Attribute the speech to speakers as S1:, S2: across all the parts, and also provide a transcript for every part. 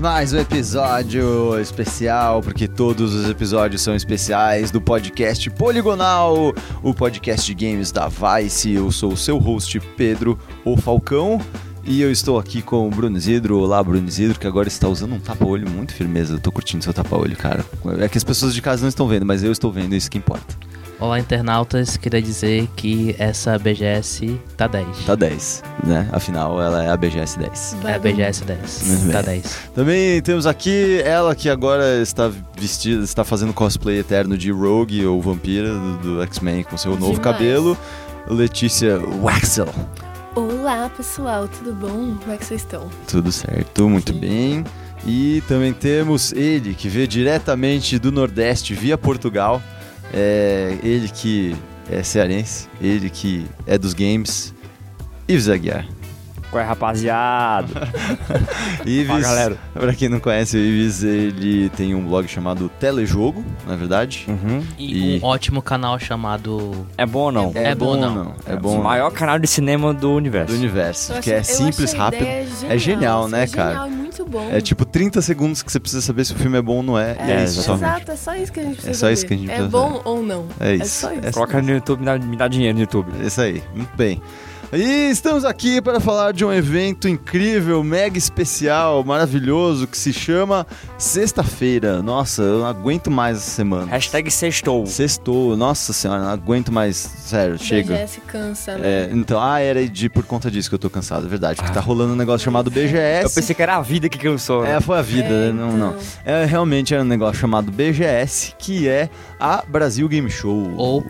S1: mais um episódio especial, porque todos os episódios são especiais do podcast Poligonal, o podcast de games da Vice. Eu sou o seu host, Pedro O Falcão. E eu estou aqui com o Bruno Isidro. Olá, Bruno Isidro, que agora está usando um tapa-olho muito firmeza. Eu tô curtindo seu tapa-olho, cara. É que as pessoas de casa não estão vendo, mas eu estou vendo, isso que importa.
S2: Olá, internautas. Queria dizer que essa BGS tá 10.
S1: Tá 10, né? Afinal, ela é a BGS 10.
S2: É a BGS 10.
S1: Muito
S2: Tá
S1: bem.
S2: 10.
S1: Também temos aqui ela que agora está vestida, está fazendo cosplay eterno de Rogue ou Vampira do, do X-Men com seu novo
S3: Demais.
S1: cabelo. Letícia Waxel.
S3: Olá pessoal, tudo bom? Como é que vocês estão?
S1: Tudo certo, muito bem. E também temos ele que veio diretamente do Nordeste via Portugal. É, ele que é cearense, ele que é dos games. Ives Aguiar.
S4: Qual é, rapaziada?
S1: Ives,
S4: Fala, galera.
S1: pra quem não conhece o Ives, ele tem um blog chamado Telejogo, na verdade.
S2: E,
S1: E-
S2: um ótimo canal chamado.
S4: É bom ou não?
S1: É,
S2: É
S1: bom,
S2: bom
S1: ou
S2: não?
S1: não? É
S4: É
S1: bom
S4: O maior canal de cinema do
S1: do
S4: universo.
S1: universo,
S3: Eu
S1: que
S3: achei-
S1: é
S3: eu
S1: simples,
S3: achei a
S1: rápido.
S3: ideia um
S1: É genial, né,
S3: assim,
S1: cara?
S3: Genial e muito bom.
S1: É tipo 30 segundos que você precisa saber se o filme é bom ou não é. e
S4: É,
S1: é isso só.
S3: Exato, é só isso que a gente precisa
S1: só isso
S3: saber.
S1: que a gente precisa
S3: É bom ou não.
S1: É
S3: É
S1: isso.
S3: só isso.
S1: É
S4: Coloca no YouTube, me dá, me dá dinheiro no YouTube.
S1: Isso aí, muito bem. E estamos aqui para falar de um evento incrível, mega especial, maravilhoso, que se chama Sexta-feira. Nossa, eu não aguento mais essa semana.
S4: Hashtag sextou.
S1: Sextou, nossa senhora, não aguento mais, sério, chega.
S3: BGS cansa,
S1: É,
S3: né?
S1: então, ah, era de, por conta disso que eu tô cansado, é verdade, porque tá rolando um negócio chamado
S4: Eu
S1: BGS.
S4: pensei que era a vida que cansou. né?
S1: É, foi a vida, né?
S3: É,
S1: não, não.
S3: então.
S1: É, realmente era um negócio chamado BGS, que é a Brasil Game Show.
S2: Ou.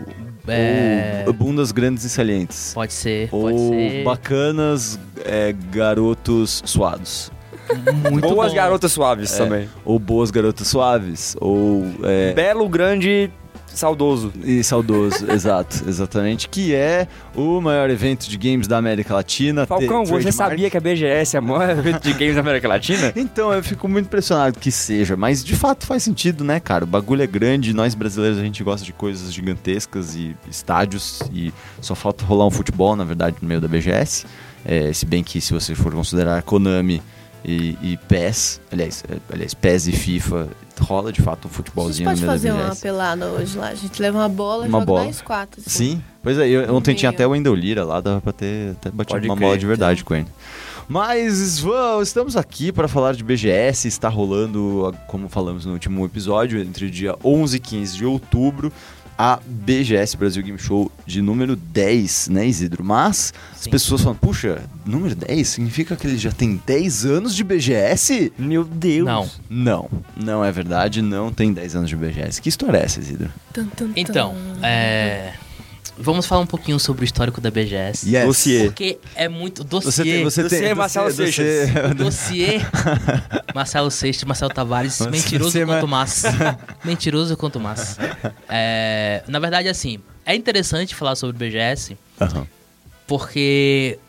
S2: é,
S1: Ou bundas grandes e salientes.
S2: pode ser. Pode
S1: Ou
S2: ser.
S1: bacanas é, garotos suados. É
S2: Muito
S4: Boas
S2: bom.
S4: garotas suaves também.
S1: Ou boas garotas suaves. Ou. é,
S4: Belo, grande, saudoso.
S1: e saudoso, exato, exatamente. Que é o maior evento de games da América Latina.
S4: Falcão,
S1: te-
S4: você
S1: trademark.
S4: sabia que a BGS é o maior evento de games da América Latina?
S1: Então, eu fico muito impressionado que seja, mas de fato faz sentido, né, cara? O bagulho é grande, nós brasileiros a gente gosta de coisas gigantescas e estádios, e só falta rolar um futebol, na verdade, no meio da BGS. É, se bem que se você for considerar Konami e, e PES, aliás, é, aliás, PES e FIFA, rola de fato um
S3: A gente
S1: futebolzinho no
S3: pode
S1: meio da
S3: fazer
S1: BGS.
S3: uma pelada hoje lá. A gente leva uma bola e
S1: Uma
S3: joga
S1: bola.
S3: mais quatro. assim.
S1: Sim, pois é, eu, ontem tinha
S3: Meio.
S1: até o Wendel Lira lá, dava pra ter até batido
S4: Pode
S1: uma
S4: crer. então.
S1: bola de verdade com ele. Mas vamos, estamos aqui para falar de BGS, está rolando, como falamos no último episódio, entre o dia 11 e 15 de outubro, a BGS Brasil Game Show de número 10, né Isidro? Mas as
S2: Sim.
S1: pessoas falam, puxa, número 10 significa que ele já tem 10 anos de BGS?
S4: Meu Deus.
S2: Não.
S1: Não, não é verdade, não tem 10 anos de BGS. Que história é essa, Isidro?
S3: Tum, tum, tum.
S2: Então, é, Vamos falar um pouquinho sobre o histórico da BGS.
S1: Yes.
S4: Dossiê.
S2: Porque é muito.
S1: Você
S2: Dossiê.
S1: tem, você é
S4: Dossiê,
S1: tem,
S4: Marcelo
S1: dossiê,
S4: Seixas.
S1: dossiê.
S2: Dossiê. Marcelo Seixas, Marcelo Tavares,
S1: Mas
S2: mentiroso
S1: você é mais-
S2: quanto mais. mentiroso quanto mais. É, na verdade, assim, é interessante falar sobre BGS
S1: Aham.
S2: porque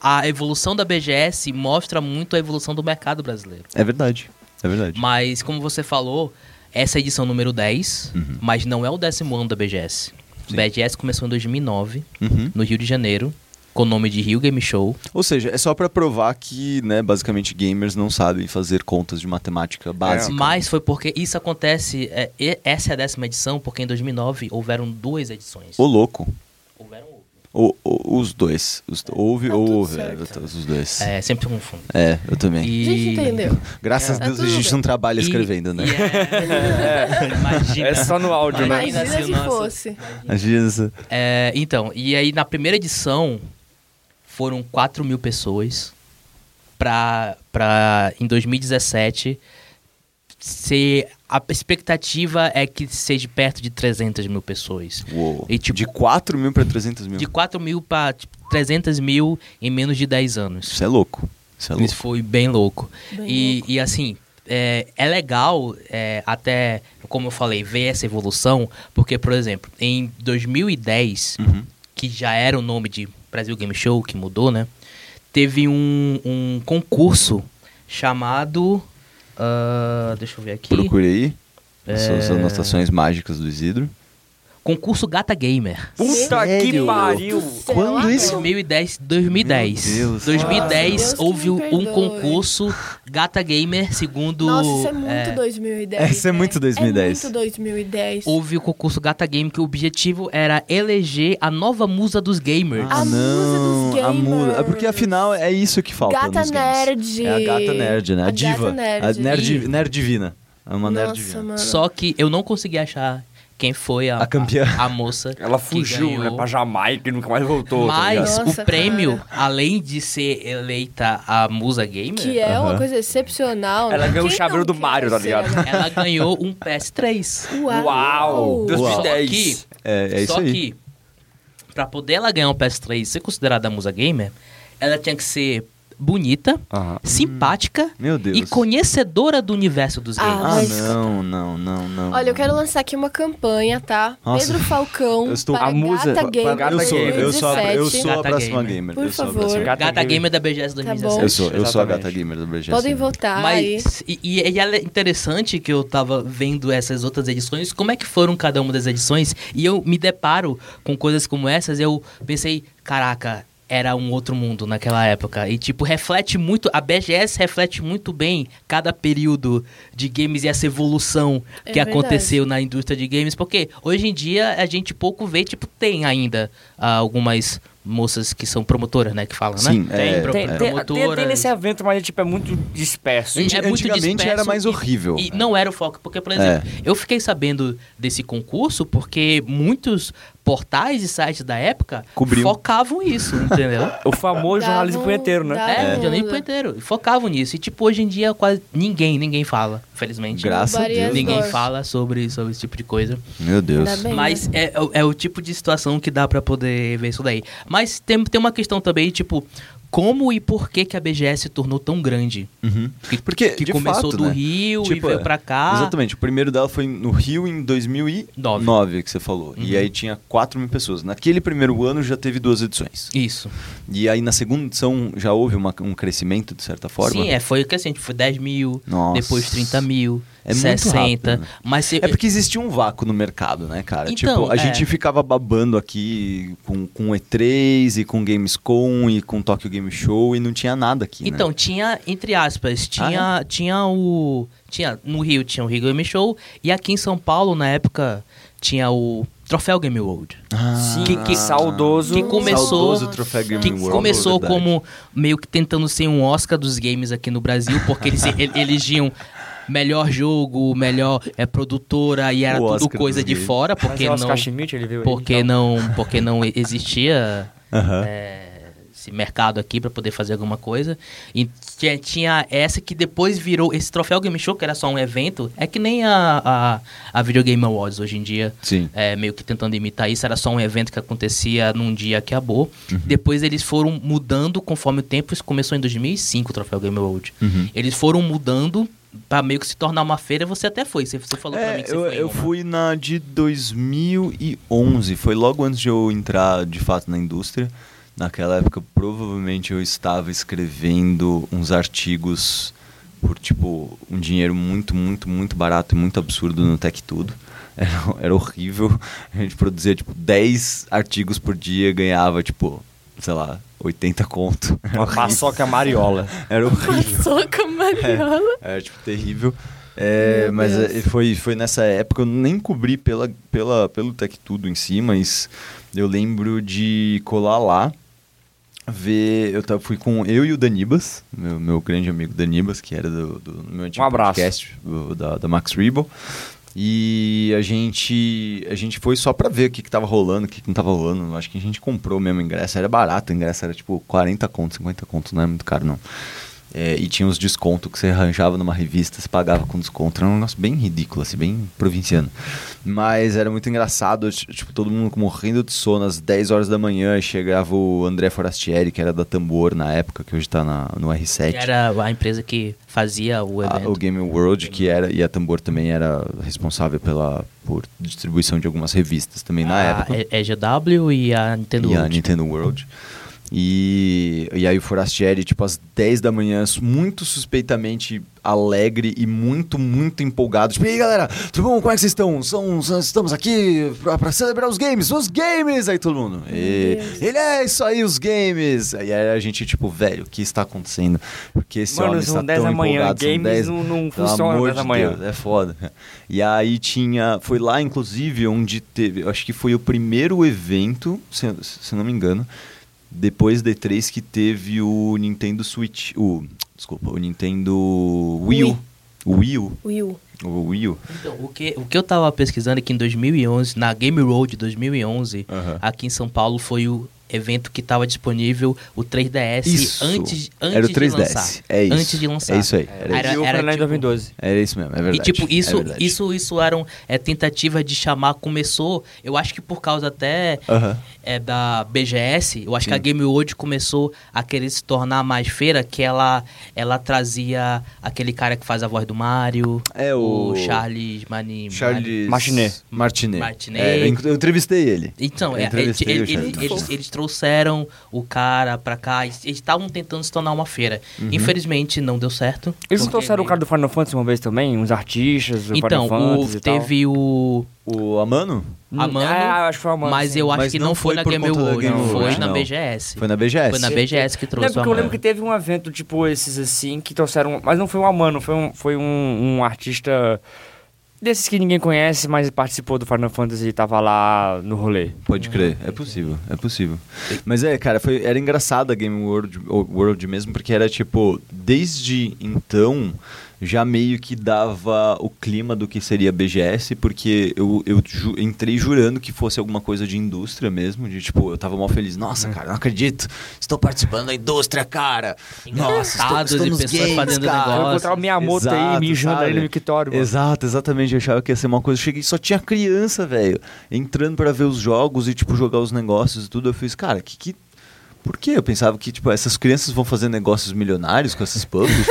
S2: a evolução da BGS mostra muito a evolução do mercado brasileiro.
S1: É verdade. É verdade.
S2: Mas, como você falou, essa é a edição número 10,
S1: Uhum.
S2: mas não é o décimo ano da BGS. A BGS começou em 2009,
S1: Uhum.
S2: no Rio de Janeiro, com o nome de Rio Game Show.
S1: Ou seja, é só pra provar que, né, basicamente gamers não sabem fazer contas de matemática básica.
S2: Mas foi porque isso acontece, é, e- essa é a décima edição, porque em 2009 houveram duas edições.
S1: Ô louco.
S2: Houveram
S1: O, o- os dois. Os, houve
S3: Tá
S1: ou
S3: tudo
S1: houve.
S3: certo.
S1: É, tá- Os dois. É,
S2: É, sempre confundo.
S1: eu também.
S3: A gente entendeu.
S1: Graças
S3: É.
S1: a Deus
S3: Tá
S1: a
S3: tudo
S1: gente
S3: bem.
S1: não trabalha escrevendo, né?
S2: e é- Imagina.
S4: É só no áudio, né?
S2: Imagina
S3: Imagina
S2: se o
S3: se
S2: nosso-
S3: fosse.
S1: Imagina isso.
S2: É, então, e aí na primeira edição foram 4 mil pessoas pra, pra em 2017 ser. A expectativa é que seja perto de 300 mil pessoas.
S1: Uou.
S2: E, tipo-
S1: de 4 mil pra 300 mil.
S2: De 4 mil pra tipo, 300 mil em menos de 10 anos.
S1: Isso é louco. Isso é louco.
S2: Isso foi bem louco.
S3: Bem
S2: e, e, assim, é, é legal é, até, como eu falei, ver essa evolução, porque, por exemplo, em 2010,
S1: Uhum.
S2: que já era o nome de Brasil Game Show, que mudou, né? Teve um, um concurso chamado. ah, deixa eu ver aqui.
S1: Procure aí.
S2: É.
S1: São as anotações mágicas do Isidro.
S2: Concurso Gata Gamer.
S4: Puta que
S1: Sério?
S4: pariu!
S1: Quando isso-
S2: 2010, 2010.
S1: Meu Deus.
S2: 2010
S3: Nossa, Deus que
S2: houve um
S3: me perdoe.
S2: concurso Gata Gamer, segundo
S3: Nossa, isso é muito
S2: é,
S3: 2010.
S1: Isso é
S3: né?
S1: muito 2010.
S3: É muito 2010.
S2: houve o concurso Gata Game que o objetivo era eleger a nova musa dos gamers.
S3: Ah, A musa dos
S1: a musa. É
S3: gamers.
S1: porque afinal é isso que falta
S3: Gata
S1: nos games.
S3: nerd.
S1: É a gata nerd, né? A,
S3: A gata
S1: diva.
S3: nerd.
S1: A nerd,
S2: E-
S1: nerd divina. É uma nerd
S3: Nossa,
S1: divina.
S3: mano.
S2: Só que eu não consegui achar quem foi a,
S1: A campeã.
S2: a, a moça.
S4: Ela
S2: que
S4: fugiu, né?
S2: ganhou.
S4: Pra Jamaica e nunca mais voltou. tá ligado?
S2: Mas
S3: ligado? Nossa,
S2: o prêmio, além de ser eleita a musa gamer,
S3: Que é
S1: Aham.
S3: uma coisa excepcional.
S4: Ela
S3: né?
S4: ganhou o
S3: Quem
S4: chaveiro
S3: não
S4: do
S3: quer
S4: Mario, tá
S3: ser
S4: ligado?
S3: agora?
S2: ela ganhou um PS3.
S3: um Uau!
S4: Uau! Deus
S1: Uau.
S4: me
S2: Só
S4: dez.
S2: que-
S1: É, é isso
S2: Só
S1: aí.
S2: que, pra poder ela ganhar um PS3 e ser considerada musa gamer, ela tinha que ser bonita,
S4: Aham.
S2: simpática
S1: Meu Deus.
S2: e conhecedora do universo dos
S3: Ah,
S2: games.
S1: Ah,
S3: Mas-
S1: não, não, não, não.
S3: Olha, eu quero
S1: não.
S3: lançar aqui uma campanha, tá?
S1: Nossa.
S3: Pedro Falcão.
S1: Eu estou-
S3: para
S4: A musa-
S3: Gata Gamer
S4: Gata
S1: eu sou, eu sou, a, eu
S3: 2017.
S1: sou a
S2: Gata
S1: próxima
S2: gamer.
S1: gamer.
S3: Por
S1: eu sou a
S3: favor.
S1: próxima gamer.
S4: Gata
S2: Gata
S4: gamer.
S2: gamer da BGS 2017.
S3: bom.
S1: Eu sou, eu sou a
S4: Exatamente.
S1: gata gamer do BGS.
S3: Podem
S1: né?
S3: votar aí.
S2: Mas, e, e- e ela é interessante que eu tava vendo essas outras edições, como é que foram cada uma das edições, e eu me deparo com coisas como essas, e eu pensei, caraca, era um outro mundo naquela época. E, tipo, reflete muito, a BGS reflete muito bem cada período de games e essa evolução
S3: É
S2: que
S3: verdade.
S2: aconteceu na indústria de games, porque hoje em dia a gente pouco vê, tipo, tem ainda ah, algumas moças que são promotoras, né, que falam,
S1: Sim,
S2: né?
S1: é,
S2: pro-
S1: tem-
S4: Tem, tem, tem, tem
S2: promotoras.
S4: nesse evento, mas tipo, é muito disperso.
S2: Gente, é muito
S1: Antigamente
S2: disperso
S1: era mais
S2: e-
S1: horrível. É.
S2: E não era o foco, porque, por exemplo, eu fiquei sabendo desse concurso porque muitos portais e sites da época
S1: Cobriam.
S2: focavam isso, entendeu?
S4: O famoso
S3: Dava
S4: jornalismo
S3: um-
S4: punheteiro, né?
S3: dava
S2: É,
S3: um-
S2: eu nem pro inteiro. Focavam nisso. E, tipo, hoje em dia quase ninguém, ninguém fala, felizmente.
S1: Graças a
S3: Roubaria
S1: Deus.
S3: as
S2: Ninguém
S3: duas.
S2: fala sobre, sobre esse tipo de coisa.
S1: Meu Deus.
S3: Ainda bem,
S2: Mas é, é o- é o tipo de situação que dá pra poder ver isso daí. Mas tem, tem uma questão também, tipo, como e por que, que a BGS se tornou tão grande?
S1: Uhum.
S2: Que,
S1: Porque,
S2: que
S1: de
S2: começou
S1: fato,
S2: do
S1: né?
S2: Rio
S1: Tipo,
S2: e veio
S1: é,
S2: pra cá.
S1: Exatamente. O primeiro dela foi no Rio em 2009,
S2: Nove. Uhum.
S1: que você falou. E aí tinha 4 mil pessoas. Naquele primeiro ano já teve duas edições.
S2: Isso.
S1: E aí na segunda edição já houve uma- um crescimento, de certa forma.
S2: Sim, é, foi o que assim, foi 10 mil,
S1: Nossa.
S2: depois 30 mil,
S1: É muito
S2: 60.
S1: rápido, né?
S2: Mas se-
S1: É porque existia um vácuo no mercado, né, cara?
S2: Então,
S1: tipo, a
S2: é.
S1: gente ficava babando aqui com, com E3 e com Gamescom e com Tokyo Game Show e não tinha nada aqui, né? Ah, é?
S2: Então, tinha, entre aspas, tinha, tinha o. Tinha, no Rio tinha o Rio Game Show, e aqui em São Paulo, na época, tinha o Troféu Game World.
S1: Ah,
S4: Sim, que saudoso.
S2: que começou-
S1: Saudoso Troféu Game
S2: que
S1: World,
S2: começou
S1: verdade.
S2: como meio que tentando ser um Oscar dos games aqui no Brasil, porque eles el- elegiam melhor jogo, melhor é, produtora, e era
S1: O
S2: tudo
S1: Oscar
S2: coisa
S1: dos
S2: de
S1: games.
S2: fora,
S4: Mas
S2: porque
S4: o Oscar
S2: não.
S4: Schmidt, ele veio aí,
S2: Porque
S4: então.
S2: não, porque não existia
S1: Aham.
S2: é, esse mercado aqui para poder fazer alguma coisa. E tinha, tinha essa que depois virou esse troféu Game Show, que era só um evento, é que nem a, a, a Video Game Awards hoje em dia.
S1: Sim.
S2: É, meio que tentando imitar isso, era só um evento que acontecia num dia que acabou. Depois eles foram mudando conforme o tempo, isso começou em 2005 o Troféu Game Awards. Eles foram mudando para meio que se tornar uma feira, você até foi, você, você falou pra
S1: É,
S2: mim que você
S1: eu,
S2: foi. em
S1: eu
S2: uma.
S1: fui na de 2011, foi logo antes de eu entrar de fato na indústria. Naquela época, provavelmente eu estava escrevendo uns artigos por tipo um dinheiro muito, muito, muito barato e muito absurdo no Tech Tudo. Era, era horrível. A gente produzia tipo 10 artigos por dia, ganhava tipo, sei lá, 80 conto. Era
S4: Uma
S1: horrível.
S4: paçoca mariola.
S1: Era horrível.
S3: Soca Mariola.
S1: É, tipo, terrível. É,
S3: Meu
S1: mas
S3: Deus.
S1: é, foi, foi nessa época, eu nem cobri pela, pela, pelo Tech Tudo em si, mas eu lembro de colar lá, ver. Eu tava, fui com eu e o Danibas, meu, meu grande amigo Danibas, que era do, do meu antigo
S4: Um abraço.
S1: podcast o- da, da Max Rebo. E a gente, a gente foi só pra ver o que, que tava rolando, o que, que não tava rolando. Acho que a gente comprou mesmo o ingresso, era barato, o ingresso era tipo 40 conto, 50 conto, não é muito caro não. É, e tinha uns descontos que você arranjava numa revista, você pagava com desconto. Era um negócio bem ridículo, assim, bem provinciano. Mas era muito engraçado, t- tipo, todo mundo morrendo de sono às 10 horas da manhã. e Chegava o André Forastieri, que era da Tambor na época, que hoje tá na- no R7.
S2: Que era a empresa que fazia o
S1: A-
S2: evento.
S1: Ah, o Game World, que era, e a Tambor também era responsável pela, por
S2: Ah,
S1: distribuição de algumas revistas também na
S2: a
S1: época.
S2: E- EGW e a Nintendo
S1: e a
S2: World.
S1: Nintendo World. E, e aí o Forastieri, tipo, às 10 da manhã, muito suspeitamente alegre e muito, muito empolgado. Tipo, e aí, galera, tudo bom? Como é que vocês estão? São, são- estamos aqui pra, pra celebrar os games, os games! Aí todo mundo, "E-
S3: Deus.
S1: ele é isso aí, os games! E aí a gente, tipo, velho, o que está acontecendo? Porque esse
S4: Mano,
S1: homem
S4: são
S1: está
S4: 10
S1: tão
S4: da manhã,
S1: empolgado, são
S4: games
S1: 10
S4: não, não
S1: pelo
S4: funcionam
S1: amor
S4: 10 da
S1: de
S4: manhã.
S1: Deus, é foda. E aí tinha. Foi lá, inclusive, onde teve. eu Acho que foi o primeiro evento, se, eu- se eu não me engano, depois da E3 que teve o Nintendo Switch. O. Desculpa, o Nintendo Wii U. O Wii U.
S3: Will.
S1: O Wii U.
S2: Então, o que, o que eu tava pesquisando é que em 2011, na Game Road 2011,
S1: Aham.
S2: aqui em São Paulo foi o evento que tava disponível o 3DS
S1: Isso.
S2: antes, antes
S1: era o
S2: de
S1: 3DS.
S2: lançar.
S1: É isso.
S2: Antes de lançar.
S1: É isso aí.
S4: E
S1: Era,
S2: Era-
S1: isso.
S4: o
S2: era
S4: Fernando em
S2: tipo-
S4: 2012.
S1: Era isso mesmo, é verdade.
S2: E tipo, isso,
S1: é verdade.
S2: isso, isso eram é, tentativa de chamar, começou, eu acho que por causa até
S1: Aham.
S2: é, da BGS, eu acho que a
S1: Sim.
S2: Game World começou a querer se tornar mais feira, que ela, ela trazia aquele cara que faz a voz do Mario,
S1: É o-
S2: Charles Mani...
S1: Charles.
S4: Martinet.
S1: Martinet.
S2: Martinet.
S1: É, eu en- eu entrevistei ele.
S2: Então,
S1: Eu
S2: é, ele-
S1: entrevistei
S2: ele-
S1: o Charles
S2: ele-
S1: Martinet.
S2: eles, eles trouxeram o cara pra cá, eles eles estavam tentando se tornar uma feira.
S1: Uhum.
S2: Infelizmente, não deu certo.
S4: Eles não
S2: porque-
S4: trouxeram o cara do Final Fantasy uma vez também? Uns artistas, do
S2: Então,
S4: Final Fantasy
S2: o,
S4: e tal?
S2: teve o...
S1: O Amano?
S4: Hum,
S2: Amano,
S4: ah, acho que foi o Amano,
S2: mas
S4: sim.
S2: eu acho
S1: Mas
S2: que
S1: não
S2: não, foi
S1: foi
S2: na
S1: por
S2: Game
S1: conta da
S2: World,
S1: Game
S2: não,
S4: World,
S2: foi na
S1: não.
S2: BGS.
S1: Foi na BGS?
S2: Foi na BGS que
S4: Não,
S2: trouxe
S4: porque eu
S2: o Amano.
S4: lembro que teve um evento, tipo, esses assim, que trouxeram. Mas não foi um Amano, foi um, foi um, um artista desses que ninguém conhece, mas participou do Final Fantasy e tava lá no rolê.
S1: Pode crer, é possível, é possível. Mas é, cara, foi, era engraçada a Game World, o- World mesmo, porque era tipo, desde então já meio que dava o clima do que seria BGS, porque eu, eu ju- entrei jurando que fosse alguma coisa de indústria mesmo, de tipo, eu tava mal feliz, nossa,
S2: É.
S1: cara, não acredito, estou participando da indústria, cara. Nossa, estou,
S2: Engraçados
S1: estou
S2: e
S1: nos
S2: pessoas
S1: games,
S2: fazendo
S1: cara.
S4: Eu
S2: Nossa,
S4: encontrar o Miyamoto aí
S1: exato,
S4: mijando aí
S1: sabe?
S4: no mictório. mano.
S1: Exato, exatamente. Eu achava que ia ser uma coisa. Eu cheguei só tinha criança, velho, entrando pra ver os jogos e, tipo, jogar os negócios e tudo. Eu fiz, cara, que. que... Por quê? Eu pensava que, tipo, essas crianças vão fazer negócios milionários com essas publishers.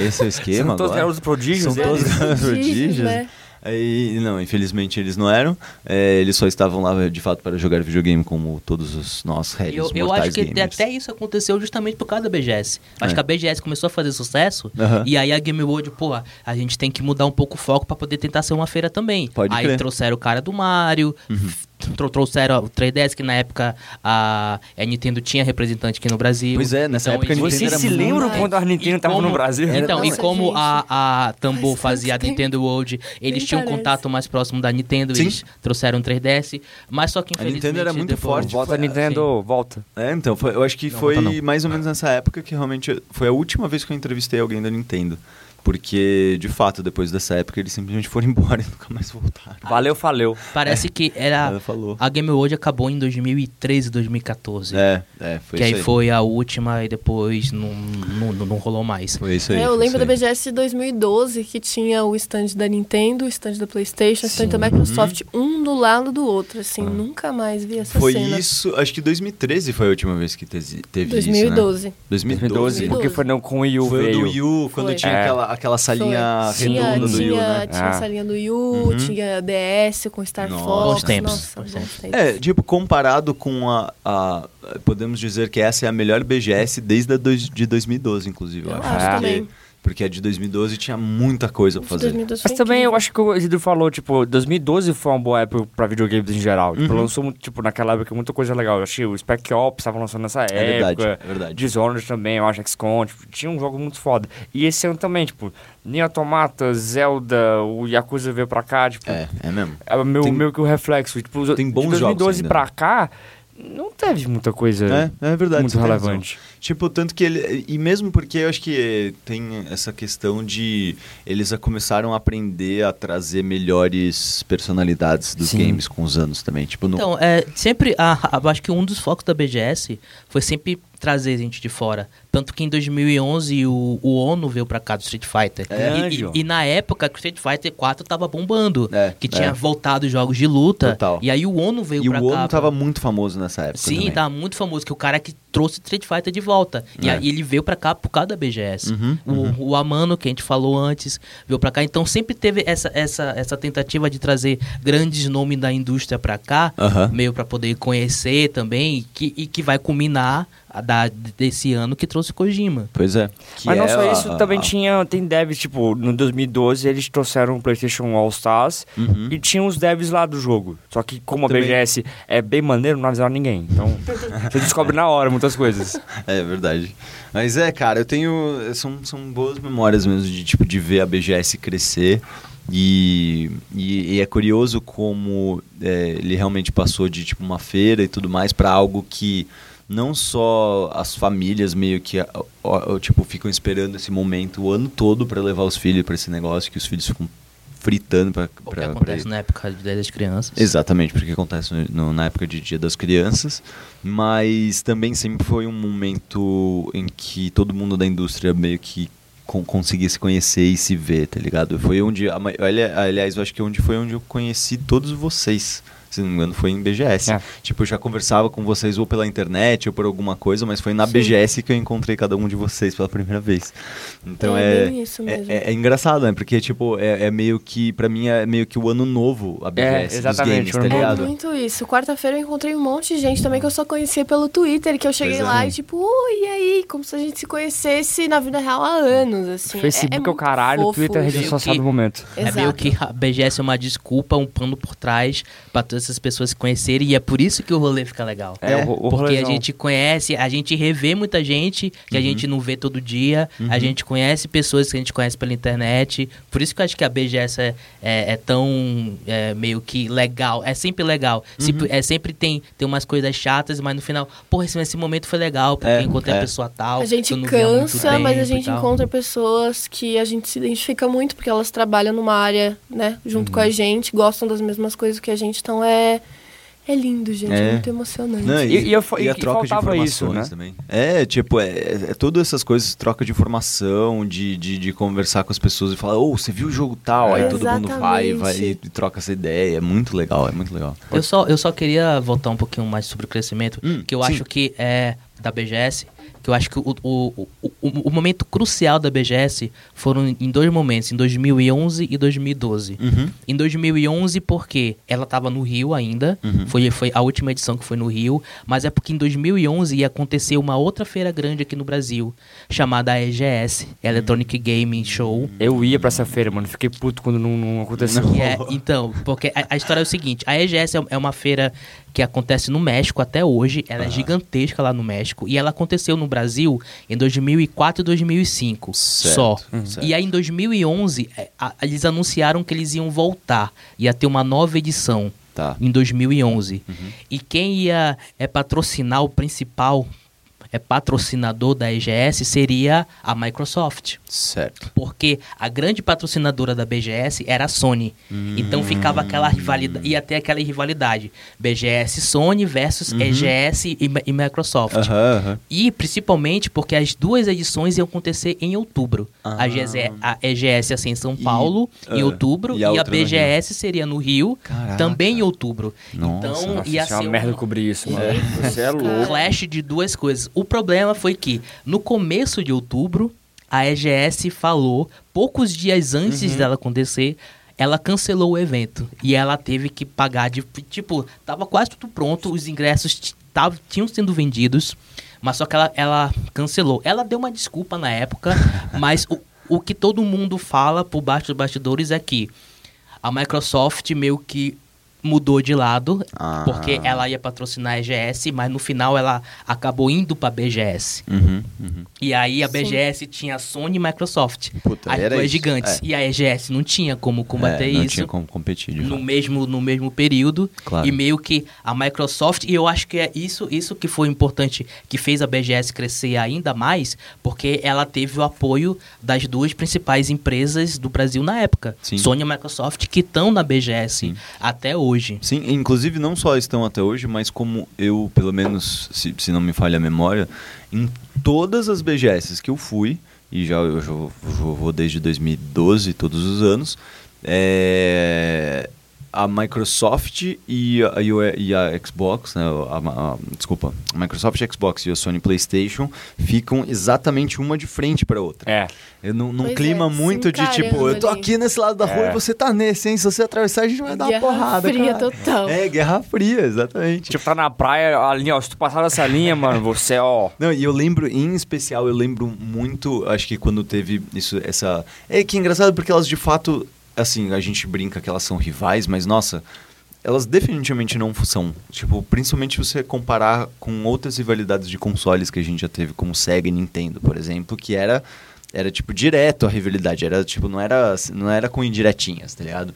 S1: Esse é o esquema
S4: São todos
S1: agora.
S4: garotos prodígios. né?
S1: São todos
S4: eles.
S1: garotos
S3: Prodígios,
S1: prodígios.
S3: né?
S1: Aí, não, infelizmente eles não eram. É, eles só estavam lá, de fato, para jogar videogame como todos os nós
S2: E
S1: rédeos
S2: Eu, eu acho
S1: mortais
S2: que
S1: gamers.
S2: até isso aconteceu justamente por causa da BGS. Acho
S1: É.
S2: que a BGS começou a fazer sucesso
S1: Aham.
S2: e aí a Game World, porra, a gente tem que mudar um pouco o foco pra poder tentar ser uma feira também.
S1: Pode
S2: aí
S1: crer. Uhum.
S2: trouxeram o cara do Mario, tro- trouxeram o 3DS, que na época a, a Nintendo tinha representante aqui no Brasil. Então,
S1: Pois é, nessa época a
S2: eles-
S1: Nintendo
S4: Vocês
S1: era
S4: se
S1: muito-
S4: lembram
S3: mais.
S4: quando a Nintendo
S2: e
S4: tava no
S2: como-
S4: Brasil?
S2: Então, e
S1: assim.
S3: Nossa,
S2: como
S3: gente.
S2: a, a Tambor
S3: Faz
S2: fazia a
S3: tanto tempo.
S2: Nintendo World, eles
S3: Nem
S2: tinham
S3: parece.
S2: um contato mais próximo da Nintendo,
S1: Sim.
S2: eles trouxeram o 3DS, mas só que
S1: A
S2: infelizmente...
S1: Nintendo era muito
S2: depois-
S1: forte.
S4: Volta,
S1: Foi-
S4: Nintendo, volta.
S1: É, então, foi- eu acho que
S2: Não,
S1: foi
S2: conta não.
S1: mais ou menos nessa época que realmente foi a última vez que eu entrevistei alguém da Nintendo. Porque, de fato, depois dessa época eles simplesmente foram embora e nunca mais voltaram.
S4: Valeu, faleu.
S2: Parece que era.
S1: Ela falou.
S2: A Game World acabou em 2013, 2014.
S1: É, é, foi
S2: que
S1: isso
S2: aí
S1: aí.
S2: foi a última e depois não, não, não- não rolou mais.
S1: Foi isso aí.
S3: É, eu
S1: foi
S3: lembro da
S1: isso aí.
S3: BGS de 2012 que tinha o stand da Nintendo, o stand da PlayStation, o stand da Microsoft, um do lado do outro, assim,
S1: Hum.
S3: nunca mais vi essa
S1: Foi
S3: cena.
S1: isso, acho que 2013 foi a última vez que teve, teve isso, né?
S3: 2012.
S1: 2012.
S3: 2012.
S4: Porque foi não com o Wii U
S1: Foi o do
S4: veio.
S1: Wii U, quando
S3: Foi.
S1: tinha
S4: É.
S1: aquela, aquela salinha
S3: Foi. tinha,
S1: redonda do
S3: tinha,
S1: Wii U, né? Uhum.
S3: Tinha
S4: Ah.
S3: essa linha do Yu, tinha DS com Star
S1: Nossa.
S3: Fox.
S2: Bons tempos.
S3: Nossa,
S2: Bons
S3: bons tempos.
S1: É, tipo, comparado com a, a- Podemos dizer que essa é a melhor BGS desde a dois, de 2012, inclusive.
S3: Eu
S1: acho.
S3: acho
S1: porque,
S3: também.
S1: porque a de 2012 tinha muita coisa pra fazer.
S3: 2012
S4: Mas
S3: foi
S4: também eu
S3: incrível.
S4: acho que o Isidro falou, tipo, 2012 foi uma boa época pra videogames em geral. Tipo,
S1: Uhum.
S4: lançou, muito- tipo, naquela época muita coisa legal. Eu achei o Spec Ops tava lançando nessa época.
S1: verdade, é verdade.
S4: Dishonored também, eu acho, XCOM. Tipo, tinha um jogo muito foda. E esse ano também, tipo, Nier Automata, Zelda, o Yakuza veio pra cá, tipo...
S1: É, é mesmo.
S4: É o meu,
S1: Tem-
S4: meu que o reflexo. Tipo, os-
S1: tem bons
S4: de
S1: jogos
S4: 2012
S1: ainda,
S4: pra
S1: né?
S4: cá, não teve muita coisa
S1: É, é verdade. você
S4: muito
S1: tem
S4: relevante.
S1: razão. Tipo, tanto que ele. E mesmo porque eu acho que eh, tem essa questão de. Eles já começaram a aprender a trazer melhores personalidades dos
S4: Sim.
S1: games com os anos também. Tipo, no,
S2: Então, é, sempre. a- a- eu acho que um dos focos da BGS foi sempre trazer gente de fora. Tanto que em 2011 o, o ONU veio pra cá do Street Fighter.
S1: É,
S2: E- e,
S4: Anjo.
S2: e na época que o Street Fighter 4 tava bombando.
S1: É,
S2: que
S1: é.
S2: tinha voltado os jogos de luta.
S1: Total.
S2: E aí o ONU veio
S1: e o
S2: pra cá.
S1: ONU
S2: pra-
S1: tava muito famoso nessa época.
S2: Sim,
S1: também.
S2: tá muito famoso, que o cara que trouxe Street Fighter de volta. E
S1: É.
S2: aí ele veio pra cá por causa da BGS.
S1: Uhum,
S2: o, Um, o Amano, que a gente falou antes, veio pra cá. Então sempre teve essa, essa, essa tentativa de trazer grandes nomes da indústria pra cá,
S1: Aham.
S2: meio pra poder conhecer também, e que, e que vai culminar a da, desse ano que trouxe Kojima.
S1: Pois é. Que
S4: Mas não
S1: é
S4: só
S1: a-
S4: isso,
S1: a-
S4: também
S1: a-
S4: tinha. Tem devs, tipo, no 2012 eles trouxeram o PlayStation All Stars e tinha os devs lá do jogo. Só que, como a
S1: Uhum. Também.
S4: BGS é bem maneiro, não avisaram ninguém. Então, você descobre na hora muitas coisas.
S1: É verdade. Mas é, cara, eu tenho. São, são boas memórias mesmo de tipo de ver a BGS crescer. E, e, e é curioso como é, ele realmente passou de tipo uma feira e tudo mais para algo que não só as famílias meio que ó, ó, tipo ficam esperando esse momento o ano todo para levar os filhos para esse negócio que os filhos ficam fritando para
S2: O que acontece na época das crianças.
S1: Exatamente, porque acontece no- na época de Dia das Crianças, mas também sempre foi um momento em que todo mundo da indústria meio que con- conseguia se conhecer e se ver, tá ligado? Foi onde, a ma- olha, aliás, eu acho que é onde foi onde eu conheci todos vocês. Se não me engano, foi em BGS.
S4: É.
S1: Tipo, eu já conversava com vocês ou pela internet ou por alguma coisa, mas foi na BGS que eu encontrei cada um de vocês pela primeira vez. Então
S3: É
S1: é.
S3: bem isso mesmo.
S1: é- é engraçado, né? Porque, tipo, é, é meio que, pra mim, é meio que o ano novo a
S4: É,
S1: BGS dos
S4: exatamente,
S1: games, tá
S4: ano novo.
S3: É
S1: ligado?
S3: muito isso. Quarta-feira eu encontrei um monte de gente também que eu só conhecia pelo Twitter, que eu cheguei
S1: Pois é.
S3: lá e tipo, oi, e aí? Como se a gente se conhecesse na vida real há anos, assim. É-
S4: Facebook é, o
S3: muito
S4: caralho,
S3: fofo.
S4: Twitter é a rede
S2: Meio
S4: social
S2: que-
S4: do momento.
S2: É meio
S3: Exato.
S2: que a BGS é uma desculpa, um pano por trás pra todas essas pessoas se conhecerem e é por isso que o rolê fica legal.
S4: É, o, o
S2: Porque a
S4: rolezão. Uhum.
S2: gente conhece, a gente revê muita gente que a gente não vê todo dia, a gente conhece pessoas que a gente conhece pela internet. Por isso que eu acho que a BGS é, é- é tão é, meio que legal. É sempre legal.
S4: Uhum.
S2: Sempre, é, sempre tem, tem umas coisas chatas, mas no final, porra, esse, esse momento foi legal, porque
S1: É,
S2: eu encontrei
S1: é.
S2: a pessoa tal.
S3: A
S2: que eu
S3: gente
S2: não via há muito
S3: cansa, mas a
S2: tempo e
S3: gente
S2: tal.
S3: encontra pessoas que a gente se identifica muito, porque elas trabalham numa área, né, junto
S1: Uhum.
S3: com a gente, gostam das mesmas coisas que a gente, então é, é lindo, gente, é,
S1: É.
S3: muito emocionante.
S1: Não,
S4: E- e eu fa- e
S1: a
S4: que
S1: troca de
S4: faltava
S1: informações
S4: isso,
S1: também.
S4: né?
S1: É, tipo, é, é- é todas essas coisas, troca de informação, de, de, de conversar com as pessoas e falar, ô, você viu o jogo tal? Aí todo mundo vai, vai e
S3: Exatamente.
S1: troca essa ideia. É muito legal, é muito legal.
S2: Eu só, eu só queria voltar um pouquinho mais sobre o crescimento,
S1: Hum,
S2: que eu
S1: sim.
S2: acho que é da BGS, que eu acho que o, o, o, o, o momento crucial da BGS foram em dois momentos, em 2011 e 2012.
S1: Uhum.
S2: Em 2011, porque ela estava no Rio ainda,
S1: Uhum.
S2: foi, foi a última edição que foi no Rio, mas é porque em 2011 ia acontecer uma outra feira grande aqui no Brasil, chamada EGS, Electronic Gaming Show.
S4: Eu ia pra essa feira, mano. Fiquei puto quando não, não aconteceu.
S2: Que é- então, porque a, a história é o seguinte: a EGS é, é uma feira que acontece no México até hoje, ela
S1: Ah.
S2: é gigantesca lá no México, e ela aconteceu no Brasil em 2004 e 2005 só.
S1: Certo, Uhum. certo.
S2: E aí em 2011, é, a- eles anunciaram que eles iam voltar, ia ter uma nova edição
S1: Tá. Uhum.
S2: em 2011. E quem ia é, patrocinar o principal. É patrocinador da EGS seria a Microsoft
S1: Certo.
S2: porque a grande patrocinadora da BGS era a Sony.
S1: Hum.
S2: Então ficava aquela rivalidade, ia ter aquela rivalidade. BGS Sony versus EGS e, Ma- e Microsoft.
S1: Uhum. Aham, aham.
S2: E principalmente porque as duas edições iam acontecer em outubro.
S1: Ah.
S2: A, GZ a EGS ia ser em São
S1: E-
S2: Paulo,
S1: ah,
S2: em outubro,
S1: e
S2: e
S1: a
S2: a,
S1: outra no Rio.
S2: BGS seria no Rio,
S1: Caraca.
S2: também em outubro.
S1: Nossa.
S2: então
S4: Nossa,
S2: ia
S4: isso é uma
S2: ser
S4: merda
S2: um-
S4: cobrir isso, mano. Você é
S2: um
S4: louco.
S2: clash de duas coisas. O problema foi que no começo de outubro, a EGS falou, poucos dias antes dela acontecer, ela cancelou o evento. E ela teve que pagar de. Tipo, tava quase tudo pronto, os ingressos t- tavam- tinham sendo vendidos, mas só que ela, ela cancelou. Ela deu uma desculpa na época, mas o, o que todo mundo fala por baixo dos bastidores é que a Microsoft meio que mudou de lado,
S1: Ah.
S2: porque é ela ia patrocinar a EGS, mas no final ela acabou indo pra BGS.
S1: Uhum, uhum.
S2: E aí a BGS tinha Sony e Microsoft,
S1: Puta,
S2: as
S1: era
S2: duas
S1: isso.
S2: gigantes.
S1: É.
S2: E a EGS não tinha como combater
S1: É, não
S2: isso
S1: tinha como competir, de
S2: no
S1: fato.
S2: mesmo, no mesmo período.
S1: Claro.
S2: E meio que a Microsoft, e eu acho que é isso, isso que foi importante, que fez a BGS crescer ainda mais, porque ela teve o apoio das duas principais empresas do Brasil na época,
S1: Sim.
S2: Sony e Microsoft, que estão na BGS até hoje.
S1: Sim, inclusive não só estão até hoje, mas como eu, pelo menos, se, se não me falha a memória, em todas as BGS que eu fui, e já eu já vou- vou vou desde 2012, todos os anos, é, a- a Microsoft e a, e o- e a Xbox, né, a- a- desculpa, a Microsoft Xbox e a Sony PlayStation ficam exatamente uma de frente para outra.
S4: É.
S1: Eu, num num
S3: Pois é,
S1: clima
S3: se
S1: muito de tipo,
S3: encarando
S1: eu tô
S3: ali.
S1: aqui nesse lado da rua
S4: É.
S1: e você tá nesse, hein? Se você atravessar, a gente vai dar uma
S3: Guerra
S1: porrada.
S3: fria
S1: cara.
S3: total.
S1: É, guerra fria, exatamente.
S4: Tipo, tá na praia, a linha, ó, se tu passar dessa linha, mano, você, ó.
S1: Não, e eu lembro, em especial, eu lembro muito, acho que quando teve isso, essa. É que é engraçado porque elas de fato, assim, a gente brinca que elas são rivais, mas nossa, elas definitivamente não são. Tipo, principalmente se você comparar com outras rivalidades de consoles que a gente já teve, como Sega e Nintendo, por exemplo, que era. Era, tipo, direto a rivalidade. Era, tipo, não era, não era com indiretinhas, tá ligado?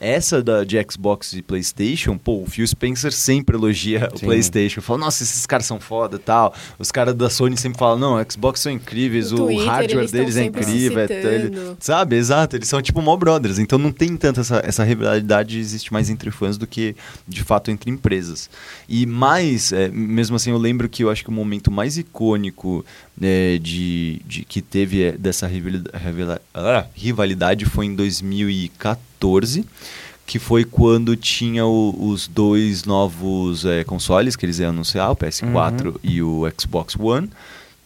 S1: Essa da, de Xbox e Playstation, pô, o Phil Spencer sempre elogia o
S4: Sim.
S1: Playstation. PlayStation. Fala, nossa, esses caras são foda e tal. Os caras da Sony sempre falam, não, Xbox são incríveis,
S3: No
S1: o
S3: Twitter,
S1: hardware
S3: eles tão
S1: deles é
S3: sempre
S1: incrível. é
S3: se
S1: tal, ele-
S3: citando.
S1: sabe, exato, eles são tipo mó brothers. Então não tem tanta essa, essa rivalidade, existe mais entre fãs do que de fato entre empresas. E mais, é, mesmo assim, eu lembro que eu acho que o momento mais icônico é, de, de- que teve é, dessa rivalida- rivela- ah, rivalidade foi em 2014 que foi quando tinha o- os dois novos é, consoles que eles iam anunciar, o PS4 e o Xbox One.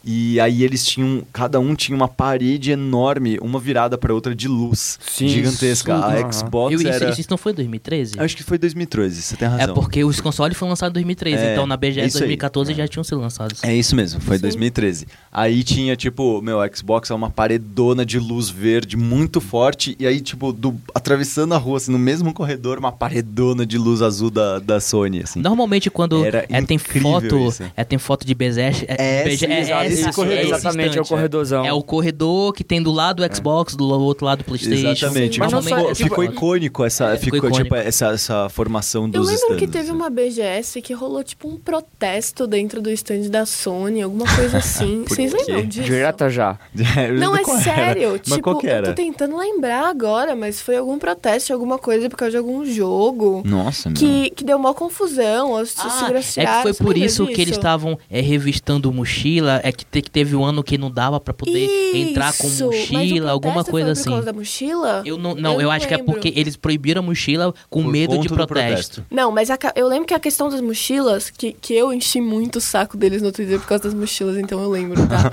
S1: E aí eles tinham, cada um tinha uma parede enorme, uma virada para outra de luz
S4: Sim,
S1: gigantesca.
S4: isso-
S1: A
S4: aham.
S1: Xbox
S2: Eu- isso,
S1: era
S2: isso não foi em 2013?
S1: Acho que foi 2013, você tem razão.
S2: É porque os consoles foram lançados em 2013,
S1: É,
S2: então na BGS
S1: isso aí.
S2: 2014 já tinham sido lançados.
S1: É isso mesmo, foi
S3: Sim.
S1: 2013. Aí tinha, tipo, meu, a Xbox é uma paredona de luz verde muito forte. E aí, tipo, do- atravessando a rua, assim, no mesmo corredor, uma paredona de luz azul da, da Sony, assim.
S2: Normalmente quando
S1: Era
S2: é, tem
S1: incrível
S2: foto,
S1: isso.
S2: é tem foto de BGS,
S1: É, sim, exato,
S2: essa-
S1: esse corredor.
S4: Exatamente, é o
S2: instante,
S4: corredorzão.
S2: É o corredor que tem do lado o Xbox, do outro lado o PlayStation.
S1: É. Exatamente.
S3: Sim, mas não
S2: Normalmente
S1: ficou,
S4: só-
S2: é
S1: ficou
S2: tipo-
S1: icônico essa,
S2: É,
S1: ficou,
S2: ficou icônico.
S1: Tipo, essa, essa formação
S3: Eu
S1: dos
S3: lembro que
S1: stands,
S3: teve
S1: assim.
S3: uma BGS que rolou tipo um protesto dentro do stand da Sony, alguma coisa assim.
S1: Por quê?
S3: Vocês lembram disso?
S4: Direta já.
S1: É, eu
S3: Não,
S1: lembro
S3: é
S1: qual era,
S3: sério.
S1: Mas
S3: tipo,
S1: qual que era?
S3: eu tô tentando lembrar agora, mas foi algum protesto, alguma coisa por causa de algum jogo.
S1: Nossa, meu.
S3: Que, que deu maior confusão, as
S2: Ah,
S3: seguranças
S2: é que
S3: tiraram,
S2: foi
S3: você
S2: por
S3: lembra
S2: isso que
S3: disso?
S2: eles estavam é, revistando mochila, é que, te- que teve um ano que não dava pra poder entrar com
S3: Isso, mas o
S2: mochila, alguma
S3: protesto
S2: coisa
S3: foi
S2: assim.
S3: Por causa da mochila?
S2: Eu não, não,
S3: Eu
S2: eu,
S3: não
S2: acho que é
S3: lembro.
S2: porque eles proibiram a mochila com
S1: Por
S2: medo de
S1: conta do
S2: protesto.
S3: Não, mas a ca- eu lembro que a questão das mochilas, que, que eu enchi muito o saco deles no Twitter por causa das mochilas, então eu lembro, tá?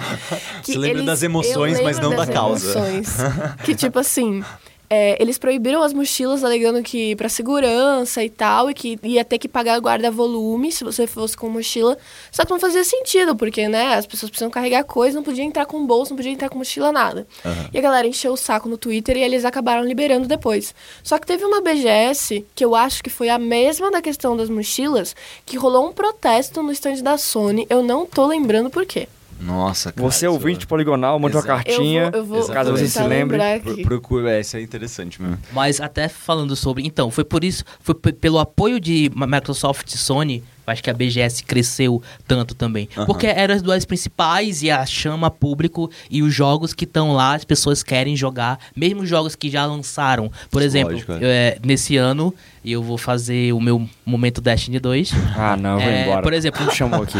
S1: Você lembra das emoções,
S3: eu
S1: mas
S3: lembro
S1: não da
S3: das
S1: causa.
S3: Emoções, que tipo assim, é, eles proibiram as mochilas alegando que pra segurança e tal, e que ia ter que pagar guarda-volume se você fosse com mochila. Só que não fazia sentido, porque, né, as pessoas precisam carregar coisa, não podia entrar com bolsa, não podia entrar com mochila, nada.
S1: Aham.
S3: E a galera encheu o saco no Twitter e eles acabaram liberando depois. Só que teve uma BGS, que eu acho que foi a mesma da questão das mochilas, que rolou um protesto no stand da Sony. Eu não tô lembrando por quê.
S1: Nossa, cara.
S4: Você é
S1: isso-
S4: ouvinte poligonal, manda uma
S1: Exato.
S4: cartinha.
S3: eu vou, eu vou
S1: caso
S3: tentar
S1: você
S2: Então,
S4: se
S2: um
S4: lembre,
S3: lembrar
S1: Pro-
S3: aqui.
S1: Procura, é, isso é interessante mesmo.
S2: Mas até falando sobre. Então, foi por isso. Foi p- pelo apoio de Ma- Microsoft e Sony. eu Acho que a BGS cresceu tanto também.
S1: Aham.
S2: Porque eram as duas principais e a chama público e os jogos que estão lá, as pessoas querem jogar, mesmo os jogos que já lançaram. Por exemplo,
S1: Lógico, é.
S2: é, nesse ano eu vou fazer o meu momento Destiny 2.
S4: Ah, não, eu vou
S2: É,
S4: embora.
S2: por exemplo-
S4: Quem me chamou aqui.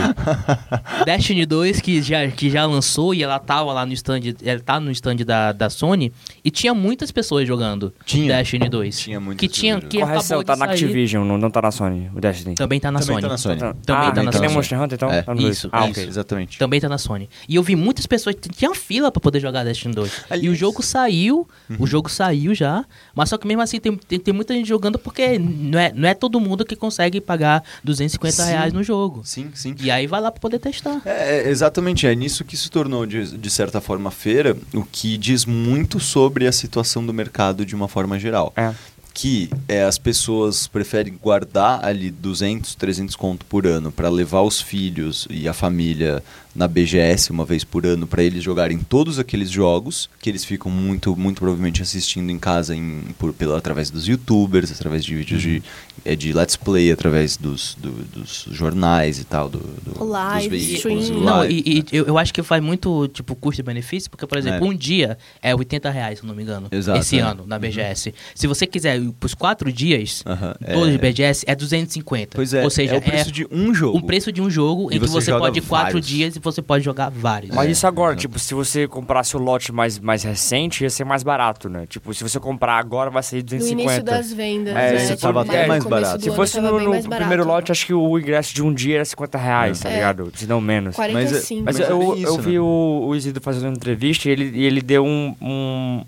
S2: Destiny 2, que já, que já lançou e ela tava lá no stand, ela tá no stand da, da Sony, e tinha muitas pessoas jogando
S1: Tinha.
S2: Destiny 2.
S1: Tinha muitas
S2: que tinha
S1: pessoas
S2: que
S4: Corre
S2: acabou
S4: seu, tá
S2: de
S4: na
S2: sair.
S4: Activision, não, não tá na Sony, o Destiny.
S2: Também tá na
S1: Também
S2: Sony.
S1: tá na Sony.
S4: Tá-
S2: Também
S4: ah,
S2: tá na
S4: que nem
S2: Sony.
S4: Monster Hunter, então?
S1: É,
S4: tá no dois.
S2: isso,
S4: Ah,
S1: É
S4: ok.
S1: isso, exatamente.
S2: Também tá na Sony. E eu vi muitas pessoas que tinham fila pra poder jogar Destiny 2. e o
S1: Aliás. Uhum.
S2: jogo saiu, o jogo saiu já, mas só que mesmo assim tem, tem, tem muita gente jogando porque não é, não é todo mundo que consegue pagar 250
S1: Sim.
S2: reais no jogo.
S1: Sim, sim.
S2: E aí vai lá pra poder testar.
S1: É, é, exatamente, é nisso que se tornou, de, de certa forma, a feira, o que diz muito sobre a situação do mercado de uma forma geral.
S4: É.
S1: Que é, as pessoas preferem guardar ali 200, 300 conto por ano para levar os filhos e a família na BGS uma vez por ano para eles jogarem todos aqueles jogos que eles ficam muito, muito provavelmente assistindo em casa em, por, pela, através dos youtubers, através de vídeos de, é, de let's play, através dos, do- dos jornais e tal, do, do,
S3: O
S1: dos
S3: live
S1: veículos.
S3: stream.
S1: o
S2: Não,
S1: live,
S2: e, e eu, eu acho que faz muito, tipo, custo-benefício, porque, por exemplo,
S1: é. É.
S2: um dia é 80 reais, se eu não me engano.
S1: Exato,
S2: Esse
S1: é.
S2: ano, na BGS. Se você quiser pros quatro dias,
S1: Aham, é.
S2: todos de BGS, é 250.
S1: Pois é,
S2: Ou seja,
S1: é o preço de um jogo.
S2: um preço de um jogo
S1: E
S2: em que
S1: você
S2: você
S1: joga
S2: pode ir quatro
S1: vários.
S2: dias e você pode jogar vários.
S4: Mas isso agora, tipo, se você comprasse o lote mais, mais recente, ia ser mais barato, né? Tipo, se você comprar agora, vai sair
S3: No início
S4: 250.
S3: das vendas.
S4: É,
S3: né?
S4: isso
S3: Tipo,
S4: tava
S3: no
S4: até
S3: começo
S1: mais
S3: do
S1: barato.
S3: ano
S4: se fosse
S3: tava
S4: no,
S3: bem
S4: no
S3: mais
S4: primeiro
S3: barato.
S4: lote, acho que o ingresso de um dia era 50 reais,
S1: É.
S4: tá
S3: É.
S4: ligado? Se não menos.
S3: 45.
S4: Mas
S1: Mas é
S4: eu,
S1: bem
S4: eu
S1: isso,
S4: vi
S1: né?
S4: o, o Isidro fazendo uma entrevista e ele, e ele deu um, um.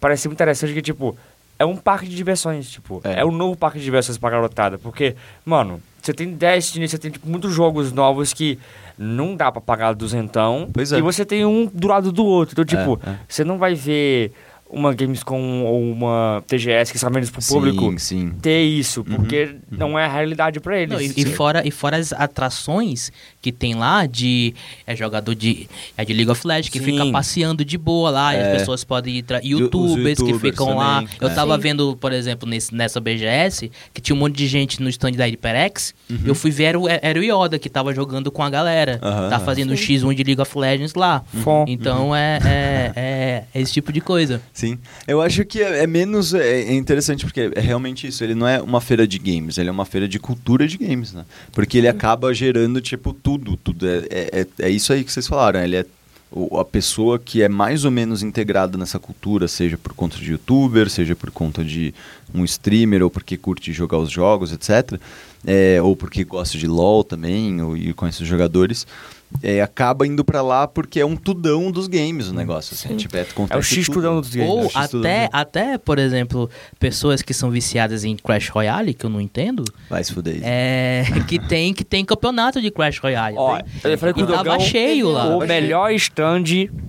S4: Parece muito interessante que, tipo, é um parque de diversões, tipo.
S1: É.
S4: É, um novo parque de diversões pra garotada. Porque, mano, você tem Destiny, você tem tipo, muitos jogos novos que não dá pra pagar duzentão.
S1: Pois é.
S4: E você tem um do lado do outro. Então, tipo,
S1: é.
S4: você não vai ver uma Gamescom ou uma TGS que são menos pro público
S1: Sim, sim. Uhum.
S4: ter isso, porque não é a realidade pra eles.
S2: Não, e, e fora, e fora as atrações que tem lá de é jogador de é de League of Legends que
S4: Sim.
S2: fica passeando de boa lá, e
S1: É.
S2: as pessoas podem ir tra-
S1: os
S2: youtubers que
S1: youtubers
S2: ficam
S1: também,
S2: lá. Eu
S1: é.
S2: tava
S3: Sim.
S2: vendo, por exemplo, nesse, nessa BGS, que tinha um monte de gente no stand da HyperX,
S1: Uhum.
S2: eu fui ver era o, é, era o Yoda que tava jogando com a galera,
S1: Aham, Uhum.
S2: tá
S1: aham.
S2: fazendo o X1 de League of Legends lá.
S4: Fom.
S2: Então é, é, é- é esse tipo de coisa.
S1: Sim. Eu acho que é, é menos. É, é interessante porque é realmente isso. Ele não é uma feira de games, ele é uma feira de cultura de games, né? Porque ele acaba gerando, tipo, tudo. tudo. É, é, é- é isso aí que vocês falaram. Ele é o- a pessoa que é mais ou menos integrada nessa cultura, seja por conta de youtuber, seja por conta de um streamer, ou porque curte jogar os jogos, etc. É, ou porque gosta de LOL também, ou, e conhece os jogadores. é, acaba indo pra lá porque é um tudão dos games o negócio. Assim, tipo, é,
S4: É o
S1: acontece
S4: X
S1: tudo.
S4: tudão dos games.
S2: Ou
S1: acho isso tudo né?
S2: até,
S1: bem.
S2: até, por exemplo, pessoas que são viciadas em Crash Royale, que eu não entendo.
S1: Vai se fuder. Isa.
S2: É, que tem que tem campeonato de Crash Royale.
S4: Ó,
S2: tem.
S4: eu falei com
S2: e
S4: o
S2: tava
S4: Dogão,
S2: cheio lá.
S4: O melhor stand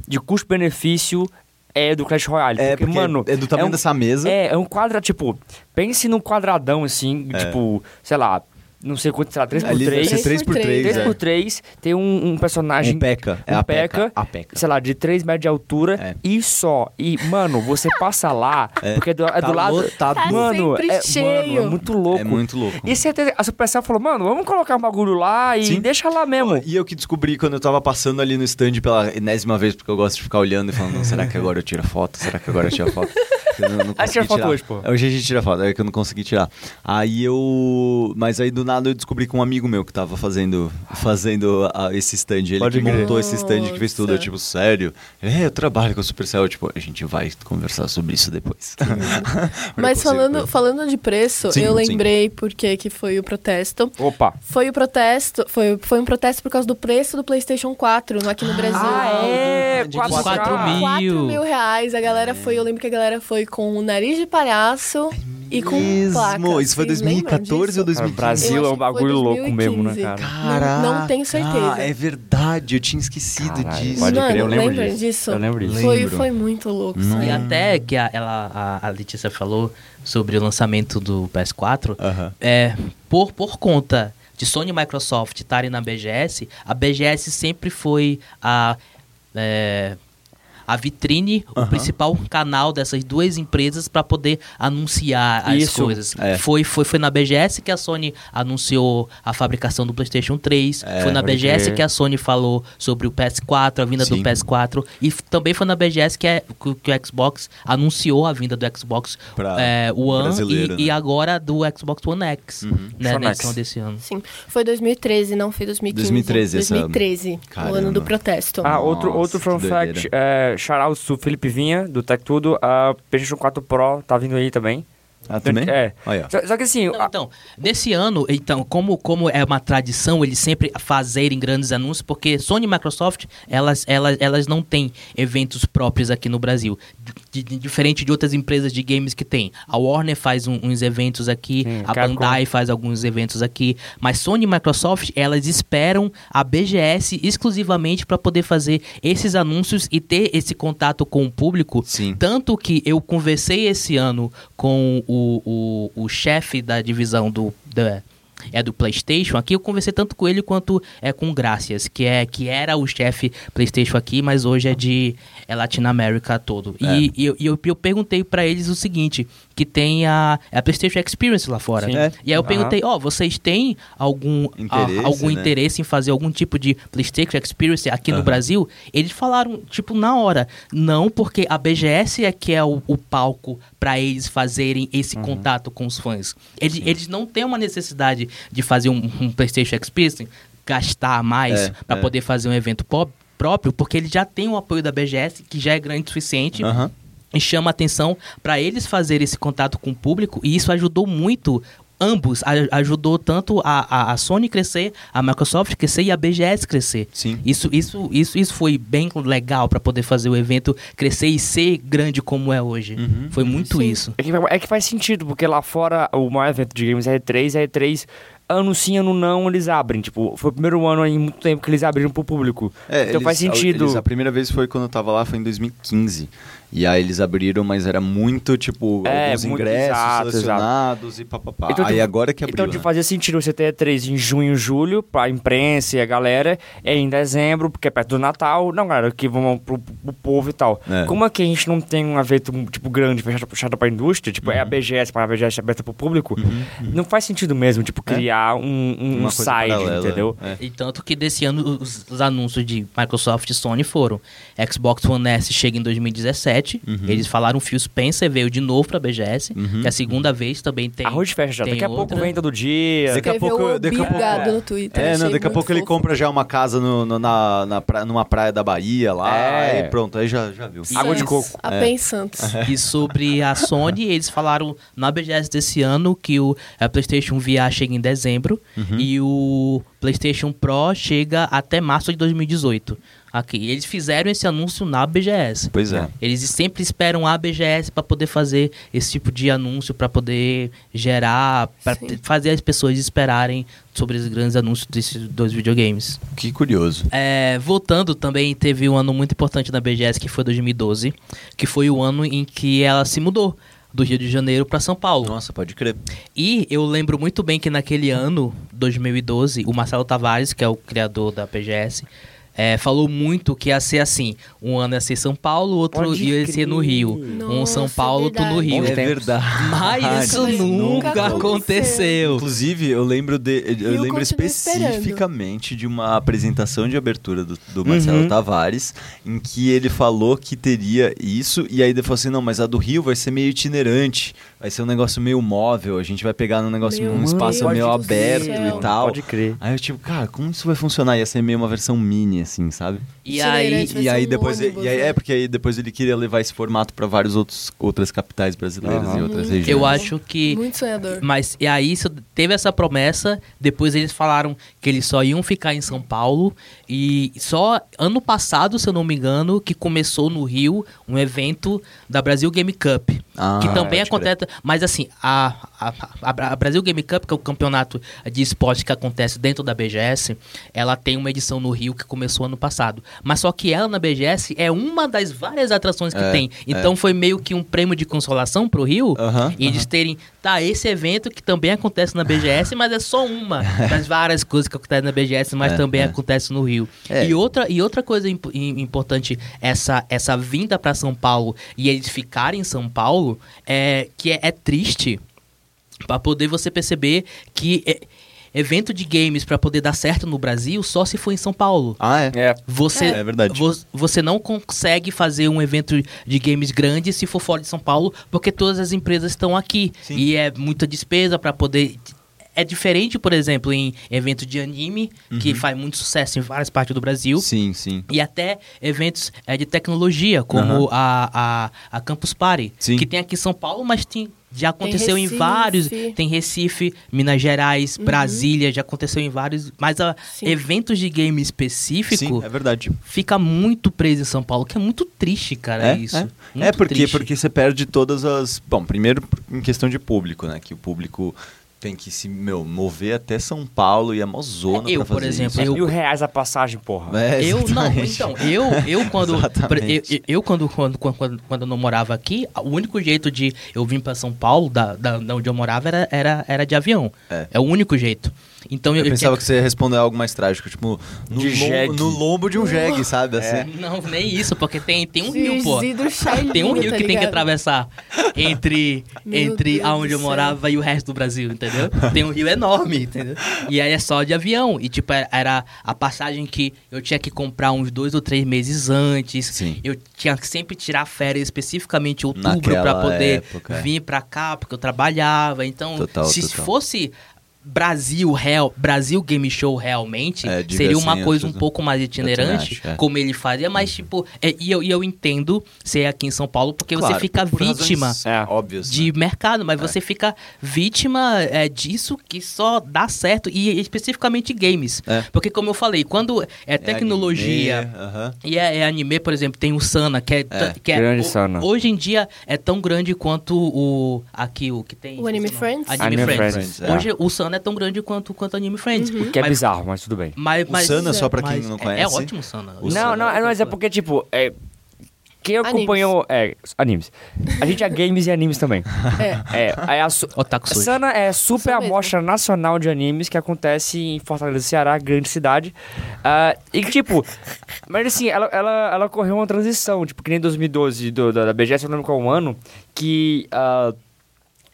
S4: de custo-benefício é do Clash Royale.
S1: É, porque
S4: mano.
S1: é do tamanho
S4: um-
S1: dessa mesa.
S4: É, é um quadra, tipo, pense num quadradão assim, tipo, sei lá, não sei quanto, sei lá, 3x3.
S1: É. Ali deve ser
S4: 3x3,
S1: 3 por 3,
S3: 3x3,
S1: é.
S4: 3x3 tem um, um personagem.
S1: Um P.E.K.K.A. É
S4: um
S1: a P.E.K.K.A.,
S4: P.E.K.K.A.,
S1: a P.E.K.K.A..
S4: Sei lá, de 3 metros de altura
S1: É.
S4: e só. E, mano, você passa lá, porque é do, é do lado.
S1: lotado.
S3: Tá
S4: Mano,
S3: sempre
S4: é, mano, é
S3: cheio.
S4: muito louco.
S1: É muito louco.
S4: E certeza, a Supercell falou, mano, vamos colocar um bagulho lá e
S1: Sim.
S4: deixa lá mesmo.
S1: E eu que descobri quando eu tava passando ali no stand pela enésima vez, porque eu gosto de ficar olhando e falando, "Não, será que agora eu tiro a foto? Será que agora eu tiro a foto? Eu não, não
S4: Ah,
S1: consegui
S4: tira foto
S1: tirar.
S4: hoje, pô.
S1: Hoje a gente tira foto, é que eu não consegui tirar. Aí eu... Mas aí do nada eu descobri que um amigo meu que tava fazendo, fazendo a- esse stand, ele
S4: Pode
S1: que
S4: crer.
S1: montou esse stand, que fez tudo, eu,
S3: Nossa.
S1: tipo, sério? Ele, É, eu trabalho com a Supercell. Eu, tipo, a gente vai conversar sobre isso depois. é Eu
S3: Mas
S1: consigo-
S3: falando, falando de preço,
S1: Sim,
S3: eu
S1: sim.
S3: lembrei porque que foi o protesto.
S4: Opa.
S3: Foi o protesto, foi, foi um protesto por causa do preço do PlayStation 4 no- aqui no Brasil.
S4: Ah, é?
S1: De
S4: 4
S2: quatro mil.
S3: 4 mil reais, a galera foi, eu lembro que a galera foi com o nariz de palhaço e com
S1: Mesmo,
S3: placa.
S1: isso foi
S3: Vocês lembram
S1: 2014 ou
S3: disso?
S4: Cara,
S1: 2015?
S4: o Brasil
S3: Eu
S4: é
S3: acho
S4: um
S3: que foi
S4: bagulho louco mesmo, né,
S3: 2015.
S4: cara?
S1: Caraca.
S3: Não tenho certeza.
S1: É verdade, eu tinha esquecido
S4: Caralho,
S1: disso.
S4: Pode
S3: Mano,
S4: crer, eu lembro
S3: lembra
S4: disso.
S3: disso?
S4: Eu lembro disso.
S3: Foi,
S1: Lembro.
S3: foi muito louco.
S2: E
S3: sabe?
S2: até que a, ela, a, a Letícia falou sobre o lançamento do PS4,
S1: Aham.
S2: é, por, por conta de Sony e Microsoft estarem na BGS, a BGS sempre foi a, é, a vitrine, o principal canal dessas duas empresas para poder anunciar as
S4: Isso,
S2: coisas.
S1: é.
S2: Foi, foi, foi na BGS que a Sony anunciou a fabricação do PlayStation 3,
S1: É,
S2: foi na
S4: pode
S2: BGS
S4: crer.
S2: que a Sony falou sobre o PS4, a vinda
S1: Sim.
S2: do PS4. PS4 e f- também foi na BGS que, é, que, o- que o Xbox anunciou a vinda do Xbox
S1: Pra-
S2: é, One e,
S1: brasileiro, né?
S2: e agora do Xbox One X né, na
S4: Só Nex.
S2: edição desse ano.
S3: Sim, foi 2013, não foi 2015.
S1: 2013 essa-
S3: 2013, o
S1: Caramba.
S3: ano do protesto.
S4: Ah, outro,
S1: Nossa,
S4: outro fun
S1: que
S4: fact, é, shoutouts do Felipe Vinha, do Tech Tudo, a PlayStation 4 Pro tá vindo aí também.
S1: Ah, também?
S4: É.
S1: Aí, ó.
S4: Só, só que assim,
S2: Não,
S4: a-
S2: então, nesse ano, então, como, como é uma tradição eles sempre fazerem grandes anúncios, porque Sony e Microsoft, elas, elas, elas não têm eventos próprios aqui no Brasil. Di- di- diferente de outras empresas de games que tem. A Warner faz um- uns eventos aqui,
S4: Sim,
S2: a
S4: Capcom.
S2: Bandai faz alguns eventos aqui, mas Sony e Microsoft, elas esperam a BGS exclusivamente para poder fazer esses anúncios e ter esse contato com o público
S1: Sim.
S2: tanto que eu conversei esse ano com o, o, o chefe da divisão do, da, é do PlayStation, aqui eu conversei tanto com ele quanto é com o Gracias, que é que era o chefe PlayStation aqui, mas hoje é de é Latinoamérica todo.
S1: É.
S2: E, e eu, e eu, eu perguntei pra eles o seguinte, que tem a, é a PlayStation Experience lá fora.
S4: Sim.
S1: É.
S2: E aí eu
S4: Aham.
S2: perguntei, ó, vocês têm algum a-
S1: Interesse,
S2: algum
S1: né?
S2: interesse em fazer algum tipo de PlayStation Experience aqui no
S1: Aham.
S2: Brasil? Eles falaram, tipo, na hora, não, porque a BGS é que é o, o palco pra eles fazerem
S1: Uhum.
S2: esse contato com os fãs. Eles, eles não têm uma necessidade de fazer um, um PlayStation Experience, gastar mais
S1: É,
S2: pra
S1: é.
S2: poder fazer um evento pop- próprio, porque eles já têm o apoio da BGS, que já é grande o suficiente
S4: Tipo,
S1: Aham.
S2: e chama atenção para eles fazerem esse contato com o público e isso ajudou muito ambos a- ajudou tanto a, a, a Sony crescer, a Microsoft crescer e a BGS crescer.
S1: Sim.
S4: então
S2: Isso isso isso isso foi bem legal para poder fazer o evento crescer e ser grande como é hoje. Foi muito
S3: Sim.
S2: isso.
S4: É que, é que faz sentido, porque lá fora o maior evento de games é E3, a E3, ano sim, ano não, eles abrem. Tipo, foi o primeiro ano em muito tempo que eles abriram pro público.
S1: É,
S4: então
S1: eles-
S4: faz sentido.
S1: eles- a primeira vez foi quando eu tava lá, foi em 2015. E aí eles abriram, mas era muito, tipo,
S4: É,
S1: alguns
S4: muito-
S1: ingressos
S4: exato, exato.
S1: selecionados e papapá.
S4: Então,
S1: aí
S4: tipo,
S1: agora que abriu,
S4: Então, de
S1: né?
S4: fazer sentido você ter E3 em junho, julho, pra imprensa e a galera, é em dezembro, porque é perto do Natal. Não, galera, que vamos pro, pro povo e tal.
S1: É.
S4: Como aqui a gente não tem um evento, tipo, grande, fechado, puxado pra indústria, tipo,
S1: Uhum.
S4: é a BGS, mas a BGS é aberta pro público, não faz sentido mesmo, tipo, criar um, um- um
S1: É. Uma coisa
S4: side,
S1: paralela,
S4: entendeu?
S1: é.
S2: E tanto que desse ano os, os anúncios de Microsoft e Sony foram Xbox One S chega em 2017. Eles falaram Phil Spencer veio de novo pra BGS, que é a segunda vez também tem
S4: Arroz de festa já.
S2: É. tem
S4: Daqui a pouco
S2: outra.
S4: vem todo dia.
S1: Daqui a
S3: Escreveu
S1: pouco-
S3: o
S1: daqui a pouco-
S3: Bigado no Twitter.
S1: É, não,
S3: achei
S1: daqui a
S3: muito
S1: pouco ele
S3: fofo.
S1: compra já uma casa no, no- na, na pra- numa praia da Bahia lá.
S4: É.
S1: Aí pronto, aí já, já viu.
S4: Água de
S3: Santos,
S4: coco.
S3: A
S1: É.
S3: PEN Santos.
S2: E sobre a Sony, eles falaram na BGS desse ano que o a PlayStation VR chega em dezembro
S1: Uhum.
S2: e o PlayStation Pro chega até março de 2018. Aqui. E Eles fizeram esse anúncio na BGS.
S1: Pois é.
S2: Eles sempre esperam a BGS para poder fazer esse tipo de anúncio, para poder gerar, para
S3: Sim.
S2: fazer as pessoas esperarem sobre os grandes anúncios desses dois videogames.
S1: Que curioso.
S2: É, voltando também, teve um ano muito importante na BGS, que foi 2012, que foi o ano em que ela se mudou do Rio de Janeiro para São Paulo.
S1: Nossa, pode crer.
S2: E eu lembro muito bem que naquele ano, 2012, o Marcelo Tavares, que é o criador da BGS, é, falou muito que ia ser assim: um ano ia ser São Paulo, outro
S4: Pode
S2: ia ser
S4: crer.
S2: no Rio. um
S3: Nossa,
S2: São Paulo, outro no
S3: verdade.
S2: Rio.
S4: Bons
S1: é
S4: tempos.
S1: verdade.
S2: Mas isso
S3: Mas
S2: nunca,
S3: nunca
S2: aconteceu.
S1: Inclusive, eu lembro de, eu
S3: Rio
S1: lembro
S3: continua
S1: especificamente de uma apresentação de abertura do, do Marcelo
S2: Uhum.
S1: Tavares, em que ele falou que teria isso, e aí ele falou assim: não, mas a do Rio vai ser meio itinerante, vai ser um negócio meio móvel, a gente vai pegar num negócio,
S3: Meu
S1: um
S3: Deus
S1: espaço
S4: do
S1: meio
S4: céu.
S1: aberto e
S3: Não
S1: tal.
S4: Pode crer.
S1: Aí eu, tipo, cara, como isso vai funcionar? Ia ser meio uma versão mini, assim, sabe?
S2: E aí,
S3: Itinerante. vai
S1: E
S3: ser
S1: aí
S3: um
S1: depois ele-
S3: ônibus,
S1: e aí-
S3: né?
S1: é porque aí depois ele queria levar esse formato para vários outros outras capitais brasileiras
S4: Aham.
S1: e outras regiões.
S2: eu acho que
S3: Muito sonhador.
S2: Mas e aí isso teve essa promessa, depois eles falaram que eles só iam ficar em São Paulo e só ano passado, se eu não me engano, que começou no Rio um evento da Brasil Game Cup,
S1: Ah,
S2: que também
S4: pode crer.
S2: acontece, mas assim, a, a, a- a Brasil Game Cup, que é o campeonato de esporte que acontece dentro da BGS, ela tem uma edição no Rio que começou ano passado, mas só que ela na BGS é uma das várias atrações que
S1: É,
S2: tem. Então foi meio que um prêmio de consolação pro Rio.
S1: Aham,
S2: E eles terem, tá, esse evento que também acontece na BGS, mas é só uma das várias coisas que acontecem na BGS, mas
S1: É,
S2: também
S1: é.
S2: acontece no Rio.
S1: É.
S2: E, outra, e outra coisa imp- im- importante, essa, essa vinda para São Paulo e eles ficarem em São Paulo, é que é, é triste para poder você perceber que é, evento de games para poder dar certo no Brasil só se for em São Paulo.
S1: Ah, é.
S4: É,
S2: Você,
S1: É verdade.
S2: vo- você não consegue fazer um evento de games grande se for fora de São Paulo, porque todas as empresas estão aqui.
S1: Sim.
S2: E é muita despesa para poder. É diferente, por exemplo, em evento de anime, que
S1: Uhum.
S2: faz muito sucesso em várias partes do Brasil.
S1: Sim, sim.
S2: E até eventos é, de tecnologia, como
S1: Aham.
S2: a, a, a Campus Party,
S1: Sim.
S2: que tem aqui em São Paulo, mas tem, já aconteceu em
S3: Recife. Uhum.
S2: vários. Tem Recife, Minas Gerais, Brasília, já aconteceu em vários. Mas a,
S3: Sim.
S2: eventos de game específico
S1: Sim, é verdade.
S2: fica muito preso em São Paulo, que é muito triste, cara,
S1: É,
S2: isso.
S1: é.
S2: Muito
S1: É porque,
S2: triste.
S1: porque você perde todas as. Bom, primeiro em questão de público, né? Que o público Tem que se, meu, mover até São Paulo e Amazônia
S2: É,
S1: pra
S2: eu,
S1: fazer
S2: por exemplo,
S1: isso.
S2: eu-
S4: Mil reais a passagem, porra.
S1: É,
S2: Eu não,
S1: exatamente.
S2: então, eu, eu quando pra- eu,
S1: Exatamente.
S2: eu- eu quando quando quando, quando- quando eu não morava aqui, o único jeito de eu vir pra São Paulo, da, da, da onde eu morava era era, era de avião.
S1: É.
S2: É. o único jeito. Então eu,
S1: Eu
S2: eu
S1: pensava que
S2: tinha-
S1: você ia responder algo mais trágico, tipo, no,
S4: De
S1: lom-
S4: jegue.
S1: no lombo de um jegue, sabe? Assim.
S2: não nem isso, porque tem tem um rio, pô.
S3: Zizi do Charlinho,
S2: Tem um rio que
S3: tá
S2: tem que
S3: ligado?
S2: atravessar entre,
S3: Meu
S2: entre
S3: Deus
S2: aonde
S3: do
S2: eu
S3: céu.
S2: morava e o resto do Brasil, entendeu? Tem um rio enorme, entendeu? E aí é só de avião. E, tipo, era- era a passagem que eu tinha que comprar uns dois ou três meses antes.
S1: Sim.
S2: Eu tinha que sempre tirar férias, especificamente em outubro,
S1: Naquela
S2: pra poder
S1: época, é.
S2: vir pra cá, porque eu trabalhava. Então,
S1: Total,
S2: se
S1: total.
S2: fosse... Brasil real, Brasil Game Show realmente
S1: É, diga
S2: seria uma
S1: assim, eu
S2: coisa um
S1: tô-
S2: pouco mais itinerante,
S1: acho, é.
S2: como ele fazia, mas tipo, é, e, eu, e eu entendo ser aqui em São Paulo, porque
S1: Claro,
S2: você fica
S1: por razões
S2: vítima
S4: É.
S1: Óbvias.
S2: de
S1: né?
S2: mercado, mas você fica vítima é, disso que só dá certo, e especificamente games.
S1: É.
S2: Porque como eu falei, quando é tecnologia...
S1: anime, aham.
S2: E é, é anime, por exemplo, tem o Sana, que é, t- que é-
S4: Grande
S2: o-
S4: Sana.
S2: Hoje em dia é tão grande quanto o aqui o que tem
S3: O Anime
S2: esqueci nome.
S3: Friends?
S2: Anime,
S4: Anime
S2: Friends.
S1: Friends, é.
S2: Hoje o Sana é tão grande quanto quanto Anime Friends.
S3: Uhum.
S4: Que é
S2: Mas-
S4: bizarro, mas tudo bem.
S2: Mas,
S1: O
S2: mas-
S1: Sana, só pra quem
S2: mas
S1: não
S2: é- É,
S1: conhece.
S2: ótimo o Sana.
S1: O
S4: não,
S1: Sana
S4: não, é, mas é porque, tipo, é, quem
S3: Animes.
S4: acompanhou. É, animes. A gente é games e animes também.
S3: É.
S4: É, é a su-
S2: Otaku Sushi.
S4: Sana é a super
S3: Isso mesmo.
S4: amostra nacional de animes que acontece em Fortaleza, Ceará, grande cidade. Ah, e que, tipo, mas assim, ela, ela, ela correu uma transição, tipo, que nem 2012 do, da, da BGS, eu não lembro qual um ano, que. ah,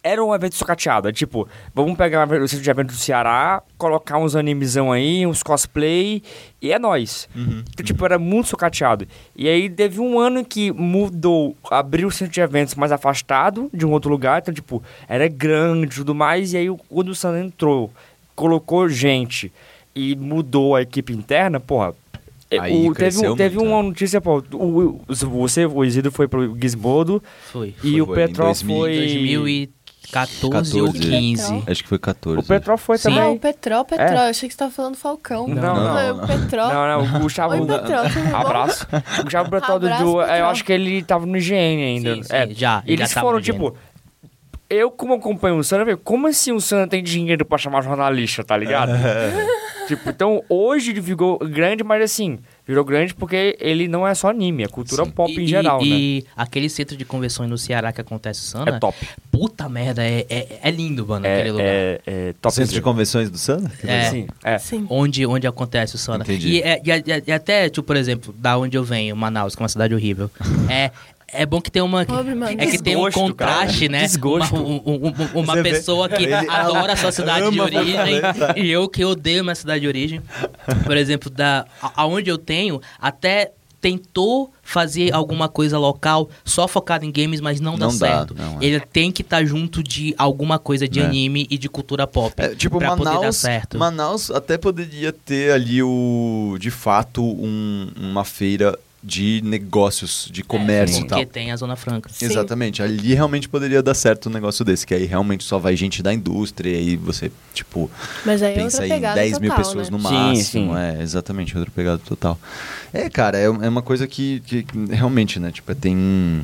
S4: era um evento sucateado. É tipo, vamos pegar o centro de evento do Ceará, colocar uns animizão aí, uns cosplay, e é nóis.
S1: Uhum.
S4: Então, tipo, era muito sucateado. E aí teve um ano que mudou, abriu o centro de eventos mais afastado de um outro lugar. Então, tipo, era grande e tudo mais. E aí o- quando o Sandro entrou, colocou gente e mudou a equipe interna, porra. é,
S1: Aí
S4: o- teve um-
S1: cresceu
S4: teve
S1: muito, né?
S4: uma notícia, pô, o, o, você, o Isidro foi pro Gizmodo
S2: Foi.
S1: Foi,
S4: e o
S1: foi, em
S4: Petrol
S1: 2000
S4: foi...
S2: 2014 ou
S1: 14.
S2: 15.
S1: Acho que foi 14.
S4: O Petrol foi
S2: Sim.
S4: também.
S3: Ah, o Petrol, Petrol.
S2: É.
S3: Eu achei que você tava falando Falcão.
S4: Não, não,
S1: não.
S3: é o Petrol.
S4: Não, não, o Gustavo.
S3: Oi, Petrol, tudo bom?
S4: Abraço. O Gustavo Bertol do
S3: Abraço,
S4: Duo, eu
S3: Petrol.
S4: acho que ele tava no IGN ainda.
S2: Sim, sim,
S4: é.
S2: já,
S4: Eles
S2: já tava
S4: foram,
S2: no IGN.
S4: tipo. Eu, como acompanho o Sana, eu falei, como assim o Sana tem dinheiro pra chamar jornalista, tá ligado? tipo, então hoje ele virou grande, mas assim, virou grande porque ele não é só anime, é cultura pop em
S2: E-
S4: geral,
S2: e,
S4: né?
S2: E aquele centro de convenções no Ceará que acontece o Sana.
S4: É top.
S2: Puta merda, é, é, é lindo, mano,
S4: É,
S2: aquele lugar.
S4: é, é top.
S1: Centro de convenções do Sana?
S2: É.
S4: Sim, é.
S3: Sim.
S2: Onde, onde acontece o Sana.
S1: Entendi.
S2: E, é- e é- e é- e até, tipo, por exemplo, da onde eu venho, Manaus, que é uma cidade horrível. É. É bom que tem uma.
S3: Pobre Manaus.
S2: é que tem um
S4: Desgosto,
S2: contraste,
S4: cara.
S2: né?
S4: Desgosto.
S2: Uma, um- um- um- uma
S1: Você vê,
S2: pessoa que
S1: ele
S2: adora a sua cidade de
S1: ama
S2: origem e eu que odeio minha cidade de origem. Por exemplo, da, a- aonde eu tenho, até tentou fazer alguma coisa local só focada em games, mas não,
S1: Não
S2: dá
S1: dá,
S2: certo.
S1: não é.
S2: Ele tem que estar junto de alguma coisa de
S1: É.
S2: anime e de cultura pop
S1: É, tipo,
S2: pra
S1: Manaus,
S2: poder dar certo.
S1: Manaus até poderia ter ali o, de fato, um- uma feira de negócios,
S2: É,
S1: de comércio e tal.
S2: porque tem a Zona Franca.
S3: Sim.
S1: Exatamente, ali realmente poderia dar certo um negócio desse, que aí realmente só vai gente da indústria e você, tipo,
S3: Mas aí é
S1: pensa
S3: outra
S1: em
S3: pegada
S1: 10
S3: total,
S1: mil pessoas
S3: né?
S1: no
S4: Sim,
S1: máximo.
S4: sim.
S1: É, exatamente, outro pegado total. É, cara, é, é uma coisa que, que realmente, né? Tipo, tem.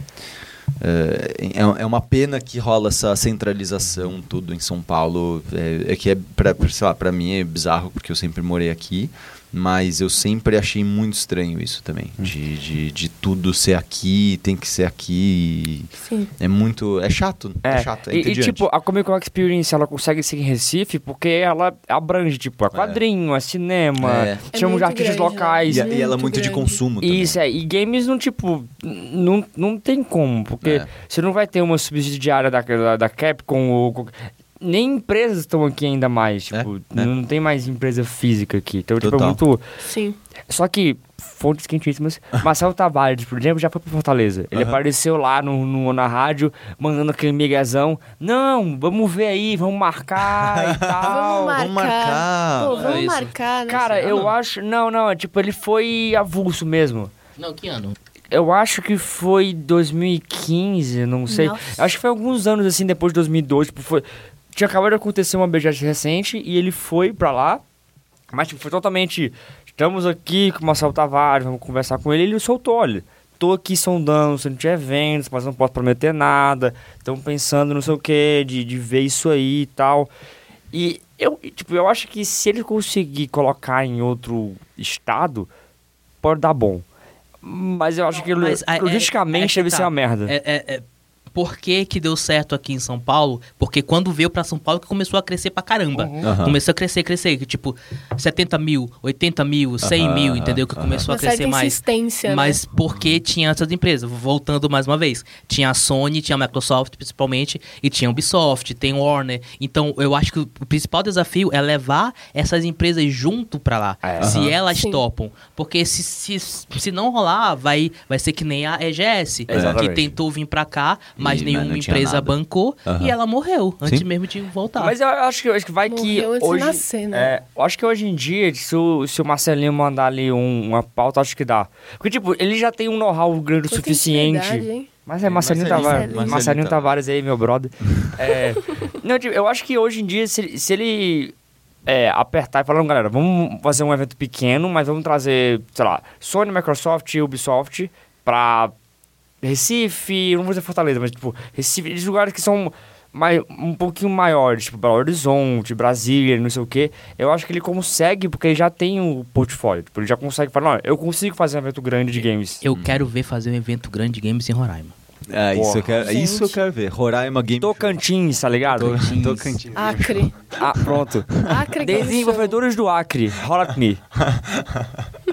S1: É, é- é uma pena que rola essa centralização tudo em São Paulo. É, é que é, pra, pra- sei lá, pra mim é bizarro porque eu sempre morei aqui, mas eu sempre achei muito estranho isso também.
S4: Hum.
S1: De, de, de tudo ser aqui, tem que ser aqui.
S3: Sim.
S1: É muito. É chato. É, chato. É
S4: e- e,
S1: entediante.
S4: tipo, a Comic Con Experience ela consegue ser em Recife porque ela abrange, tipo, a quadrinho, a cinema,
S1: É.
S3: É
S4: chama os
S3: muito
S4: artistas
S3: grande, né?
S4: locais.
S1: e, a- e ela é
S3: muito
S1: muito de
S3: grande.
S1: consumo também.
S4: Isso, é. E games não, tipo, n- não, não tem como, porque
S1: É.
S4: você não vai ter uma subsidiária da, da, da Capcom ou... qualquer- Nem empresas estão aqui ainda mais,
S1: É,
S4: tipo,
S1: é.
S4: não tem mais empresa física aqui. Então, tipo, é
S1: Total.
S4: muito...
S3: Sim.
S4: Só que, fontes quentíssimas, Marcelo Tavares, por exemplo, já foi pra Fortaleza. Ele
S1: Aham.
S4: apareceu lá no, no- na rádio, mandando aquele migazão. Não, vamos ver aí, vamos marcar e tal.
S3: Vamos marcar.
S1: Vamos marcar.
S3: Pô,
S2: É
S3: vamos
S2: isso.
S3: marcar, né?
S4: Cara,
S2: ano?
S4: eu acho... Não, não, é tipo, ele foi avulso mesmo.
S2: Não, que ano?
S4: Eu acho que foi 2015, não sei.
S3: Nossa.
S4: Acho que foi alguns anos, assim, depois de 2002. Tipo, foi... Tinha acabado de acontecer uma BGS recente e ele foi pra lá. Mas, tipo, foi totalmente... Estamos aqui com o Marcelo Tavares, vamos conversar com ele. Ele soltou, olha... Tô aqui sondando, se não tiver eventos, mas não posso prometer nada. Estamos pensando não sei o que, de, de ver isso aí e tal. E eu, e, tipo, eu acho que se ele conseguir colocar em outro estado, pode dar bom. Mas eu acho que
S2: Mas, é, é, é que
S4: logisticamente deve
S2: tá.
S4: ser uma merda.
S2: É, é, é, por que, que deu certo aqui em São Paulo? Porque quando veio pra São Paulo que começou a crescer pra caramba.
S1: Aham.
S2: Começou a crescer, crescer. que Tipo, 70 mil, 80 mil, 100
S1: Aham,
S2: mil, entendeu? Que
S1: aham.
S2: começou
S3: Uma
S2: a crescer
S3: certa
S2: mais.
S3: insistência, né?
S2: Mas porque tinha essas empresas? Voltando mais uma vez. Tinha a Sony, tinha a Microsoft principalmente, e tinha a Ubisoft, tem Warner. Então, eu acho que o principal desafio é levar essas empresas junto pra lá.
S4: É.
S2: Se
S1: Aham.
S2: elas
S3: Sim.
S2: topam. Porque se, se, se não rolar, vai, vai ser que nem a EGS, que
S4: Exatamente.
S2: tentou vir pra cá,
S1: E,
S2: mas
S1: mas
S2: nenhuma
S1: não tinha
S2: empresa
S1: nada.
S2: bancou,
S1: Aham.
S2: e ela morreu antes
S1: Sim.
S2: mesmo de voltar.
S4: Mas eu acho que, eu acho que vai que
S3: tá. Morreu antes de
S4: hoje...
S3: nascer, né?
S4: é, eu acho que hoje em dia, se o, se o Marcelinho mandar ali um- uma pauta, acho que dá. Porque, tipo, ele já tem um know-how grande o
S3: Quanta intimidade,
S4: suficiente.
S3: hein?
S4: Mas é Marcelinho
S1: Marcelinho,
S4: Tavares.
S1: Marcelinho.
S4: Marcelinho Tavares aí, meu brother. É, não, tipo, eu acho que hoje em dia, se, ele- se ele é, apertar e falar, não, galera, vamos fazer um evento pequeno, mas vamos trazer, sei lá, Sony, Microsoft e Ubisoft pra Recife, não vou dizer Fortaleza, mas tipo, Recife, esses lugares que são mai, um pouquinho maiores, tipo Belo Horizonte, Brasília, não sei o quê. Eu acho que ele consegue, porque ele já tem o portfólio, tipo, ele já consegue falar, não, eu consigo fazer um evento grande de games.
S1: Hum.
S2: Eu quero ver fazer um evento grande de games em Roraima.
S1: Ah, isso, eu quero,
S3: Gente.
S1: isso eu quero ver. Roraima Game
S4: Tocantins, tá ligado?
S1: Show. Tocantins.
S3: Acre.
S4: Ah, pronto.
S3: Acre que
S4: Desenvolvedores do Acre, rola comigo.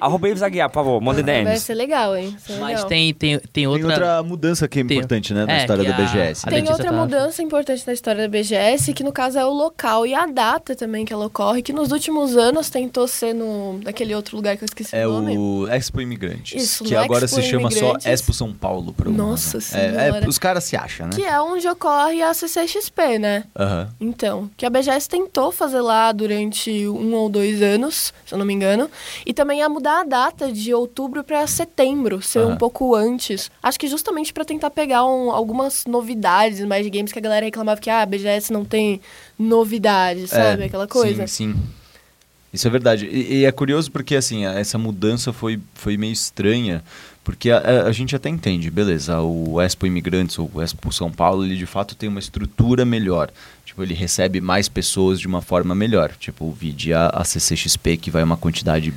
S4: Arroba Ives Aguiar, por favor, manda
S3: Vai
S4: DMs.
S3: ser legal, hein? Isso é
S2: Mas
S3: legal.
S2: tem, tem, tem
S1: Tem
S2: outra.
S1: outra mudança que é
S2: Tem-
S1: importante, né? Na
S2: é,
S1: história
S2: que
S1: da
S2: a-
S1: BGS.
S2: a
S1: né?
S3: Tem
S2: Letícia
S3: outra
S2: tá-
S3: mudança importante na história da BGS, que no caso é o local e a data também que ela ocorre, que nos últimos anos tentou ser no naquele outro lugar que eu
S2: um
S3: esqueci
S1: É
S3: o nome.
S1: o Expo Imigrantes.
S3: Isso,
S1: que
S3: no
S1: agora
S3: Expo
S1: se chama só
S3: Imigrantes.
S1: Expo São Paulo. Por alguma
S3: Nossa
S1: razão. é,
S3: Senhora.
S1: é, Os caras se acham, né?
S3: Que é onde ocorre a CCXP, né?
S1: Aham.
S3: Então, que a BGS tentou fazer lá durante um ou dois anos, se eu não me engano, e também ia mudar a data de outubro para setembro, ser
S1: Aham.
S3: um pouco antes. Acho que justamente para tentar pegar um- algumas novidades mais de games que a galera reclamava que ah, a BGS não tem novidade, sabe?
S1: É,
S3: Aquela coisa.
S1: Sim, sim. Isso é verdade. E, e é curioso porque, assim, a- essa mudança foi, foi meio estranha, porque a, a- a gente até entende, beleza, o Expo Imigrantes ou o Expo São Paulo, ele de fato tem uma estrutura melhor. Tipo, ele recebe mais pessoas de uma forma melhor. Tipo, o vídeo a, a CCXP, que vai uma quantidade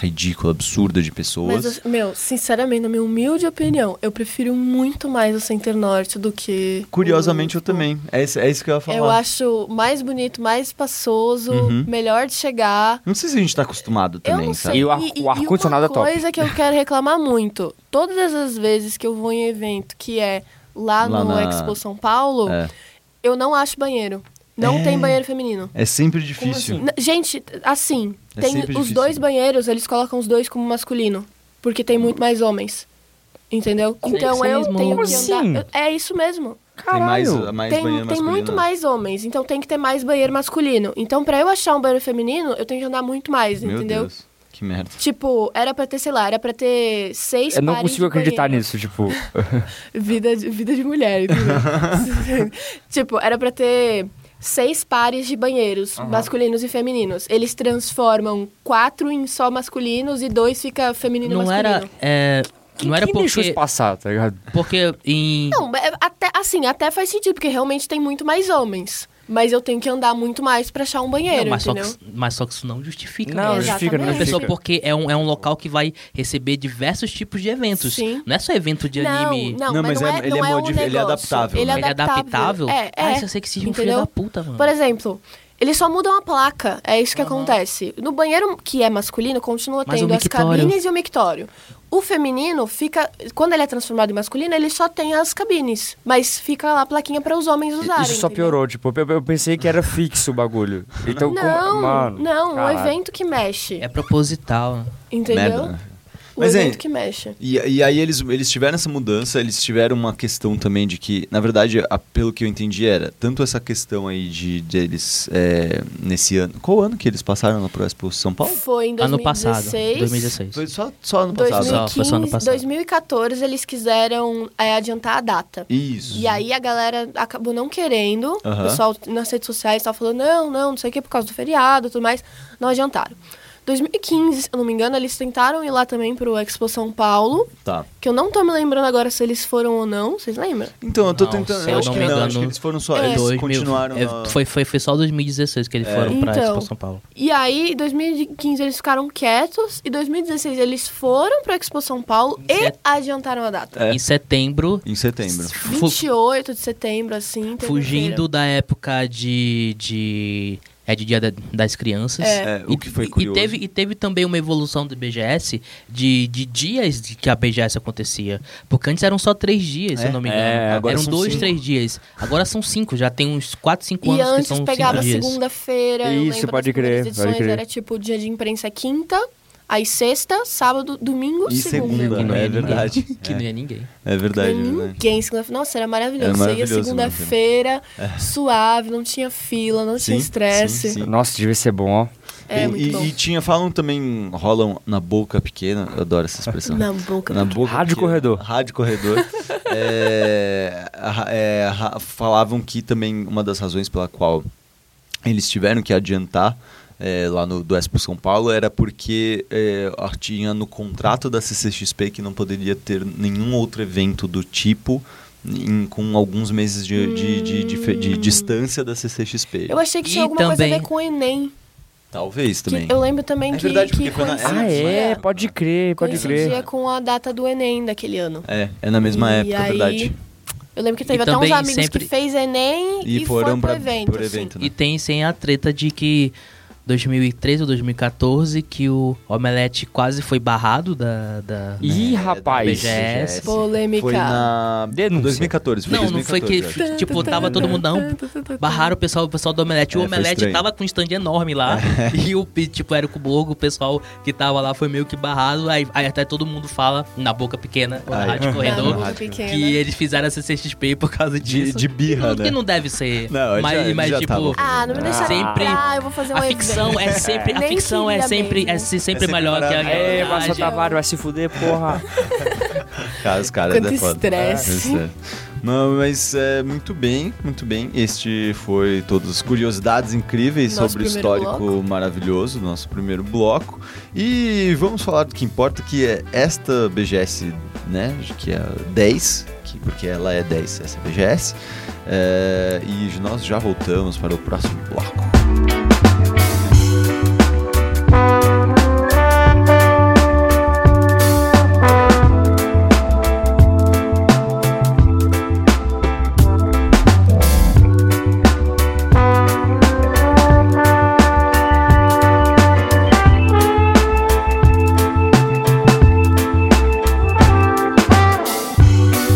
S1: ridícula, absurda de pessoas.
S3: Mas, meu, sinceramente, na minha humilde opinião, eu prefiro muito mais o Center Norte do que.
S1: Curiosamente,
S3: o-
S1: eu também. É, isso- é isso que eu ia falar.
S3: Eu acho mais bonito, mais espaçoso,
S1: Uhum.
S3: melhor de chegar.
S1: Não sei se a gente tá acostumado
S3: Eu
S1: também,
S3: não
S1: sabe?
S3: sei.
S4: E o ar- o ar-condicionado é
S3: uma
S4: top.
S3: coisa que eu quero reclamar muito. Todas as vezes que eu vou em evento que é lá,
S1: Lá
S3: no
S1: na-
S3: Expo São Paulo,
S1: É.
S3: eu não acho banheiro. Não
S1: É.
S3: tem banheiro feminino.
S1: É sempre
S4: assim?
S1: difícil.
S3: N- Gente, assim,
S1: É
S3: tem os
S1: sempre difícil,
S3: dois
S1: né?
S3: banheiros, eles colocam os dois como masculino. Porque tem muito mais homens. Entendeu? Então eu
S2: sexismo.
S3: tenho que
S4: Como assim?
S3: andar. eu- é isso mesmo.
S1: Tem mais, uh,
S4: Caralho.
S1: mais
S3: tem
S1: banheiro
S3: tem
S1: masculino,
S3: muito
S1: né?
S3: mais homens, então tem que ter mais banheiro masculino. Então, pra eu achar um banheiro feminino, eu tenho que andar muito mais,
S1: Meu
S3: entendeu?
S1: Deus, que merda.
S3: Tipo, era pra ter, sei lá, era pra ter seis
S4: Eu não
S3: pares
S4: consigo
S3: de banheiro.
S4: acreditar nisso, tipo.
S3: Vida de, vida de mulher, entendeu? tipo, era pra ter seis pares de banheiros, masculinos e femininos. Eles transformam quatro em só masculinos e dois fica feminino e
S2: Não
S3: masculino.
S2: era. é, não era
S4: Quem deixou
S2: porque.
S4: isso passar, tá ligado?
S2: Porque em.
S3: Não, é- até, assim, até faz sentido, porque realmente tem muito mais homens. Mas eu tenho que andar muito mais pra achar um banheiro,
S2: Não, mas, só que,
S3: entendeu?
S2: mas só que isso não justifica.
S4: Não,
S2: né?
S4: não justifica, não
S2: A
S3: Exatamente.
S4: justifica.
S2: pessoa, porque é um, é um local que vai receber diversos tipos de eventos.
S3: Sim.
S2: Não é só evento de anime.
S3: Não, não,
S1: Não, mas
S3: mas, não
S1: é-
S3: é,
S1: ele
S3: não
S1: é
S3: é um
S1: modifi- ele é
S3: negócio.
S1: adaptável, né?
S2: Ele é adaptável?
S3: É,
S2: Ah,
S3: é.
S2: isso eu sei que esse filho é um filho
S3: Entendeu?
S2: da puta, mano.
S3: Por exemplo, eles só mudam a placa. É isso que acontece. No banheiro que é masculino, continua
S2: Mas
S3: tendo
S2: o
S3: as
S2: mictório.
S3: cabines e o mictório. O feminino fica. Quando ele é transformado em masculino, ele só tem as cabines. Mas fica lá a plaquinha para os homens usarem.
S4: Isso só
S3: entendeu?
S4: piorou, tipo, eu, eu pensei que era fixo o bagulho. Então, com-
S3: Não,
S4: mano.
S3: não,
S4: caralho.
S3: o evento que mexe.
S2: É proposital.
S3: Entendeu?
S1: Merda, né?
S3: O
S1: Mas,
S3: evento
S1: hein,
S3: que mexe.
S1: E, e aí eles, eles tiveram essa mudança, eles tiveram uma questão também de que, na verdade, a- pelo que eu entendi era, tanto essa questão aí de, de eles, é, nesse ano... Qual ano que eles passaram lá pro Expo São Paulo?
S3: Foi em 2016.
S2: Ano passado. 2016.
S1: Foi só, só ano passado.
S3: 2015,
S2: Só, foi só ano passado.
S3: 2014 eles quiseram é, adiantar a data.
S1: Isso.
S2: Uhum.
S3: E aí a galera acabou não querendo.
S1: Aham.
S3: O pessoal nas redes sociais tava falando, não, não, não sei o que, por causa do feriado e tudo mais. Não adiantaram. 2015, se eu não me engano, eles tentaram ir lá também pro Expo São Paulo,
S1: Tá.
S3: que eu não tô me lembrando agora se eles foram ou não, vocês lembram?
S1: Então, eu tô
S2: Não,
S1: tentando.
S2: se
S1: Eu
S2: eu
S1: acho
S2: não
S1: que
S2: me
S1: não,
S2: engano,
S1: acho que eles foram só.
S2: Dois
S1: Eles
S2: mil-
S1: continuaram.
S2: é,
S1: na- É.
S2: foi, foi, foi só 2016 que eles foram pra
S3: Então.
S2: Expo São Paulo.
S3: E aí, em 2015 eles ficaram quietos e 2016 eles foram pro Expo São Paulo e
S2: Certo.
S3: adiantaram a data.
S1: É.
S2: Em setembro.
S1: Em setembro.
S2: fu-
S3: 28 de setembro, assim. teve
S2: fugindo
S3: feira.
S2: da época de. de é de Dia da- das Crianças.
S1: É, o que foi curioso.
S2: E teve, e teve também uma evolução do BGS de, de dias de que a BGS acontecia. Porque antes eram só três dias, se
S1: É,
S2: eu não me engano.
S4: é,
S1: agora
S2: eram
S1: são
S2: dois,
S1: cinco.
S2: três dias. Agora são cinco, já tem uns quatro, cinco
S3: E
S2: anos que
S3: antes
S2: são
S3: pegava
S2: cinco dias.
S3: segunda-feira. eu
S4: Isso,
S3: lembro
S4: pode
S3: das primeiras
S4: crer, pode
S3: edições,
S4: crer.
S3: Era tipo dia de imprensa quinta, aí sexta, sábado, domingo,
S1: E segunda,
S2: Que não
S1: É
S2: ia ninguém.
S1: verdade.
S2: né? Que não ia ninguém.
S1: É verdade, né?
S3: Ninguém, segunda Nossa, era maravilhoso.
S1: Era
S3: Você ia
S1: maravilhoso,
S3: segunda-feira, suave, não tinha fila, não tinha
S1: Sim,
S3: estresse.
S1: sim, sim.
S4: Nossa, devia ser bom, ó.
S3: É,
S1: e,
S3: muito
S1: e-
S3: bom.
S1: e tinha, falam também, rolam na boca pequena, eu adoro essa expressão.
S3: Na boca.
S1: Na boca
S4: Rádio
S1: pequena.
S4: corredor.
S1: Rádio corredor. É, a- é, ra- falavam que também uma das razões pela qual eles tiveram que adiantar é, lá no, do Expo São Paulo era porque é, a- tinha no contrato da CCXP que não poderia ter nenhum outro evento do tipo em- com alguns meses de, de- de- de fe- de distância da CCXP.
S3: Hum. Eu achei que tinha
S2: E
S3: alguma coisa a
S2: também-
S3: ver com o Enem.
S1: Talvez
S3: que
S1: também.
S3: eu lembro também
S1: É
S3: que,
S1: verdade,
S3: que
S1: porque foi na-
S3: coincidia,
S4: Ah, é?
S1: é.
S4: Pode crer, pode
S3: coincidia
S4: crer.
S3: com a data do Enem daquele ano.
S1: É, é na mesma
S3: E
S1: época, é
S3: aí-
S1: verdade.
S3: Eu lembro que teve
S2: E
S3: até uns
S2: também
S3: amigos
S2: sempre-
S3: que fez Enem
S1: E
S3: e,
S1: foram
S3: foram pro
S1: pra-
S3: evento.
S1: pro
S3: assim.
S1: evento, né?
S2: E tem sem a treta de que 2013 ou 2014 que o Omelete quase foi barrado da. da né?
S4: Ih,
S1: É, da
S4: rapaz.
S2: BGS.
S3: Polêmica.
S1: Foi na
S4: Denúncia.
S1: 2014. Foi
S2: Não, não foi
S1: 2014,
S2: que.
S1: eu acho.
S2: Tipo, tava todo mundo. Não, barraram o pessoal, o pessoal do Omelete.
S1: É,
S2: o
S1: foi
S2: Omelete
S1: estranho. É.
S2: tava com um stand enorme lá. E o, e, tipo, era com o Borgo, o pessoal que tava lá foi meio que barrado. Aí, aí até todo mundo fala, na boca pequena, na
S1: Ai.
S2: rádio corredor,
S1: boca
S2: que eles fizeram a CCXP por causa
S1: De,
S2: disso.
S1: de birra,
S2: Que
S1: né?
S2: não deve ser.
S1: Não, ele já-
S2: mas,
S1: ele
S2: mas
S1: já
S2: tipo,
S1: tava.
S3: Ah, não me deixaram
S2: Sempre-
S3: entrar, eu vou fazer um
S2: a
S3: evento.
S2: ficção é sempre. A
S3: Nem
S2: ficção é
S3: queria
S2: sempre,
S3: mesmo.
S2: é se- sempre
S1: É sempre
S2: melhor que a
S1: maravilhoso.
S4: É,
S2: realidade.
S4: passou Tavares, vai se fuder, porra.
S1: Cara, os caras
S3: Quanto
S1: é foda.
S3: estresse.
S1: É, é. Não, mas é, muito bem, muito bem. Este foi todas curiosidades incríveis
S3: Nosso
S1: sobre o
S3: primeiro
S1: histórico
S3: bloco.
S1: maravilhoso, nosso primeiro bloco. E vamos falar do que importa, que é esta BGS, né? Que é a 10, que- porque ela é 10, essa BGS. É, e nós já voltamos para o próximo bloco.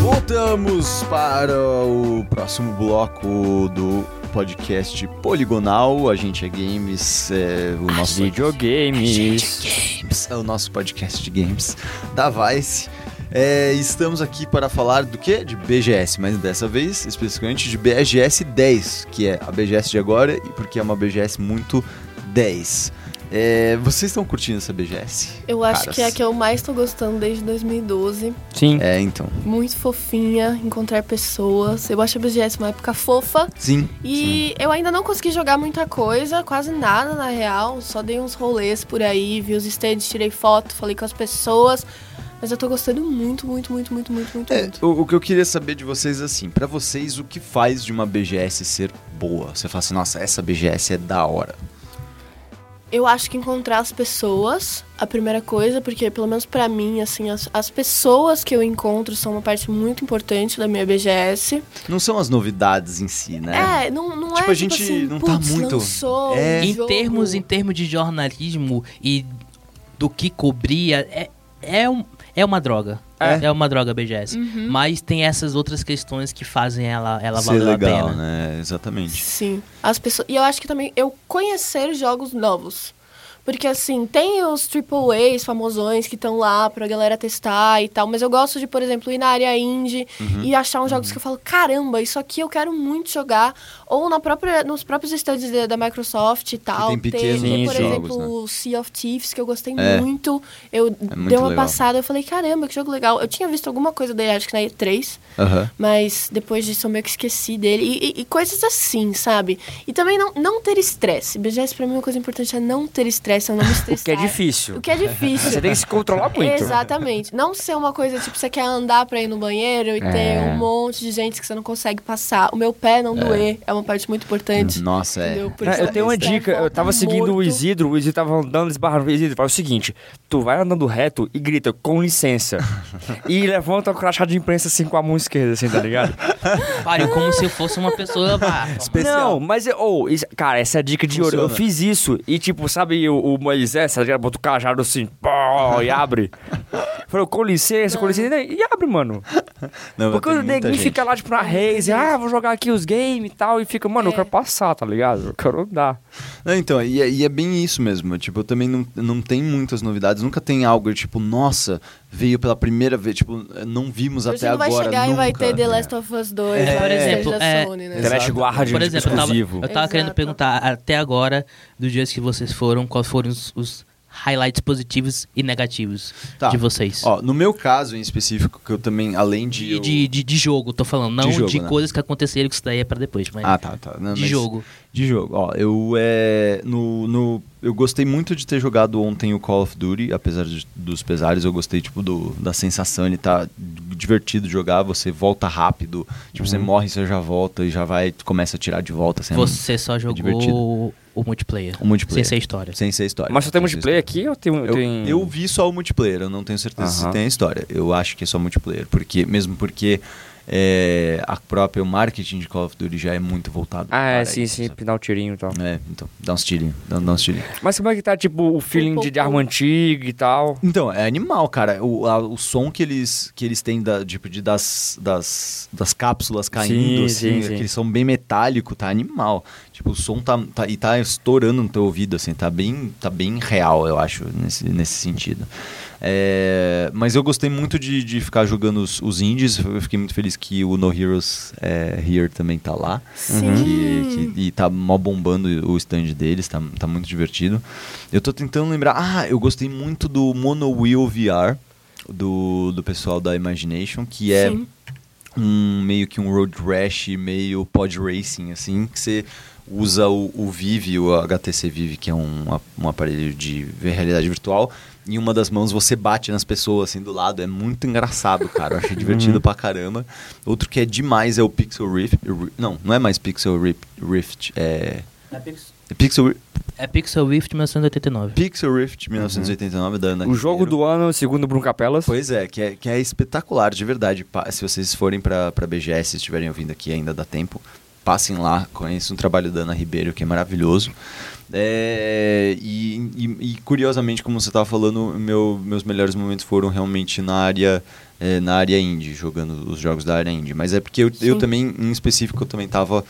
S1: Voltamos para o próximo bloco do podcast Poligonal. A gente é games, é,
S4: Ah,
S1: o nosso
S4: Videogames.
S1: é o nosso podcast de games da Vice. É, estamos aqui para falar do que? De BGS, mas dessa vez especificamente de BGS 10, que é a BGS de agora, e porque é uma BGS muito 10. É, vocês estão curtindo essa BGS?
S3: Eu acho
S1: Caras.
S3: que é a que eu mais tô gostando desde 2012.
S4: Sim.
S1: É, então.
S3: Muito fofinha, encontrar pessoas. Eu acho a BGS uma época fofa.
S1: Sim.
S3: E eu ainda não consegui jogar muita coisa, quase nada na real. Só dei uns rolês por aí, vi os stands, tirei foto, falei com as pessoas. Mas eu tô gostando muito, muito, muito, muito, muito, muito,
S1: É,
S3: muito.
S1: o, o que eu queria saber de vocês, assim, pra vocês, o que faz de uma BGS ser boa? Você fala assim, nossa, essa BGS é da hora.
S3: Eu acho que encontrar as pessoas, a primeira coisa, porque pelo menos pra mim, assim, as, as pessoas que eu encontro são uma parte muito importante da minha BGS.
S1: Não são as novidades em si, né?
S3: É, não, não é
S1: Tipo, a gente
S3: assim,
S1: não tá
S3: "Putz,
S1: muito-
S3: lançou
S1: É.
S3: um
S2: em
S3: jogo".
S2: termos em termos de jornalismo e do que cobria é é, um- é uma droga
S1: É.
S2: é. uma droga BGS
S3: Uhum.
S2: mas tem essas outras questões que fazem ela ela
S1: Ser
S2: valer a
S1: legal,
S2: pena
S1: né? Exatamente.
S3: Sim. As pessoas, e eu acho que também eu conhecer jogos novos. Porque assim, tem os AAAs famosões que estão lá pra galera testar e tal, mas eu gosto de, por exemplo, ir na área indie
S1: Uhum.
S3: e achar uns jogos que eu falo, caramba, isso aqui eu quero muito jogar. Ou na própria, nos próprios stands da- da Microsoft e tal.
S1: tem pequenos
S3: Teve,
S1: jogos,
S3: por exemplo,
S1: né?
S3: o Sea of Thieves, que eu gostei
S1: É.
S3: muito. Eu
S1: muito
S3: dei uma
S1: legal.
S3: passada, eu falei, caramba, que jogo legal. Eu tinha visto alguma coisa dele, acho que na E3.
S1: Aham.
S3: Mas depois disso eu meio que esqueci dele. E, e- e coisas assim, sabe? E também não, não ter estresse. BGS pra mim uma coisa importante é não ter estresse, se eu não me estressar.
S4: O que é difícil.
S3: O que é difícil.
S4: Você tem que se controlar muito.
S3: Exatamente. Não ser uma coisa tipo, você quer andar pra ir no banheiro e ter
S4: É.
S3: um monte de gente que você não consegue passar. O meu pé não doer é uma parte muito importante.
S1: Nossa, é.
S3: entendeu? Por
S4: Não,
S3: isso
S4: eu
S3: que
S4: tenho uma
S3: você tá
S4: dica, eu
S3: volta
S4: tava seguindo o
S3: morto.
S4: Isidro, o Isidro tava andando, esbarrando o Isidro, fala o seguinte, tu vai andando reto e grita, com licença, e levanta o crachá de imprensa assim com a mão esquerda, assim, tá ligado?
S2: Pariu, como se eu fosse uma pessoa. vá,
S1: Especial.
S4: Não, mas, eu- ou, isso- cara, essa é a dica de ouro, eu
S1: Funciona.
S4: fiz isso, e tipo, sabe o, o Moisés, tá ligado, bota o cajado assim, pó, e abre, falou, com licença, com licença, e abre, mano,
S1: Não,
S4: porque
S1: tem
S4: o
S1: muita
S4: neguinho
S1: gente.
S4: fica lá, tipo, na race, ah, vou jogar aqui os games e tal, e fica, mano, eu
S3: É.
S4: quero passar, tá ligado, eu quero andar.
S1: Não, então, e é, e é bem isso mesmo. Tipo, eu também não, não tem muitas novidades. Nunca tem algo tipo, nossa, veio pela primeira vez. Tipo, não vimos
S3: Hoje
S1: até
S3: não
S1: agora.
S3: vai
S1: nunca.
S3: chegar
S1: né?
S3: e vai
S4: né?
S3: ter The Last of Us 2,
S1: É.
S3: lá
S1: Por
S3: no stage
S2: exemplo,
S3: da
S2: é,
S3: Sony, né?
S1: Exato.
S4: Internet Guardian,
S2: Por exemplo, eu tava,
S4: exclusivo.
S2: eu tava querendo
S3: Exato.
S2: perguntar até agora, dos dias que vocês foram, quais foram os, os highlights positivos e negativos
S1: Tá.
S2: de vocês?
S1: Ó, no meu caso em específico, que eu também, além de.
S2: de,
S1: eu-
S2: de, de, de jogo, tô falando, não de,
S1: jogo, né?
S2: coisas que aconteceram, que isso daí é pra depois, mas
S1: Ah, tá, tá. Não,
S2: de
S1: mas-
S2: jogo.
S1: De jogo. Ó, eu é. No, no, eu gostei muito de ter jogado ontem o Call of Duty, apesar de- dos pesares, eu gostei, tipo, do, da sensação. Ele tá divertido de jogar, você volta rápido. Tipo,
S2: Uhum.
S1: você morre, você já volta e já vai, começa a tirar de volta. Assim, é
S2: Você só
S1: divertido.
S2: jogou o multiplayer.
S1: O multiplayer.
S2: Sem ser história.
S1: Sem ser história.
S4: Mas só tem
S1: Sem ser
S4: multiplayer aqui ou tem... um-
S1: Eu,
S4: tem...
S1: eu vi só o multiplayer, eu não tenho certeza se
S4: Aham.
S1: tem a história. Eu acho que é só multiplayer, porque mesmo porque é, a própria o marketing de Call of Duty já é muito voltado.
S4: Ah, é,
S1: para
S4: sim,
S1: isso,
S4: sim,
S1: sabe?
S4: pinar o tirinho e tal.
S1: É, então, dá uns tirinhos, dá, dá um uns tirinhos.
S4: Mas como é que tá, tipo, o feeling de, de arma antiga e tal?
S1: Então, é animal, cara. O, a- o som que eles, que eles têm da, tipo, de, das, das, das cápsulas caindo,
S4: Sim,
S1: assim,
S4: sim, sim.
S1: aquele som bem metálico, tá animal. Tipo, o som tá, tá- e tá estourando no teu ouvido, assim, tá bem, tá bem real, eu acho, nesse, nesse sentido. É, mas eu gostei muito de, de ficar jogando os, os indies, eu fiquei muito feliz que o No Heroes é, Here também tá lá.
S3: Sim.
S1: Que, que- e tá mó bombando o stand deles, tá, tá muito divertido. Eu tô tentando lembrar. Ah, eu gostei muito do Mono Wheel VR, do, do pessoal da Imagination, que é
S3: Sim.
S1: um meio que um road rash, meio pod racing, assim, que você usa o, o Vive, o HTC Vive, que é um, a- um aparelho de realidade virtual, e uma das mãos você bate nas pessoas, assim, do lado. É muito engraçado, cara. Eu achei
S4: Uhum.
S1: divertido pra caramba. Outro que é demais é o Pixel Rift. Ri- Não, não é mais Pixel Rift, Rift é... é Pixel,
S2: É Pixel Rift 1989.
S1: Pixel Rift 1989 da Ana
S4: Uhum. O jogo
S1: Guerreiro.
S4: do ano, segundo o Bruno Capelas.
S1: Pois é, que é, que é espetacular, de verdade. Pa- Se vocês forem pra, pra BGS, se estiverem ouvindo aqui, ainda dá tempo. Passem lá, conheçam o trabalho da Ana Ribeiro, que é maravilhoso. É, e, e- e, curiosamente, como você estava falando, meu- meus melhores momentos foram realmente na área é, na área indie, jogando os jogos da área indie. Mas é porque eu, eu
S3: Sim.
S1: também, em específico, eu também estava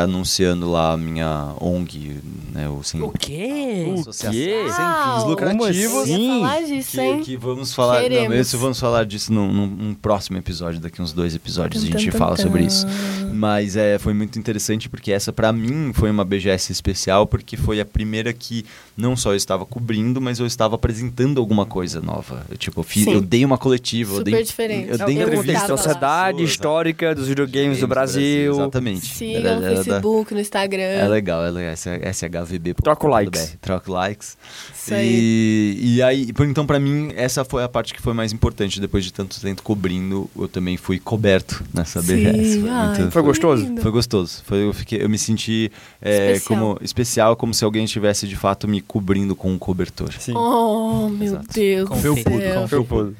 S1: anunciando lá a minha ONG, né, o,
S4: Hum.
S1: sem,
S2: O quê?
S1: Associação
S4: quê?
S1: sem fins
S3: Uau!
S1: lucrativos.
S3: Eu ia
S4: Sim,
S3: falar disso,
S1: Que,
S3: hein?
S1: que vamos falar. Não,
S3: Queremos.
S1: isso vamos falar disso num, num- num próximo episódio, daqui uns dois episódios
S3: Tum,
S1: a gente
S3: tum,
S1: fala
S3: tum,
S1: sobre
S3: tum.
S1: isso. Mas é, foi muito interessante porque essa pra mim foi uma BGS especial porque foi a primeira que não só eu estava cobrindo, mas eu estava apresentando alguma coisa nova. Eu, tipo, eu, fiz-
S3: Sim.
S1: eu dei uma coletiva, eu
S3: Super
S1: dei,
S3: diferente. É
S1: eu dei
S3: Eu
S1: entrevista.
S3: gostava.
S1: às
S4: Sociedade
S1: pessoas,
S4: Histórica dos Videogames
S1: games
S4: do Brasil.
S1: Exatamente. Era-
S3: Siga no
S1: era da-
S3: Facebook, no Instagram.
S1: é legal, é legal. Essa- essa é SHVB.
S4: Troca o likes.
S1: Troca o likes.
S3: Isso
S1: E, e aí, por- então, pra mim, essa foi a parte que foi mais importante. Depois de tanto tempo cobrindo, eu também fui coberto nessa
S3: Sim,
S1: BGS. Foi,
S3: ai,
S1: muito-
S4: Foi gostoso?
S3: lindo.
S1: foi gostoso. Foi, eu, fiquei, eu me senti é,
S3: Especial.
S1: como especial, como se alguém estivesse de fato me cobrindo com um cobertor.
S4: Sim.
S3: Oh, meu
S1: Exato.
S3: Deus
S2: Com
S3: do
S2: felpudo,
S3: céu.
S4: Foi o pulo.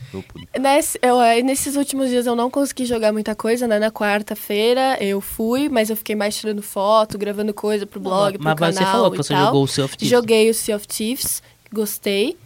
S3: Nesse- eu, eh, nesses últimos dias eu não consegui jogar muita coisa, né? Na quarta-feira eu fui, mas eu fiquei mais tirando foto, gravando coisa pro blog, pro
S2: Mas
S3: canal
S2: você falou que
S3: e
S2: você
S3: tal.
S2: jogou o Sea of Thieves.
S3: Joguei o Sea of Thieves, gostei.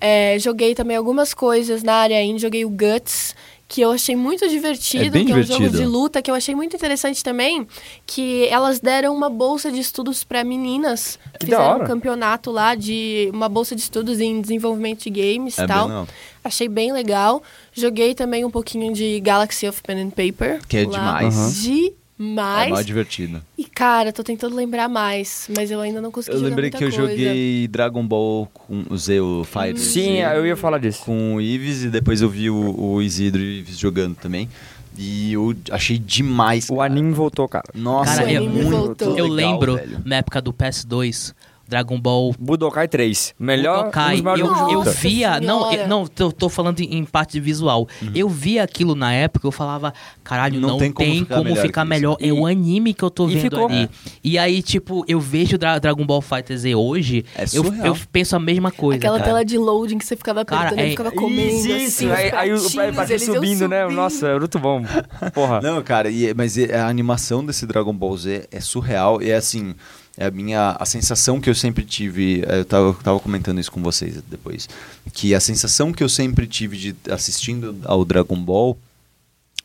S3: Eh, joguei também algumas coisas na área indie, joguei o Guts, que eu achei muito divertido,
S1: É bem
S3: que é um jogo
S1: divertido.
S3: de luta, que eu achei muito interessante também, que elas deram uma bolsa de estudos pra meninas.
S4: Que da
S3: Fizeram
S4: hora.
S3: um campeonato lá de uma bolsa de estudos em desenvolvimento de games e
S1: É bem
S3: tal.
S1: legal.
S3: Achei bem legal. Joguei também um pouquinho de Galaxy of Pen and Paper.
S1: Que é demais. Uhum. É mó
S3: Demais.
S1: divertido.
S3: E, cara, tô tentando lembrar mais, mas eu ainda não consegui
S1: Eu
S3: jogar
S1: lembrei
S3: muita
S1: que eu
S3: coisa. Hum.
S1: joguei Dragon Ball com o Z, o Fire.
S4: Sim, é, eu ia falar disso.
S1: é. com o Ives e depois eu vi o, o Isidro e o Ives jogando também. E eu achei demais.
S4: O anime voltou, cara.
S1: Nossa,
S2: Cara,
S1: é
S2: eu-
S1: muito
S3: voltou.
S2: Eu
S1: legal,
S2: lembro,
S1: velho.
S2: na época do PS2, Dragon Ball
S4: Budokai 3. Melhor
S2: Budokai.
S4: um dos maiores
S2: Eu,
S4: jogos de
S2: eu
S4: luta.
S3: Nossa
S2: via, não,
S3: Senhora.
S2: eu- não, tô, tô falando em parte visual. Eu via aquilo na época, eu falava, caralho,
S1: Uhum. Não
S2: não,
S1: tem
S2: tem
S1: como
S2: como
S1: ficar
S2: ficar
S1: melhor
S2: melhor.
S1: que isso.
S2: É o anime que eu tô
S4: e
S2: vendo
S4: ficou.
S2: ali. E aí, tipo, eu vejo Dra Dragon Ball Fighter Z hoje,
S1: É
S2: eu,
S1: surreal.
S2: eu penso a mesma coisa.
S3: Aquela
S2: cara.
S3: tela de loading que você ficava
S2: Cara,
S3: apertando e
S2: é-
S3: ficava comendo. assim, os
S4: é, aí, aí o
S3: pratinhos,
S4: pratinho
S3: eles iam
S4: subindo, né? Nossa, é muito bom. Porra.
S1: Não, cara, e- mas e- a animação desse Dragon Ball Z é surreal e é assim. É a minha a sensação que eu sempre tive, é, eu tava, eu tava comentando isso com vocês depois, que a sensação que eu sempre tive de assistindo ao Dragon Ball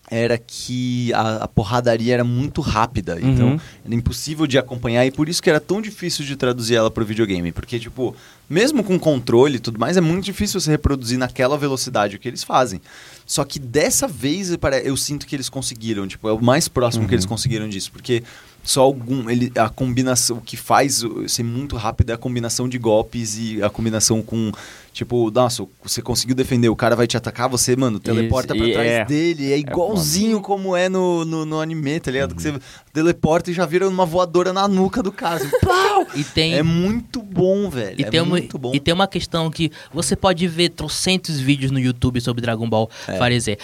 S1: era que a, a porradaria era muito rápida,
S2: Uhum.
S1: então era impossível de acompanhar e por isso que era tão difícil de traduzir ela pro videogame, porque tipo, mesmo com controle e tudo mais, é muito difícil você reproduzir naquela velocidade o que eles fazem. Só que dessa vez pare- eu sinto que eles conseguiram, tipo, é o mais próximo que eles conseguiram disso, porque só algum ele a combinação o que faz o- ser muito rápido é a combinação de golpes e a combinação com tipo, nossa, você conseguiu defender, o cara vai te atacar, você, mano, teleporta
S4: Isso,
S1: pra
S4: e
S1: trás
S4: é.
S1: dele, é igualzinho como é no, no, no anime, tá ligado? Que você teleporta e já vira uma voadora na nuca do cara. assim, pau!
S2: E tem.
S1: É muito bom, velho.
S2: E,
S1: é
S2: tem uma,
S1: muito bom.
S2: e tem uma questão que você pode ver trocentos vídeos no YouTube sobre Dragon Ball é.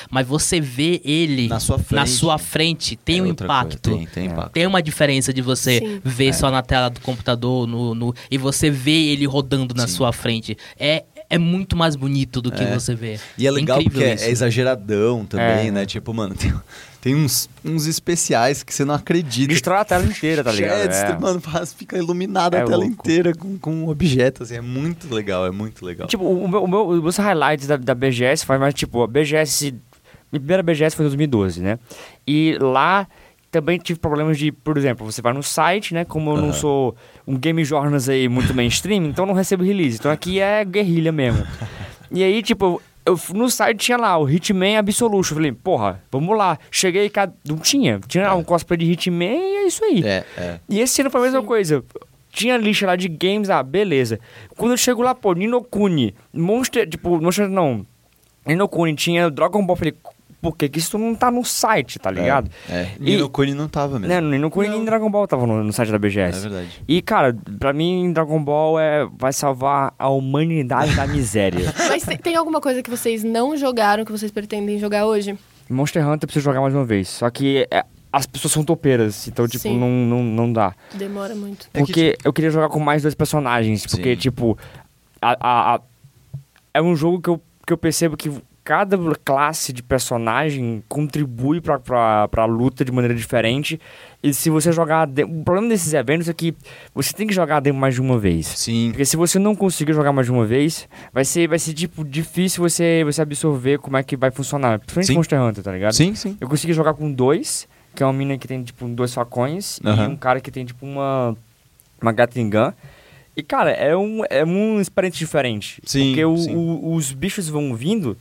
S2: mas você vê ele
S1: Na sua
S2: na
S1: frente.
S2: sua frente, tem
S1: É
S2: um
S1: outra coisa,
S2: impacto.
S1: Tem, tem impacto. É.
S2: Tem uma diferença de você
S3: Sim.
S2: ver só na tela do computador no, no- e você ver ele rodando na sua frente. É, é muito mais bonito do que você vê.
S1: E é legal
S2: incrível
S1: porque é,
S2: isso.
S1: é exageradão também,
S4: É.
S1: né? Tipo, mano, tem, tem uns, uns especiais que você não acredita.
S4: Destrói a tela inteira, tá ligado?
S1: É, destrói-
S4: É.
S1: mano, faz- fica iluminada a
S4: É
S1: tela
S4: louco.
S1: inteira com, com objetos. assim, é muito legal, é muito legal.
S4: Tipo, o meu, o meu, os meus highlights da, da BGS foi mais tipo, a BGS. Minha primeira BGS foi em 2012, né? E lá também tive problemas de, por exemplo, você vai no site, né? Como eu não sou um game jornalist aí muito mainstream, então eu não recebo release. Então aqui é guerrilha mesmo. E aí, tipo, eu, f- no site tinha lá o Hitman Absolution. Eu falei, porra, vamos lá. Cheguei, cara, não tinha. Tinha lá um cosplay de Hitman e é isso aí.
S1: é, é.
S4: E esse ano foi a mesma coisa. Tinha lixa lá de games, ah, beleza. Quando eu chego lá, pô, Ninokuni, Monster, tipo, Monster não. Ninokuni tinha Dragon Ball, eu falei, por que que isso não tá no site, tá ligado?
S1: É. é.
S4: E-
S1: Nino Kuni não tava mesmo.
S4: né, Ninokuni nem Dragon Ball tava no, no site da BGS.
S1: É verdade.
S4: E, cara, pra mim, Dragon Ball é, vai salvar a humanidade da miséria.
S3: Mas tem, tem alguma coisa que vocês não jogaram que vocês pretendem jogar hoje?
S4: Monster Hunter eu preciso jogar mais uma vez. Só que é, as pessoas são topeiras, então, tipo,
S3: Sim.
S4: não, não, não dá.
S3: Demora muito.
S1: É que,
S4: Porque eu queria jogar com mais dois personagens. Porque,
S1: Sim.
S4: tipo, a, a- a- é um jogo que eu, que eu percebo que cada classe de personagem contribui pra, pra, pra luta de maneira diferente. E se você jogar. a demo- O problema desses eventos é que você tem que jogar a demo mais de uma vez.
S1: Sim.
S4: Porque se você não conseguir jogar mais de uma vez, vai ser, vai ser tipo, difícil você, você absorver como é que vai funcionar. Principalmente
S1: Sim.
S4: Monster Hunter, tá ligado?
S1: Sim, sim.
S4: Eu consegui jogar com dois, que é uma mina que tem, tipo, dois facões
S1: Aham.
S4: e um cara que tem, tipo, uma, uma Gatling Gun. E, cara, é um, é um experiente diferente.
S1: Sim,
S4: Porque o-
S1: sim.
S4: o- os bichos vão vindo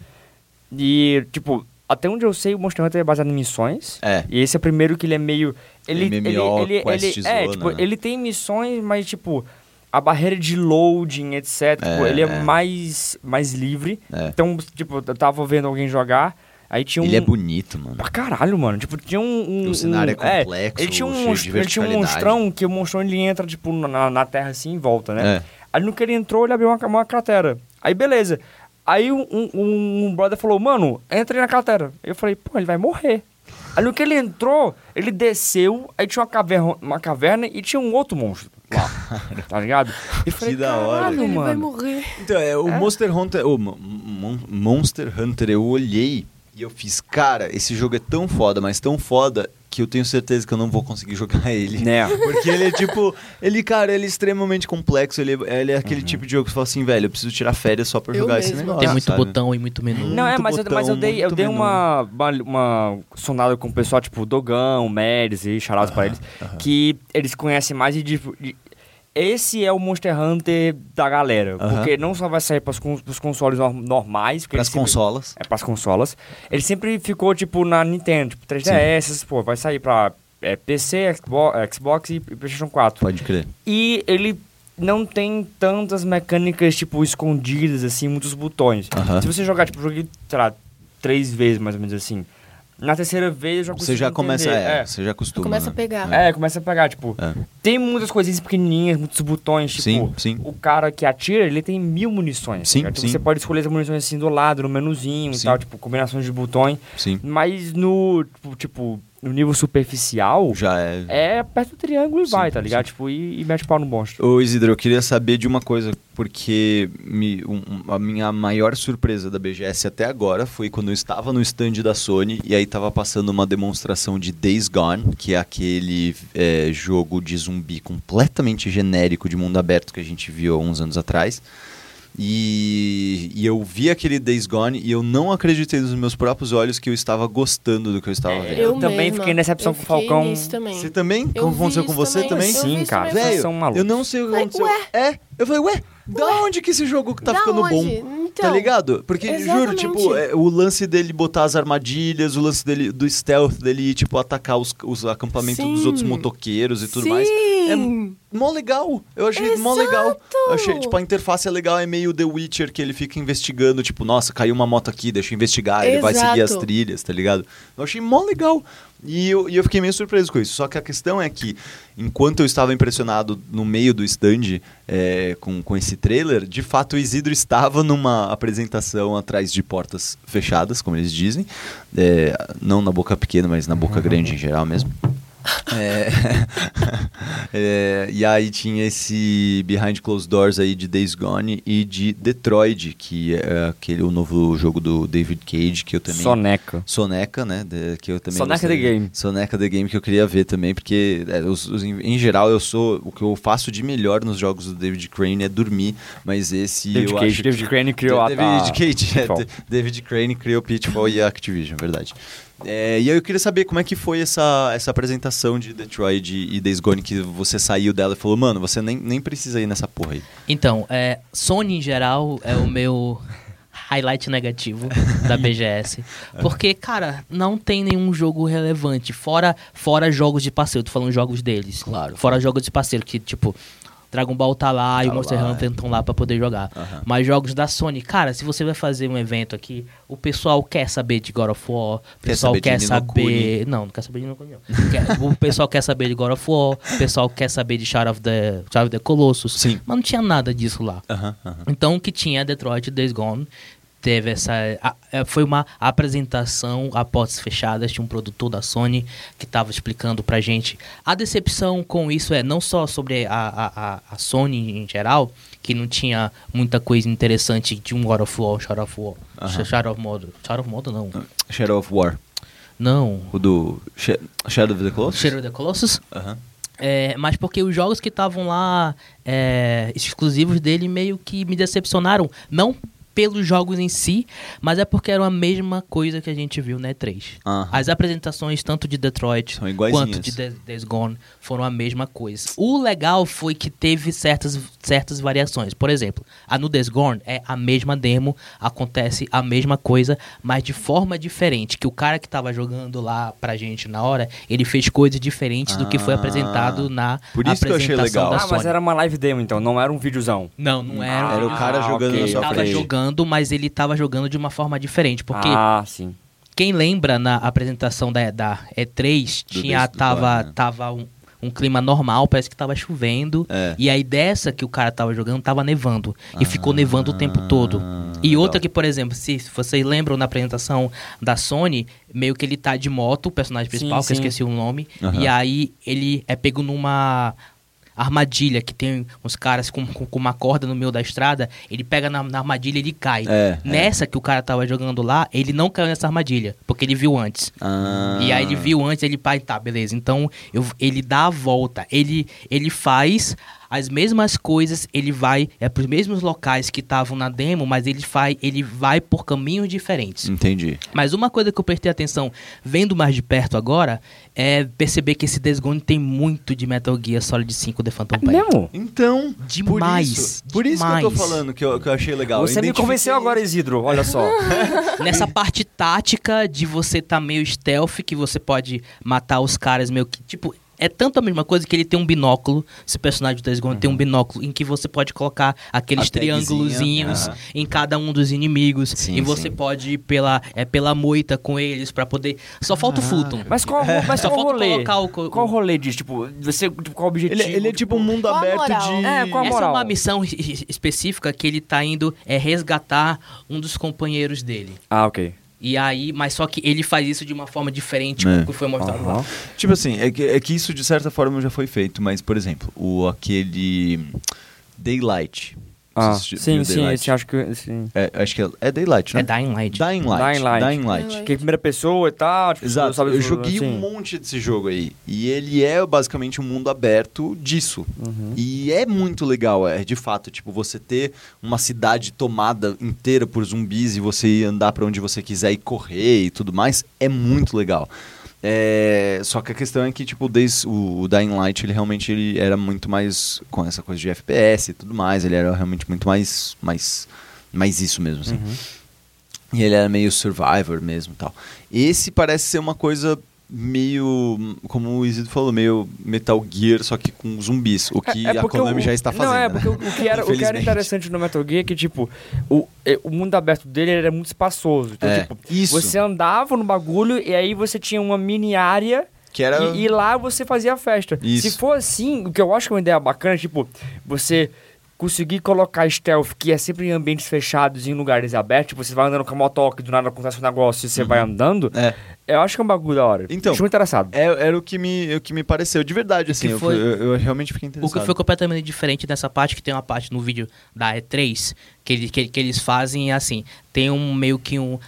S4: e, tipo, até onde eu sei, o Monster Hunter é baseado em missões.
S1: É.
S4: E esse é o primeiro que ele é meio... Ele,
S1: MMO,
S4: ele, ele, ele,
S1: questzona,
S4: é, tipo,
S1: né?
S4: ele tem missões, mas, tipo... A barreira de loading, etc. tipo,
S1: É,
S4: ele é,
S1: é.
S4: mais, mais livre.
S1: É.
S4: Então, tipo, eu tava vendo alguém jogar. Aí tinha um.
S1: Ele é bonito, mano.
S4: Pra caralho, mano. Tipo, tinha um. um
S1: O cenário
S4: um-
S1: é complexo,
S4: ele, tinha um
S1: cheio de
S4: monstro, ele tinha um
S1: verticalidade.
S4: monstrão que o monstrão ele entra, tipo, na, na terra assim e volta, né?
S1: É.
S4: Aí no que ele entrou, ele abriu uma, uma cratera. Aí beleza. Aí um, um, um brother falou, mano, entra aí na cratera. Eu falei, pô, ele vai morrer. Aí no que ele entrou, ele desceu, aí tinha uma caverna, uma caverna e tinha um outro monstro lá. tá ligado? E eu falei,
S1: da hora.
S4: caralho,
S3: Ele vai
S4: Ah, mano.
S3: morrer.
S1: Então, é, o Monster Hunter. O Mon- Mon- Monster Hunter, eu olhei e eu fiz, cara, esse jogo é tão foda, mas tão foda que eu tenho certeza que eu não vou conseguir jogar ele.
S4: Né.
S1: Porque ele é tipo. Ele, cara, ele é extremamente complexo. Ele, é- ele é aquele tipo de jogo que você fala assim, velho, eu preciso tirar férias só pra
S3: Eu
S1: jogar esse
S3: mesma.
S1: negócio.
S2: Tem muito
S1: sabe?
S2: botão e muito menu.
S4: Não, é,
S1: Muito
S4: mas, eu, mas eu
S1: botão,
S4: dei, eu
S1: muito
S4: dei
S1: menu.
S4: uma, uma, uma sondada com o pessoal, tipo, Dogão, Medes e Charlotte pra eles, que eles conhecem mais e, tipo, e- esse é o Monster Hunter da galera.
S1: Aham.
S4: Porque não só vai sair pros, cons- pros consoles nor- normais... porque
S1: Pras
S4: ele sempre-
S1: consolas.
S4: É, pras consolas. Ele sempre ficou, tipo, na Nintendo, tipo, 3DS, pô, vai sair pra é, PC, Xbox, Xbox e, e PlayStation 4.
S1: Pode crer.
S4: E ele não tem tantas mecânicas, tipo, escondidas, assim, muitos botões.
S1: Aham.
S4: Se você jogar, tipo, joguei, sei lá, três vezes mais ou menos assim. Na terceira vez eu já
S1: Você
S4: consigo
S1: já começa,
S4: entender.
S1: é, você já costuma.
S3: Começa a
S1: né?
S3: pegar.
S1: É.
S4: É, começa a pegar, tipo,
S1: É.
S4: tem muitas coisinhas pequenininhas, muitos botões, tipo,
S1: Sim, sim.
S4: o cara que atira, ele tem mil munições.
S1: Sim,
S4: tá ligado?
S1: sim.
S4: Você pode escolher as munições assim do lado, no menuzinho e
S1: Sim.
S4: tal, tipo, combinações de botões.
S1: Sim.
S4: Mas no, tipo, tipo, no nível superficial,
S1: Já é.
S4: é aperta o triângulo e
S1: Sim,
S4: vai, tá ligado? Tipo, e, e mete pau no monstro.
S1: Ô Isidro, eu queria saber de uma coisa, porque me- um- um- a minha maior surpresa da BGS até agora foi quando eu estava no stand da Sony e aí estava passando uma demonstração de Days Gone, que é aquele é, jogo de zumbi completamente genérico de mundo aberto que a gente viu há uns anos atrás. E, e eu vi aquele Days Gone e eu não acreditei nos meus próprios olhos que eu estava gostando do que eu estava vendo.
S4: eu também
S3: mesma.
S4: fiquei nessa opção
S3: Eu
S4: com o
S3: fiquei
S4: Falcão.
S3: nisso É, também.
S1: Você também?
S3: Eu
S1: Como
S3: vi
S1: aconteceu
S3: isso
S1: com você também?
S3: também. Eu
S4: Sim,
S3: vi isso
S4: cara.
S3: mesmo.
S4: Vocês
S1: Velho,
S4: são malucos.
S1: eu não sei o que
S3: Ué,
S1: aconteceu.
S3: ué.
S1: É, eu falei, ué, da onde que esse jogo tá
S3: Da
S1: ficando
S3: onde?
S1: bom? tá
S3: Então,
S1: ligado? Porque, juro,
S3: exatamente.
S1: tipo, é, o lance dele botar as armadilhas, o lance dele do stealth dele, tipo, atacar os, os acampamentos
S3: Sim.
S1: dos outros motoqueiros e tudo mais. É
S3: Sim!
S1: Mó legal. Eu achei mó
S3: Exato!
S1: legal. Eu achei, tipo, a interface é legal, é meio The Witcher, que ele fica investigando, tipo, nossa, caiu uma moto aqui, deixa eu investigar, ele vai
S3: Exato.
S1: seguir as trilhas, tá ligado? Eu achei mó legal. E eu, e eu fiquei meio surpreso com isso. Só que a questão é que, enquanto eu estava impressionado no meio do stand é, com, com esse trailer, de fato o Isidro estava numa apresentação atrás de portas fechadas, como eles dizem. É, não na boca pequena, mas na boca grande em geral mesmo. É. É, e aí tinha esse Behind Closed Doors aí de Days Gone e de Detroit, que é aquele o novo jogo do David Cage que eu também
S4: Soneca.
S1: Soneca, né? de- que eu também
S4: Soneca
S1: gostaria-
S4: the Game.
S1: Soneca The Game que eu queria ver também, porque é, os- os- em, em geral eu sou o que eu faço de melhor nos jogos do David Crane é dormir, mas esse
S4: David
S1: eu
S4: Cage,
S1: acho
S4: David
S1: que-
S4: Crane criou a-
S1: David
S4: a-
S1: Cage, é,
S4: Pitfall.
S1: D- David Crane criou Pitfall e a Activision, verdade. É, e aí eu queria saber como é que foi essa, essa apresentação de Detroit e Days Gone que você saiu dela e falou, mano, você nem, nem precisa ir nessa porra aí.
S2: Então, é, Sony em geral é o meu highlight negativo da BGS. Porque, cara, não tem nenhum jogo relevante. Fora, fora jogos de parceiro, tô falando jogos deles.
S1: Claro.
S2: Fora jogos de parceiro, que tipo. Dragon Ball tá lá e
S1: Tá
S2: o Monster
S1: lá,
S2: Hunter estão lá pra poder jogar.
S1: Aham.
S2: Mas jogos da Sony, cara, se você vai fazer um evento aqui, o pessoal quer saber de God of War, o
S1: Quer
S2: pessoal
S1: saber de
S2: quer
S1: Ni no
S2: saber. Não, não quer saber de Ninokuni, não. Quer- o pessoal quer saber de God of War, o pessoal quer saber de Shadow of the, Shadow of the Colossus.
S1: Sim.
S2: Mas não tinha nada disso lá.
S1: Aham, aham.
S2: Então, o que tinha Detroit Days Gone teve essa. a- é, foi uma apresentação a portas fechadas. Tinha um produtor da Sony que estava explicando pra gente. A decepção com isso é não só sobre a, a, a, a Sony em geral, que não tinha muita coisa interessante de um God of War, Shadow of War.
S1: Aham.
S2: Shadow of Mordor. Shadow of Mordor não.
S1: Shadow of War,
S2: Não.
S1: o do Sh- Shadow of the Colossus?
S2: Shadow of the Colossus?
S1: Aham.
S2: É, mas porque os jogos que estavam lá é, exclusivos dele meio que me decepcionaram. Não pelos jogos em si, mas é porque era a mesma coisa que a gente viu na E3.
S1: Aham.
S2: As apresentações, tanto de Detroit
S1: São iguaizinhas.
S2: quanto de Days- Days Gone, foram a mesma coisa. O legal foi que teve certas, certas variações. Por exemplo, a no Days Gone é a mesma demo, acontece a mesma coisa, mas de forma diferente. Que o cara que tava jogando lá pra gente na hora, ele fez coisas diferentes do que foi
S1: Ah.
S2: apresentado na
S1: Por isso que eu achei
S2: apresentação
S1: legal.
S2: da
S4: Ah,
S2: Sony.
S4: mas era uma live demo então, não era um videozão.
S2: Não, não era.
S1: Era o cara jogando
S4: ok,
S1: na sua
S2: Ele tava
S1: frente.
S2: jogando, mas ele tava jogando de uma forma diferente. Porque
S4: Ah, sim.
S2: quem lembra na apresentação da, da E3,
S1: Do
S2: tinha,
S1: desse- do
S2: tava,
S1: Thor, né?
S2: tava um, um clima normal, parece que tava chovendo.
S1: É.
S2: E aí dessa que o cara tava jogando, tava nevando. E ficou nevando o tempo todo. E
S1: Ah, legal.
S2: outra que, por exemplo, se vocês lembram na apresentação da Sony, meio que ele tá de moto, o personagem principal,
S4: Sim,
S2: que eu
S4: sim.
S2: esqueci o nome.
S1: Aham.
S2: E aí ele é pego numa armadilha que tem uns caras com, com, com uma corda no meio da estrada, ele pega na, na armadilha e ele cai.
S1: É, é.
S2: Nessa que o cara tava jogando lá, ele não caiu nessa armadilha, porque ele viu antes.
S1: Ah.
S2: E aí ele viu antes, ele pai, tá, beleza. Então eu- ele dá a volta, ele ele faz as mesmas coisas, ele vai é pros mesmos locais que estavam na demo, mas ele faz ele vai por caminhos
S1: Hum.
S2: diferentes.
S1: Entendi.
S2: Mas uma coisa que eu prestei atenção vendo mais de perto agora é perceber que esse Desgone tem muito de Metal Gear Solid 5 The Phantom Pain.
S4: Mesmo?
S1: Então,
S2: Demais,
S1: Por isso, por isso que eu tô
S2: demais.
S1: falando que eu, que eu achei legal. Eu
S4: Você me
S1: identifiquei
S4: convenceu agora,
S1: isso.
S4: Isidro, olha só.
S2: Nessa parte tática de você tá meio stealth, que você pode matar os caras meio que. Tipo, é tanto a mesma coisa que ele tem um binóculo. Esse personagem do Days Gone
S1: Uhum.
S2: tem um binóculo em que você pode colocar aqueles
S1: A tagzinha,
S2: triângulozinhos
S1: aham.
S2: em cada um dos inimigos.
S1: Sim,
S2: e você
S1: sim.
S2: pode ir pela, é, pela moita com eles pra poder. Só falta o Fulton.
S4: Ah, Mas qual, mas
S2: Só
S4: qual
S2: falta
S4: rolê?
S2: colocar o co-
S4: Qual rolê disso? Tipo, você, tipo, qual o objetivo?
S1: Ele, ele é tipo um mundo
S3: Qual a
S1: aberto
S3: moral?
S1: de.
S4: É, qual a
S2: Essa é
S4: moral?
S2: uma missão específica que ele tá indo é resgatar um dos companheiros dele.
S4: Ah, ok.
S2: E aí, mas só que ele faz isso de uma forma diferente
S1: É.
S2: do que foi mostrado lá.
S1: Tipo assim, é que, é que isso de certa forma já foi feito, mas, por exemplo, o aquele. Daylight.
S4: Ah,
S1: Vocês assisti-
S4: sim,
S1: viu
S4: sim,
S1: Daylight?
S4: esse acho que. Sim.
S1: É, acho que é, é Daylight, né?
S2: É Dying Light.
S1: Dying Light.
S4: Dying Light.
S3: Dying Light.
S4: Que é primeira pessoa e tal. Tipo,
S1: Exato.
S4: sabe,
S1: eu joguei
S4: assim.
S1: um monte desse jogo aí. E ele é basicamente um mundo aberto disso.
S4: Uhum.
S1: E é muito legal, é de fato. Tipo, você ter uma cidade tomada inteira por zumbis e você ir andar pra onde você quiser e correr e tudo mais, é muito legal. É, só que a questão é que, tipo, desde o o Dying Light, ele realmente ele era muito mais com essa coisa de FPS e tudo mais. Ele era realmente muito mais, mais, mais isso mesmo, assim.
S4: Uhum.
S1: E ele era meio survivor mesmo e tal. Esse parece ser uma coisa meio, como o Isido falou, meio Metal Gear, só que com zumbis. O que a
S4: É, porque
S1: Konami
S4: o-
S1: já está fazendo.
S4: Não,
S1: né?
S4: é, porque o, o que era, o que era
S1: Infelizmente.
S4: interessante no Metal Gear é que, tipo, o, é, o mundo aberto dele era muito espaçoso. Então,
S1: É,
S4: tipo,
S1: isso.
S4: você andava no bagulho e aí você tinha uma mini área
S1: Que era...
S4: E, e lá você fazia a festa.
S1: Isso.
S4: Se for assim, o que eu acho que é uma ideia bacana, é, tipo, você conseguir colocar stealth, que é sempre em ambientes fechados e em lugares abertos, tipo, você vai andando com a motoca e do nada acontece um negócio e você vai andando,
S1: É.
S4: eu acho que é um bagulho da hora.
S1: Então-
S4: Acho muito interessado.
S1: É- era o que, me, o que me pareceu, de verdade, assim.
S2: que
S1: eu-
S2: foi-
S1: eu, eu realmente fiquei
S2: O
S1: interessado.
S2: que foi completamente diferente dessa parte, que tem uma parte no vídeo da E3, que, ele- que, que eles fazem é assim, tem um meio que um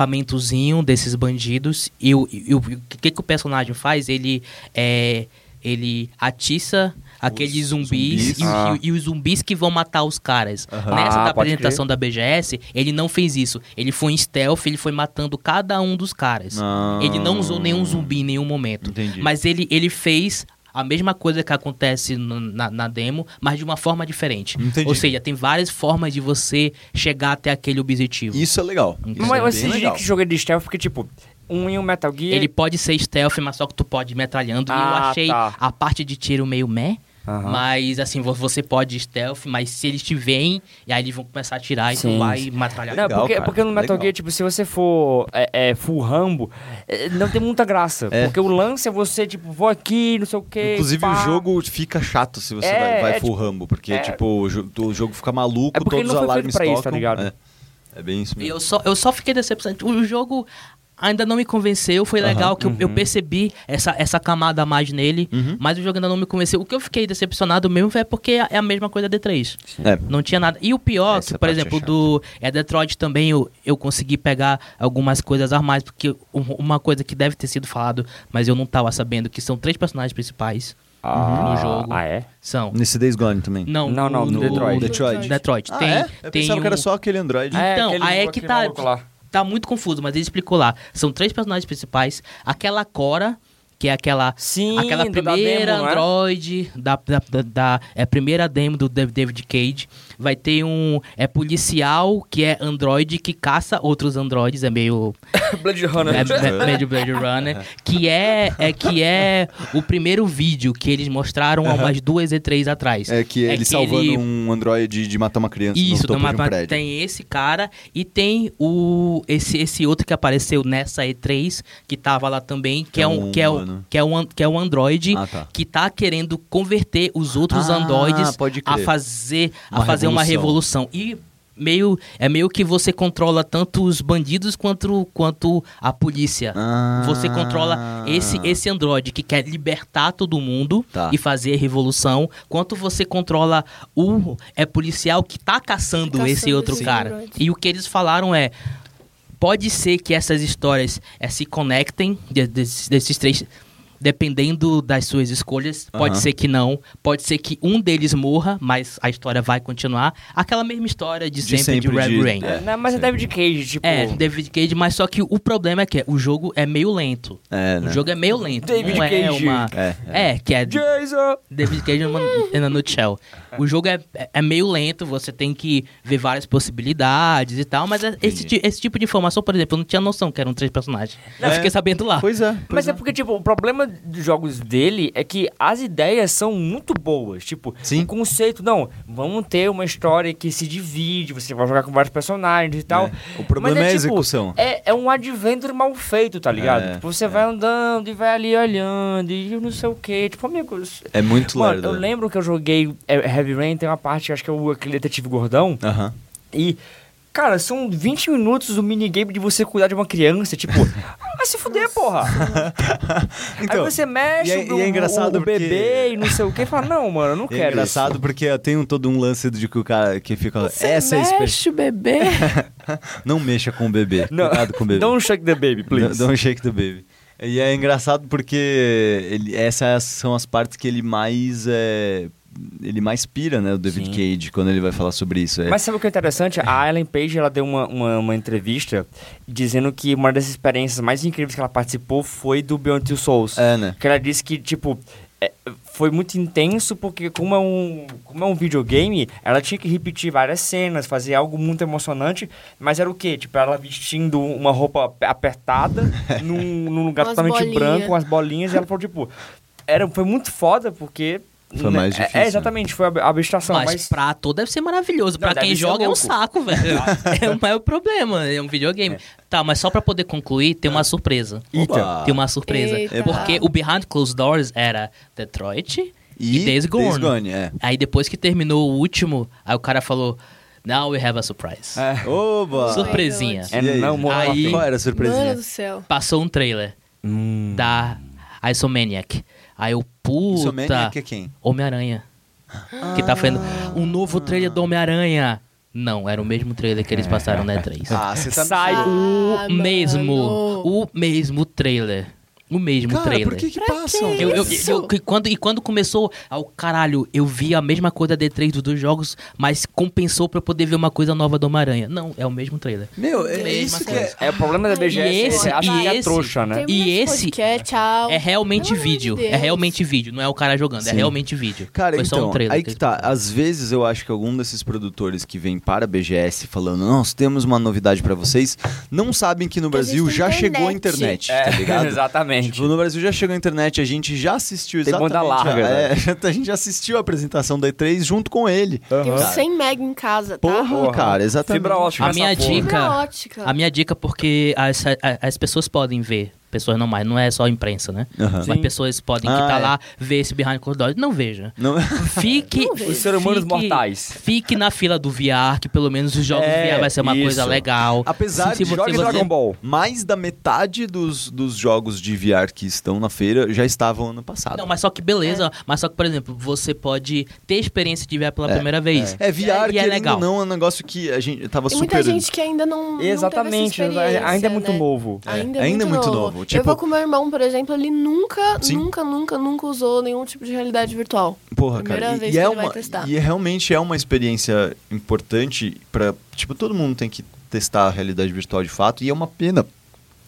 S2: acampamentozinho desses bandidos, e o, e o o que, que o personagem faz? Ele é. Ele atiça aqueles zumbis,
S1: zumbis.
S2: E, o-
S4: Ah.
S2: e os zumbis que vão matar os caras.
S1: Aham.
S2: Nessa
S4: Ah,
S2: da
S4: pode
S2: apresentação da BGS, ele não fez isso. Ele foi em stealth, ele foi matando cada um dos caras.
S1: Ah.
S2: Ele não usou nenhum zumbi em nenhum momento.
S1: Entendi.
S2: Mas ele, ele fez a mesma coisa que acontece no- na, na demo, mas de uma forma diferente.
S1: Entendi.
S2: Ou seja, tem várias formas de você chegar até aquele objetivo.
S1: Isso é legal.
S2: Mas-
S1: Isso
S4: mas
S1: é
S4: mas
S1: bem
S4: você diria
S1: legal.
S4: que jogo é de stealth, porque, tipo, um em um Metal Gear...
S2: Ele pode ser stealth, mas só que tu pode ir metralhando. e eu
S4: Ah,
S2: achei
S4: tá.
S2: a parte de tiro meio meh.
S4: Aham.
S2: Mas assim, vo- você pode ir stealth, mas se eles te veem, e aí eles vão começar a tirar e
S4: Sim,
S2: tu vai
S4: sim.
S2: matralhar.
S4: Não,
S1: É Legal,
S4: porque,
S1: cara,
S4: porque no Metal
S1: legal.
S4: Gear, tipo, se você for é, é, full Rambo, é, não tem muita graça.
S1: É.
S4: Porque o lance é você, tipo, vou aqui, não sei o quê.
S1: Inclusive,
S4: pá.
S1: o jogo fica chato se você
S4: É,
S1: vai, vai
S4: é,
S1: full
S4: tipo-
S1: Rambo, porque,
S4: é.
S1: tipo, o, jo- o jogo fica maluco,
S4: É porque ele
S1: todos os
S4: não foi
S1: alarmes
S4: feito pra
S1: tocam.
S4: isso, tá ligado?
S1: É. É bem isso
S2: E
S1: mesmo.
S2: Eu só, eu só fiquei decepcionante. O jogo ainda não me convenceu. Foi legal que eu,
S4: uhum.
S2: eu percebi essa, essa camada a mais nele, mas o jogo ainda não me convenceu. O que eu fiquei decepcionado mesmo é porque é a mesma coisa da D3.
S1: É.
S2: Não tinha nada. E o pior,
S1: Essa
S2: que, por
S1: parte é
S2: exemplo,
S1: chata.
S2: do é Detroit também eu, eu consegui pegar algumas coisas a mais, porque um- uma coisa que deve ter sido falado, mas eu não tava sabendo, que são três personagens principais
S1: Uhum.
S4: Ah,
S2: no jogo.
S4: Ah, é?
S2: São.
S1: Nesse Days Gone também.
S2: Não,
S4: Não, não,
S2: o-
S4: no
S2: o-
S4: Detroit.
S1: Detroit.
S2: Detroit.
S1: Ah,
S2: tem,
S1: é? Eu
S2: tem
S1: pensava que era
S2: um-
S1: só aquele Android.
S4: É,
S2: Então,
S4: aquele
S2: aí é
S4: maluco,
S2: que
S4: aquele
S2: tá,
S4: maluco lá.
S2: tá muito confuso, mas ele explicou lá. São três personagens principais. Aquela Cora, que é aquela,
S4: Sim,
S2: aquela
S4: do- da
S2: primeira
S4: demo, não é?
S2: Android, da, da, da, da- é, primeira demo do Dav- David Cage. Vai ter um é policial, que é Android, que caça outros androides. É meio...
S4: Blood Runner.
S2: É, é, meio Blade Runner. Que é, é, que é o primeiro vídeo que eles mostraram há umas duas e três atrás.
S1: É que ele salvando um android de matar uma criança
S2: Isso,
S1: no topo
S2: do
S1: de um
S2: Mapa-
S1: prédio.
S2: tem esse cara e tem o esse, esse outro que apareceu nessa E3 que tava lá também, que,
S1: Que
S2: é
S1: é
S2: um
S1: um
S2: que é um,
S1: humano.
S2: que é um, an- que é um android
S1: Ah, tá.
S2: que tá querendo converter os outros
S1: Ah,
S2: androides
S1: pode
S2: a
S1: crer.
S2: fazer a
S1: Uma
S2: fazer uma
S1: revolução.
S2: revolução. E meio é meio que você controla tanto os bandidos quanto quanto a polícia.
S1: Ah.
S2: Você controla esse esse androide que quer libertar todo mundo
S1: Tá.
S2: e fazer revolução, quanto você controla o é policial que tá caçando,
S3: Caçando
S2: esse outro
S3: esses
S2: cara.
S3: androides.
S2: E o que eles falaram é pode ser que essas histórias eh, se conectem de- desses, desses três dependendo das suas escolhas pode
S1: Aham.
S2: ser que não pode ser que um deles morra mas a história vai continuar aquela mesma história de, sempre, de Red Rain
S1: é,
S4: Não, mas é
S1: sempre.
S4: David Cage, tipo.
S2: é David Cage mas só que o problema é que o jogo é meio lento
S1: É,
S2: o
S1: né?
S2: jogo é meio lento
S4: David
S2: não é
S4: Cage.
S2: uma
S1: É,
S2: é, que é
S4: Jason!
S2: David Cage é uma- é na nutshell. O jogo é, é- é meio lento, você tem que ver várias possibilidades e tal, mas é- esse, ti- esse tipo de informação, por exemplo, eu não tinha noção que eram três personagens. Eu
S1: É.
S2: fiquei sabendo lá.
S1: Pois é. pois
S4: Mas é
S1: é.
S4: porque, tipo, o problema problema dos jogos dele é que as ideias são muito boas. Tipo,
S1: Sim.
S4: o conceito, não, vamos ter uma história que se divide, você vai jogar com vários personagens e tal.
S1: O problema
S4: Mas
S1: é a
S4: tipo,
S1: execução.
S4: É, é um adventure mal feito, tá ligado?
S1: É,
S4: tipo, você
S1: é.
S4: vai andando e vai ali olhando e não sei o quê. Tipo, amigo. isso-
S1: É muito
S4: Mano,
S1: lerdo.
S4: eu lembro que eu joguei é, Heavy Rain, tem uma parte, acho que é o aquele detetive gordão.
S1: Aham.
S4: E, cara, são 20 minutos do minigame de você cuidar de uma criança. Tipo, vai se fuder, porra.
S1: Então,
S4: aí você mexe
S1: e é-
S4: o-
S1: e é
S4: o-
S1: engraçado
S4: o bebê
S1: porque-
S4: e não sei o que. Fala, não, mano, eu não
S1: E
S4: quero
S1: é engraçado
S4: isso.
S1: porque tem um, todo um lance de que o cara que fica.
S3: Você
S1: Essa é a experiência.
S3: mexe o bebê.
S1: Não mexa com o bebê.
S4: Não,
S1: Cuidado com o bebê. um
S4: Don't um shake the baby, please.
S1: Don't shake the baby. E é engraçado porque ele- essas são as partes que ele mais é, ele mais pira, né, o David
S4: Sim.
S1: Cage quando ele vai falar sobre isso. É,
S4: Mas sabe o que é interessante? A Ellen Page ela deu uma, uma, uma entrevista dizendo que uma das experiências mais incríveis que ela participou foi do Beyond Two Souls.
S1: é né?
S4: Que ela disse que, tipo, é, foi muito intenso porque como é, um, como é um videogame, ela tinha que repetir várias cenas, fazer algo muito emocionante, mas era o quê? Tipo, ela vestindo uma roupa ap- apertada, num, num lugar
S3: Com as
S4: totalmente
S3: bolinhas.
S4: branco, com as bolinhas, e ela falou, tipo, era, foi muito foda porque...
S1: Foi mais
S4: É-
S1: difícil,
S4: É,
S1: né?
S4: exatamente, foi a a abstração,
S2: Mas,
S4: mas...
S2: pra ator deve ser maravilhoso.
S4: Não,
S2: pra
S4: deve
S2: quem
S4: ser
S2: joga é um
S4: louco.
S2: saco, velho. é o maior problema. É um videogame. Tá, mas só pra poder concluir, tem uma surpresa.
S1: Eita.
S2: Tem uma surpresa.
S3: Eita.
S2: Porque o Behind Closed Doors era Detroit e, Days Gone.
S1: é.
S2: Aí depois que terminou o último, aí o cara falou: Now we have a surprise.
S1: Ah,
S4: É.
S1: Oba!
S2: Surpresinha.
S1: E aí?
S4: É, não, morra
S2: Aí-
S4: tem.
S1: Qual era a
S3: Mano
S1: surpresinha?
S3: do céu.
S2: Passou um trailer
S1: Hum.
S2: da Isomaniac. Aí eu, puta.
S1: Insomniac é quem?
S2: Homem-Aranha. Que tá fazendo um novo trailer do Homem-Aranha. Não, era o mesmo trailer que eles passaram na E3.
S1: Ah, você tá
S4: Sai
S1: Ah,
S2: o
S3: mano.
S2: mesmo. O mesmo trailer. O mesmo
S1: Cara,
S2: trailer.
S1: por que que passam?
S2: Eu, eu-
S3: Isso.
S2: eu- que quando, e quando começou, ao caralho, eu vi a mesma coisa da D3 dos dois jogos, mas compensou pra eu poder ver uma coisa nova do Homem-Aranha. Não, é o mesmo trailer.
S1: Meu, é
S2: Mesma
S1: isso que é.
S2: coisa.
S4: É, o problema da
S3: E
S4: BGS,
S2: esse-
S4: é, acho
S2: e
S4: que é a
S2: esse-
S4: trouxa, né?
S2: E
S3: Termina esse
S2: esse-
S3: podcast, tchau.
S2: É realmente
S3: Pelo amor de
S2: vídeo. é
S3: Deus.
S2: realmente vídeo, não é o cara jogando, é
S1: Sim.
S2: realmente vídeo.
S1: Cara,
S2: Foi
S1: então,
S2: só um trailer.
S1: aí que tá. Às vezes eu acho que algum desses produtores que vem para a BGS falando, nós temos uma novidade pra vocês, não sabem que no
S3: Que
S1: Brasil
S3: existe
S1: já
S3: internet.
S1: chegou a internet, tá ligado?
S4: É, Exatamente.
S1: Tipo, no Brasil já chegou a internet, a gente já assistiu
S4: Tem
S1: exatamente.
S4: banda larga,
S1: a,
S4: né?
S1: é, a gente já assistiu a apresentação da E3 junto com ele.
S3: Tem
S1: Cara.
S3: uns 100 mega em casa, tá?
S1: Porra,
S4: Porra.
S1: cara, exatamente.
S4: Fibra ótica
S2: A minha
S4: nessa porra.
S2: dica-
S3: Fibra ótica.
S2: A minha dica, é porque as, a- as pessoas podem ver, pessoas não mais, não é só a imprensa, né?
S1: Aham.
S2: Mas
S4: Sim.
S2: pessoas podem que
S1: Ah,
S2: tá
S1: é.
S2: lá, ver esse behind closed doors. Não veja.
S1: Não...
S2: Fique.
S3: Não veja.
S4: Os seres humanos
S2: fique-
S4: mortais.
S2: Fique na fila do VR, que pelo menos os jogos
S4: É,
S2: VR vai ser uma
S4: isso.
S2: coisa legal.
S1: Apesar
S2: Se- se
S1: de
S2: você-
S4: Jogue
S2: você-
S4: Dragon Ball.
S1: Mais da metade dos, dos jogos de VR que estão na feira já estavam ano passado.
S2: Não, mas só que
S1: É.
S2: beleza. Mas só que, por exemplo, você pode ter experiência de VR pela primeira vez.
S1: É VR,
S2: e é
S1: querendo
S2: legal.
S1: ou não, é um negócio que a gente tava
S3: Tem
S1: super...
S3: muita gente que ainda não. não
S4: Exatamente,
S3: teve essa experiência,
S4: ainda é muito
S3: né?
S4: novo.
S3: Ainda é,
S1: É, ainda
S3: muito,
S1: muito
S3: novo.
S1: novo, tipo-
S3: Eu vou com meu irmão, por exemplo, ele nunca,
S1: Sim.
S3: nunca, nunca, nunca usou nenhum tipo de realidade virtual.
S1: Porra,
S3: Primeira
S1: cara. e-
S3: vez
S1: e,
S3: que
S1: é
S3: ele vai
S1: uma,
S3: testar.
S1: e realmente é uma experiência importante para Tipo, todo mundo tem que testar a realidade virtual de fato. E é uma pena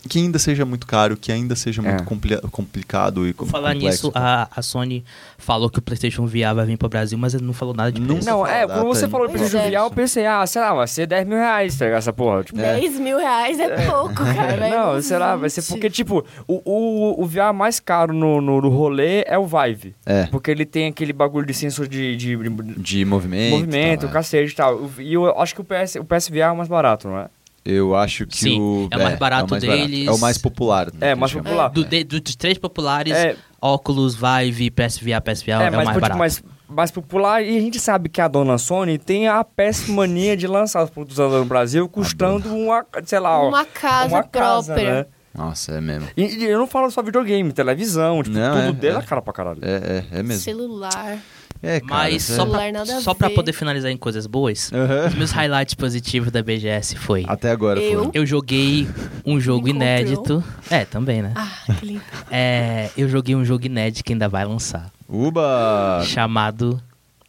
S1: que ainda seja muito caro, que ainda seja
S4: É.
S1: muito compli- complicado e com-
S2: Por falar
S1: complexo. tá?
S2: nisso, a, a Sony falou que o PlayStation VR vai vir pro Brasil, mas ele não falou nada de
S1: Não
S2: preço.
S4: Não,
S1: Essa
S4: é,
S1: data
S4: quando você
S1: aí.
S4: falou pra
S3: Pois é.
S4: Julião, eu pensei, ah, sei lá, vai ser 10 mil reais, tá ligado? Essa porra. Tipo,
S3: 10 mil reais é pouco, cara. É vai
S4: não,
S3: uns
S4: sei lá, vai ser
S3: 20.
S4: porque, tipo, o, o, o VR mais caro no, no, no rolê é o Vive.
S1: É.
S4: Porque ele tem aquele bagulho de sensor de, de, de
S1: De movimento.
S4: movimento,
S1: tá, né?
S4: cacete e tal. O- E eu acho que o, PS, o PSVR é o mais barato, não é?
S1: Eu acho que
S2: Sim,
S1: o.
S2: é o mais barato deles.
S1: É o mais popular. né,
S4: É,
S1: que
S4: mais
S1: chama.
S4: popular.
S2: Do, de- do- dos três populares,
S4: É.
S2: óculos, Vive, PSVR, PSVR é, o mais
S4: mas, tipo,
S2: barato.
S4: mais, mais popular. E a gente sabe que a dona Sony tem a péssima mania de lançar os produtos dela no Brasil custando uma, sei lá,
S3: Uma casa
S4: uma casa,
S3: própria.
S4: né?
S1: Nossa, é mesmo.
S4: E, e eu não falo só videogame, televisão, tipo,
S1: Não,
S4: tudo
S1: é,
S4: dela
S1: é.
S4: cara pra caralho.
S1: É, é, é mesmo.
S3: Celular.
S1: É, cara.
S2: Mas
S1: isso é-
S2: só,
S3: Celular nada a
S2: pra, só pra
S3: ver.
S2: poder finalizar em coisas boas,
S1: Aham.
S2: os meus highlights positivos da BGS foi...
S1: Até agora
S3: Eu-
S1: foram.
S2: Eu joguei um jogo
S3: Encontrou.
S2: inédito. É, também, né?
S3: Ah, que lindo.
S2: É, eu joguei um jogo inédito que ainda vai lançar.
S1: Uba!
S2: Chamado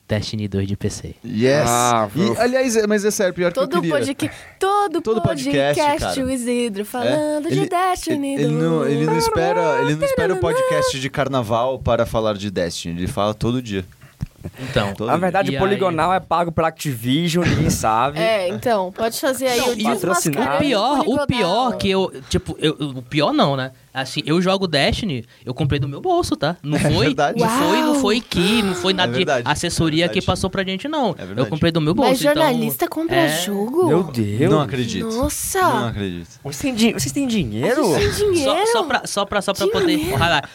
S2: Destiny 2 de PC.
S1: Yes!
S4: Ah,
S1: E,
S4: eu-
S1: aliás, é- mas é sério, pior que eu
S3: Todo,
S1: queria.
S3: podca... todo,
S1: Todo podcast,
S3: podcast,
S1: cara.
S3: o Isidro falando
S1: É,
S3: de Destiny.
S1: ele, ele não, ele não
S3: do-
S1: espera, ele não espera o podcast de carnaval para falar de Destiny, ele fala todo dia.
S2: Então.
S1: Todo
S4: Na verdade,
S2: E
S4: o Poligonal é pago pela Activision, ninguém sabe.
S3: É, então, pode fazer aí
S4: Não,
S3: o
S4: e o-
S3: desmascarar
S1: Ah,
S2: O
S4: Cara,
S3: do
S2: pior, o
S3: Poligonal.
S2: pior que eu, tipo, eu, eu- o pior não, né? Assim, eu jogo Destiny, eu comprei do meu bolso, tá? Não foi,
S1: É verdade. É
S2: não foi, não
S3: Uau!
S2: foi que, não foi nada
S1: verdade,
S2: de assessoria
S1: é verdade. É
S2: que passou pra gente não.
S1: verdade.
S2: eu comprei do meu bolso,
S3: Mas jornalista
S2: então,
S3: compra
S2: é,
S3: jogo?
S4: Meu Deus.
S1: Não acredito.
S3: Nossa!
S1: Não acredito.
S4: Vocês têm, din- vocês têm dinheiro?
S3: Sem dinheiro?
S2: Só, só pra, só pra, só pra poder
S3: Dinheiro.
S2: highlight.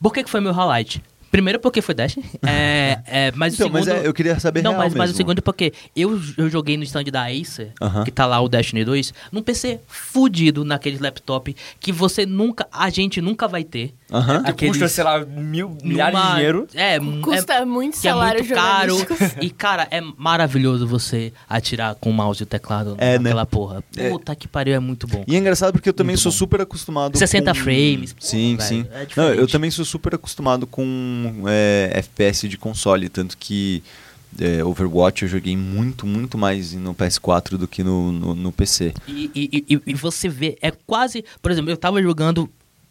S2: Por que, que foi meu highlight? Primeiro porque foi Destiny. É, é, mas
S1: Então,
S2: o segundo...
S1: mas é, eu queria saber
S2: Não,
S1: real
S2: mas, mas o
S1: mesmo.
S2: segundo é porque eu, eu joguei no stand da Acer,
S1: Aham.
S2: que tá lá o Destiny 2, num PC fudido naquele laptop que você nunca, a gente nunca vai ter.
S1: Aham.
S4: Que
S2: Aqueles-
S4: custa, sei lá, mil, milhares de
S2: numa-
S4: dinheiro.
S2: É,
S3: Custa muito
S2: é, que é
S3: salário
S2: muito caro.
S3: jornalístico.
S2: E, cara, é maravilhoso você atirar com o mouse e o teclado
S1: É, né?
S2: naquela porra. Puta que pariu, é muito bom.
S1: E é engraçado porque eu também
S2: Muito
S1: sou
S2: bom.
S1: super acostumado
S2: 60
S1: com...
S2: frames, pô,
S1: Sim,
S2: velho,
S1: sim.
S2: é diferente.
S1: Não, eu também sou super acostumado com é, FPS de console, tanto que é, Overwatch eu joguei muito, muito mais no PS4 do que no, no, no PC.
S2: E, e- e- e você vê, é quase. Por exemplo, eu tava jogando.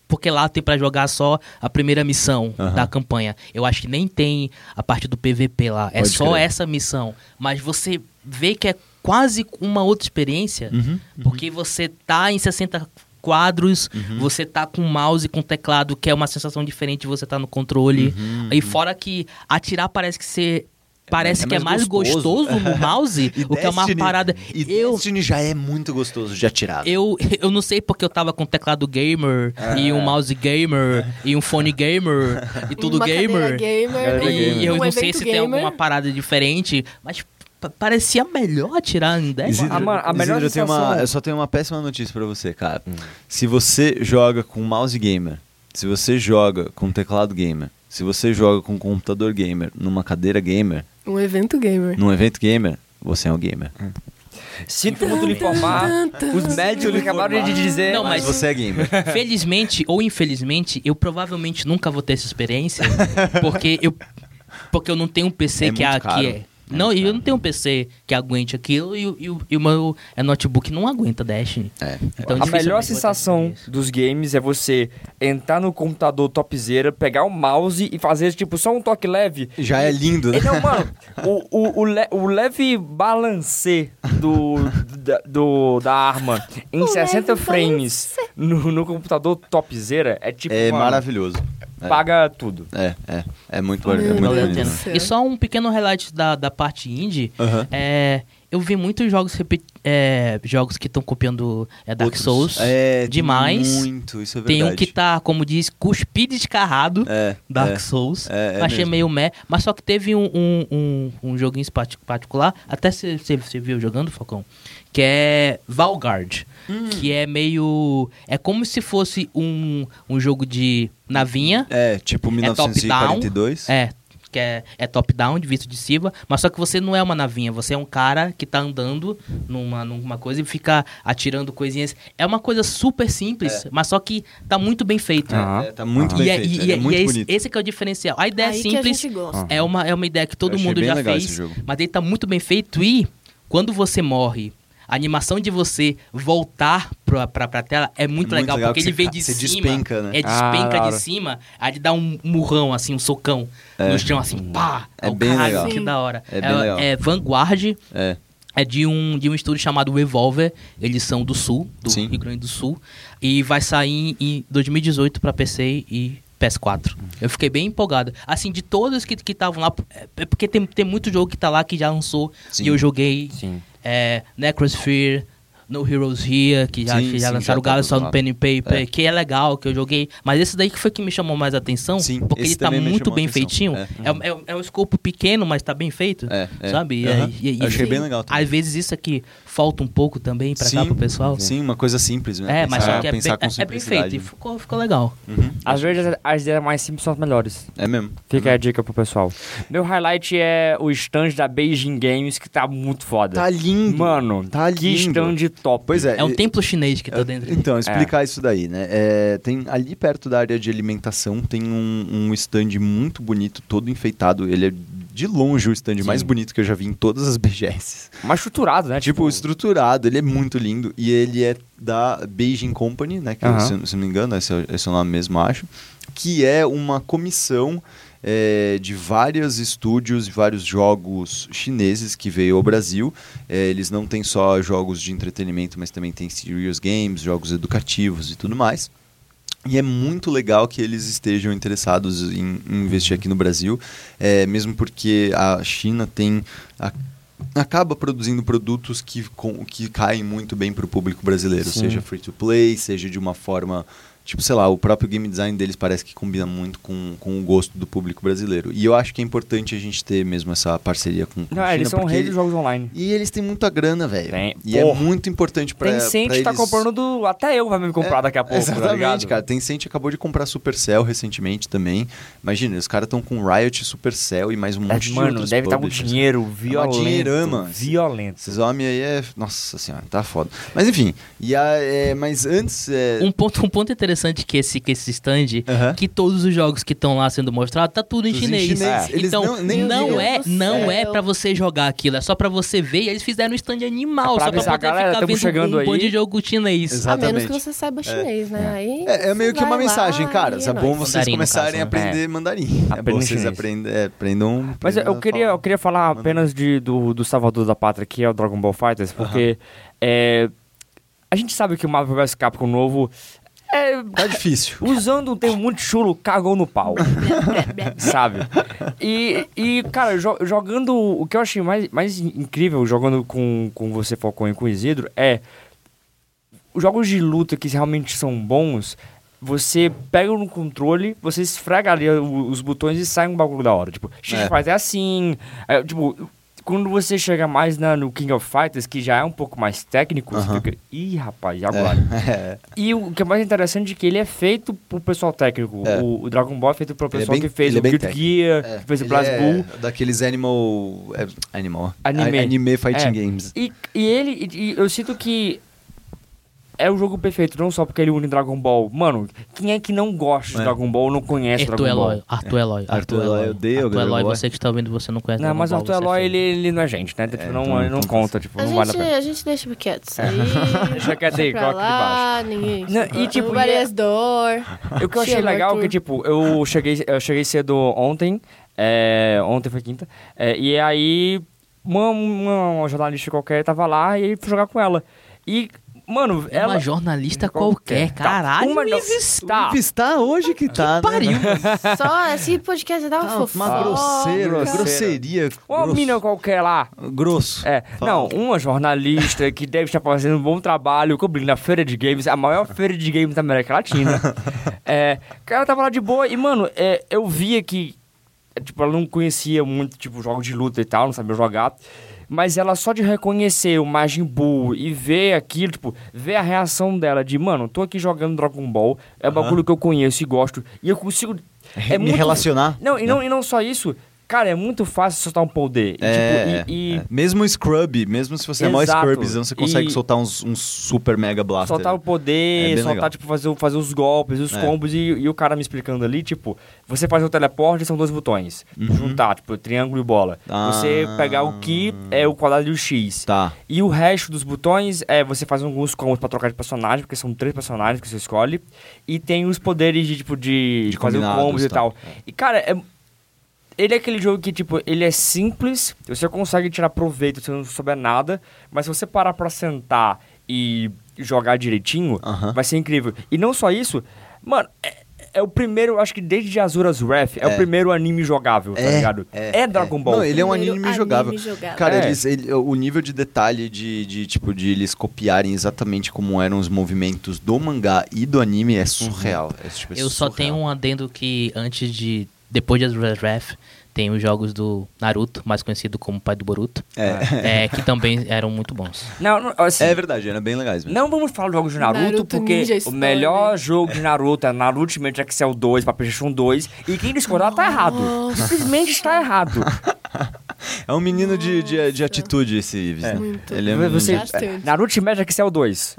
S2: Porque lá tem pra jogar só a primeira missão
S1: Aham.
S2: da campanha. Eu acho que nem tem a parte do PVP lá. é
S1: Pode
S2: só
S1: crer.
S2: essa missão. Mas você vê que é quase uma outra experiência.
S1: Uhum.
S2: Porque você tá em 60 quadros, você tá com mouse, com teclado, que é uma sensação diferente, você tá no controle. E fora que atirar parece que você. Parece
S1: Uhum. é
S2: que é
S1: mais
S2: mais
S1: gostoso.
S2: gostoso, no mouse,
S1: E
S2: o que é uma
S1: Destiny-
S2: parada.
S1: E
S2: eu
S1: Destiny já é muito gostoso de atirar.
S2: eu, eu não sei porque eu tava com um teclado gamer e um mouse gamer e um fone gamer e tudo
S3: Uma cadeira
S2: gamer.
S3: gamer.
S2: E eu
S3: um
S2: não sei
S3: evento
S2: se tem
S3: gamer.
S2: alguma parada diferente, mas pa- parecia melhor atirar em 10
S1: Isidro,
S4: Ah, mano, a melhor
S1: Isidro, eu, tenho uma,
S4: sensação-
S1: eu só tenho uma péssima notícia pra você, cara. Se você joga com mouse gamer, se você joga com teclado gamer, se você joga com computador gamer, numa cadeira gamer,
S3: Um evento gamer.
S1: num evento gamer, você é um gamer.
S4: Sinto muito lhe informar. Os médicos acabaram de dizer.
S2: Não, mas-
S1: Mas você é gamer.
S2: Felizmente ou infelizmente, eu provavelmente nunca vou ter essa experiência, porque eu porque eu não tenho um PC
S1: É
S2: que, a,
S1: muito caro.
S2: que
S1: É
S2: é. Não, e eu não tenho um PC que aguente aquilo e, o- e o- e o meu é notebook não aguenta Destiny.
S1: É.
S2: Então,
S4: A
S2: dificilmente
S4: melhor
S2: vou ter
S4: sensação
S2: isso.
S4: dos games é você entrar no computador topzera, pegar o mouse e fazer, tipo, só um toque leve.
S1: Já é lindo, né?
S4: E não, mano, o, o, o, le- o leve balancê do, da, do- da arma em
S3: O
S4: 60
S3: leve
S4: frames no, no computador topzera é tipo,
S1: É
S4: mano,
S1: maravilhoso. É.
S4: paga tudo.
S1: É, é. É muito,
S3: Meu
S1: é muito
S3: Deus.
S2: Valeu a
S1: bonito.
S2: pena.
S1: né?
S2: E só um pequeno highlight da, da parte indie.
S1: Aham.
S2: É, eu vi muitos jogos repi- é, jogos que estão copiando é, Dark
S1: Outros.
S2: Souls
S1: É, tem
S2: demais.
S1: Muito, isso é
S2: Tem
S1: verdade.
S2: um que tá, como diz, cuspido e descarrado.
S1: É,
S2: Dark
S1: é.
S2: Souls.
S1: É, é
S2: Achei
S1: mesmo.
S2: meio meh. Mas só que teve um, um, um, um joguinho espati- particular, até você viu jogando, Falcão, que é Valgard.
S1: Hum.
S2: Que é meio. É como se fosse um, um jogo de navinha.
S1: É, tipo
S2: É top-down.
S1: 1942.
S2: É, que é, é top-down, de visto de cima, mas só que você não é uma navinha, você é um cara que tá andando numa, numa coisa e fica atirando coisinhas. É uma coisa super simples, mas só que tá muito bem feito.
S4: Ah.
S1: É, tá É. muito
S2: E
S1: bem
S2: é,
S1: feito.
S2: e- e
S1: é,
S2: é-
S1: muito
S2: e é esse,
S1: bonito.
S2: esse que é o diferencial. A ideia
S3: Aí
S2: é
S3: que a
S2: simples,
S3: gente gosta.
S2: é uma, é uma ideia que
S1: Eu
S2: todo
S1: achei
S2: mundo
S1: bem
S2: já
S1: legal
S2: fez,
S1: esse jogo.
S2: mas ele tá muito bem feito e quando você morre, a animação de você voltar pra, pra, pra tela é muito,
S1: muito
S2: legal,
S1: legal
S2: porque
S1: que
S2: ele
S1: você
S2: vem
S1: ca-
S2: de
S1: você
S2: cima.
S1: despenca, né?
S2: É
S4: Ah,
S2: despenca
S4: da hora.
S2: de cima, aí ele dá um murrão, assim, um socão no chão, assim, pá!
S1: É
S2: o
S1: bem
S2: caralho,
S1: legal.
S2: Que da hora.
S1: É bem legal.
S2: é Vanguard,
S1: É.
S2: é de um, de um estúdio chamado Revolver. Eles são do Sul, do
S1: Sim.
S2: Rio Grande do Sul. E vai sair em 2018 pra PC e PS4.
S1: Hum.
S2: Eu fiquei bem empolgado. Assim, de todos que que estavam lá, é- é porque tem, tem muito jogo que tá lá que já lançou
S1: Sim.
S2: e eu joguei.
S4: Sim.
S2: É, Necrosphere, No Heroes Here, que já,
S1: Sim,
S2: que já
S1: sim,
S2: lançaram
S1: já
S2: o Galo
S1: tá
S2: só
S1: tudo
S2: no
S1: lá.
S2: Pen and Paper,
S1: É.
S2: que é legal, que eu joguei. Mas esse daí que foi que me chamou mais a atenção,
S1: Sim,
S2: porque
S1: esse
S2: ele tá
S1: também me
S2: muito
S1: chamou a
S2: bem
S1: atenção.
S2: feitinho.
S1: É.
S2: É, é- é um escopo pequeno, mas tá bem feito,
S1: É, é.
S2: sabe? E-
S1: Aham.
S2: e- e-
S1: Eu achei
S2: e-
S1: bem legal também.
S2: Às vezes isso aqui falta um pouco também pra cá pro pessoal.
S1: Sim, uma coisa simples, né?
S2: É,
S1: Pensar-
S2: mas só que é bem,
S1: pensar com
S2: é- é bem
S1: simplicidade.
S2: feito e ficou, ficou legal.
S4: Às vezes as ideias mais simples são as melhores.
S1: É mesmo.
S4: Fica a dica pro pessoal. Meu highlight é o stand da Beijing Games, que tá muito foda.
S1: Tá lindo.
S4: Mano,
S1: tá
S4: que
S1: lindo.
S4: stand top.
S1: Pois é.
S2: É um
S1: e-
S2: templo chinês que tá dentro. dele.
S1: Então, explicar isso daí, né? É, tem ali perto da área de alimentação tem um, um stand muito bonito, todo enfeitado. Ele é de longe o stand mais bonito que eu já vi em todas as BGS.
S4: Mas estruturado, né?
S1: Tipo, estruturado, ele é muito lindo. E ele é da Beijing Company, né? Que,
S4: Aham.
S1: se, se não me engano, esse é, o- esse é o nome mesmo, acho. Que é uma comissão é, de vários estúdios e vários jogos chineses que veio ao Brasil. É, eles não têm só jogos de entretenimento, mas também tem serious games, jogos educativos e tudo mais. E é muito legal que eles estejam interessados em, em investir
S4: Uhum.
S1: aqui no Brasil, é, mesmo porque a China tem a- acaba produzindo produtos que, com- que caem muito bem para o público brasileiro,
S4: Sim.
S1: seja free to play, seja de uma forma tipo sei lá, o próprio game design deles parece que combina muito com, com o gosto do público brasileiro. E eu acho que é importante a gente ter mesmo essa parceria com, com
S4: Não, é,
S1: a China,
S4: Ah, eles são o
S1: porque
S4: rei dos jogos online.
S1: e eles têm muita grana, velho.
S4: Tem.
S1: E é
S4: Porra.
S1: muito importante para
S4: Tem gente que tá comprando do. Até eu vai me comprar daqui a pouco, tá
S1: É, Exatamente,
S4: ligado?
S1: cara. Tencent acabou de comprar Supercell recentemente também. Imagina, os caras estão com Riot, Supercell e mais um monte
S4: É,
S1: de
S4: mano,
S1: outros
S4: deve estar um
S1: publishers.
S4: dinheiro violento.
S1: É dinheirama.
S4: Violento.
S1: Esses homens aí é... Nossa senhora, tá foda. Mas enfim, e a, é, mas antes... É...
S2: Um ponto, um ponto interessante que esse, que esse stand,
S1: Aham.
S2: que todos os jogos que estão lá sendo mostrados, tá tudo em
S1: Tudo em
S2: chinês.
S1: chinês.
S2: É.
S1: Eles
S2: Então,
S1: não- nem ligam.
S2: é, não é
S3: Céu.
S2: pra você jogar aquilo, é só pra você ver. E eles fizeram um stand animal,
S4: É pra
S2: só pra
S4: avisar a
S2: poder
S4: galera,
S2: ficar
S4: "Tamo
S2: vendo
S4: chegando
S2: um
S4: aí."
S2: bando de jogo chinês.
S3: A menos
S1: Ah, Exatamente.
S3: que você saiba chinês, né? Aí
S1: É, é meio que
S3: vai
S1: uma
S3: lá
S1: mensagem, cara.
S3: e
S1: É bom
S3: nóis.
S1: vocês
S2: Mandarim, no
S1: começarem a
S2: caso, né?
S1: aprender mandarim. É bom
S4: Aprendam
S1: vocês
S4: chinês.
S1: aprendem, é, aprendam...
S4: Mas eu, eu
S1: aprendam a
S4: queria, eu
S1: falar.
S4: queria falar
S1: Manda.
S4: apenas de, do, do Salvador da Pátria, que é o Dragon Ball Fighters, porque é, a gente sabe que o Marvel vs Capcom novo é,
S1: Tá difícil.
S4: usando um termo muito chulo, cagou no pau. sabe? E, e cara, jo- jogando. O que eu achei mais, mais incrível jogando com, com você, Falcão, e com o Isidro é. Os jogos de luta que realmente são bons, você pega no controle, você esfrega ali o- os botões e sai um bagulho da hora. Tipo, Street
S1: É.
S4: Fighter é assim. é, tipo, quando você chega mais na, no King of Fighters, que já é um pouco mais técnico, você
S1: Aham. É.
S4: fica. Ih, rapaz, e agora? E o que é mais interessante é que ele é feito pro pessoal técnico.
S1: É.
S4: O, o Dragon Ball é feito pro
S1: Ele é
S4: pessoal
S1: bem-
S4: que fez
S1: ele é
S4: o
S1: bem
S4: Guilty
S1: técnico.
S4: Gear,
S1: É,
S4: que fez o
S1: ele
S4: Blast Blue.
S1: é Daqueles animal... é, animal.
S4: Anime.
S1: A- anime fighting
S4: É.
S1: games.
S4: E, e ele, e- e eu sinto que é o jogo perfeito, não só porque ele une Dragon Ball. Mano, quem é que não gosta
S1: É.
S4: de Dragon Ball ou não conhece
S2: Arthur
S4: Dragon
S2: É Eloy,
S4: Ball?
S2: Arthur Eloy,
S1: Arthur
S2: Arthur
S1: Eloy,
S2: Eloy.
S1: eu odeio
S2: Arthur
S1: Dragon
S2: Eloy,
S1: Ball.
S2: você que está ouvindo, você não conhece
S4: Não,
S2: Dragon
S4: mas o
S2: Ball,
S4: Arthur
S2: você é
S4: Eloy,
S2: feio.
S4: ele, ele não é gente, né? Tipo,
S1: É,
S4: não,
S1: então-
S4: ele não
S1: então-
S4: conta, tipo,
S3: A
S4: não vale a
S3: gente,
S4: pena. É.
S3: a gente deixa quieto isso aí.
S4: Deixa quieto aí,
S3: pra
S4: coloca aqui
S3: lá, ninguém.
S4: Não, e,
S3: Não,
S4: tipo,
S3: Nobody
S4: e é-
S3: has door.
S4: O que eu
S3: Te
S4: achei
S3: amo,
S4: legal é que,
S3: Arthur.
S4: tipo, eu cheguei, eu cheguei cedo ontem, é, ontem foi quinta, é, e aí uma, uma- uma jornalista qualquer tava lá e fui jogar com ela. E, mano, ela...
S2: É Uma jornalista
S4: Qualquer.
S2: qualquer,
S4: Tá.
S2: caralho,
S4: Uma
S2: me
S4: não. Tá.
S2: visitar.
S1: Está hoje que tá,
S2: Pariu.
S3: Só esse podcast dá uma
S1: Tá,
S3: fofoca.
S1: uma grosseira,
S4: grosseira.
S1: grosseria.
S4: Uma
S1: grosso.
S4: mina qualquer lá.
S1: Grosso.
S4: É,
S1: Fala.
S4: não, uma jornalista que deve estar fazendo um bom trabalho, cobrindo a feira de games, a maior feira de games da América Latina. é, cara tava lá de boa e, mano, é, eu via que, é, tipo, ela não conhecia muito, tipo, jogos de luta e tal, não sabia jogar. Mas ela só de reconhecer o Majin Buu e ver aquilo, tipo, ver a reação dela de, mano, tô aqui jogando Dragon Ball, é um bagulho que eu conheço e gosto, e eu consigo... É,
S1: Me relacionar. né?"
S4: Não e, não, e não só isso, cara, é muito fácil soltar um poder. E,
S1: É,
S4: tipo,
S1: é,
S4: e- e
S1: é. Mesmo o Scrub, mesmo se você é maior
S4: Exato.
S1: Scrubzão, você consegue
S4: E-
S1: soltar uns, uns super mega blaster.
S4: soltar o
S1: É
S4: poder,
S1: bem
S4: soltar,
S1: legal.
S4: tipo, fazer, o- fazer os golpes, os
S1: É.
S4: combos, e, e o cara me explicando ali, tipo, você fazer o teleporte são dois botões. Juntar, tipo, triângulo e bola.
S1: Uhum. Ah.
S4: Você pegar o Ki é o quadrado e o X.
S1: Tá.
S4: E o resto dos botões é você faz alguns combos pra trocar de personagem, porque são três personagens que você escolhe. E tem os poderes de, tipo, de,
S1: De
S4: fazer
S1: combinados,
S4: combos e
S1: tá.
S4: tal. E, cara, é- Ele é aquele jogo que, tipo, ele é simples, você consegue tirar proveito se não souber nada, mas se você parar pra sentar e jogar direitinho,
S1: Aham.
S4: vai ser incrível. E não só isso, mano, é, é o primeiro, acho que desde Azura's Wrath, é,
S1: É.
S4: o primeiro anime jogável, tá ligado? É, Dragon Ball.
S1: Não, ele é um
S3: Primeiro
S1: anime
S3: anime
S1: jogável.
S3: jogável.
S1: Cara,
S4: É.
S1: eles, ele- o nível de detalhe de, de, tipo, de eles copiarem exatamente como eram os movimentos do mangá e do anime
S4: Uhum.
S1: é surreal. É, tipo, é
S2: Eu só
S1: surreal.
S2: tenho um adendo que antes de. Depois de Azura's Wrath, tem os jogos do Naruto, mais conhecido como Pai do Boruto. É. que também eram muito bons.
S4: Não, não, assim,
S1: É verdade, era bem legais mesmo.
S4: Não vamos falar do jogo de Naruto,
S3: Naruto
S4: porque
S3: Ninja
S4: o
S3: Storm.
S4: melhor jogo de Naruto é Naruto Ultimate Excel 2 pra PlayStation 2. E quem discordar tá errado. Simplesmente está errado.
S1: É um menino de, de, de atitude esse Ives, né?
S3: Muito.
S1: Ele é, um-
S4: Você,
S3: Bastante.
S4: Naruto Ultimate Excel 2.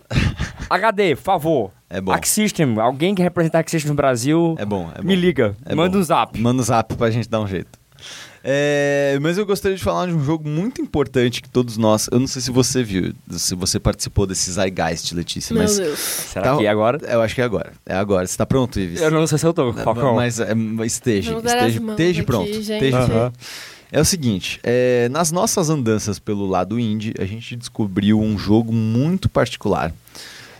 S4: HD, por favor.
S1: É bom.
S4: Hack System, alguém que representar Hack System no Brasil,
S1: É bom, é bom.
S4: me liga,
S1: É
S4: manda
S1: bom.
S4: um zap.
S1: Manda um zap pra gente dar um jeito. É, mas eu gostaria de falar de um jogo muito importante que todos nós. Eu não sei se você viu, se você participou desse Zeitgeist, Letícia,
S3: Meu
S1: mas.
S3: Deus.
S4: Será
S1: Tá-
S4: que é agora?
S1: Eu acho que é agora. É agora. Você tá pronto, Ives?
S4: Eu não sei se eu tô, Falcão.
S1: Mas é, mas esteja,
S3: Vamos dar as
S1: esteja,
S3: mãos
S1: esteja
S3: aqui,
S1: pronto.
S3: gente.
S1: Esteja
S3: Aham.
S1: pronto. É o seguinte, é, nas nossas andanças pelo lado indie, a gente descobriu um jogo muito particular.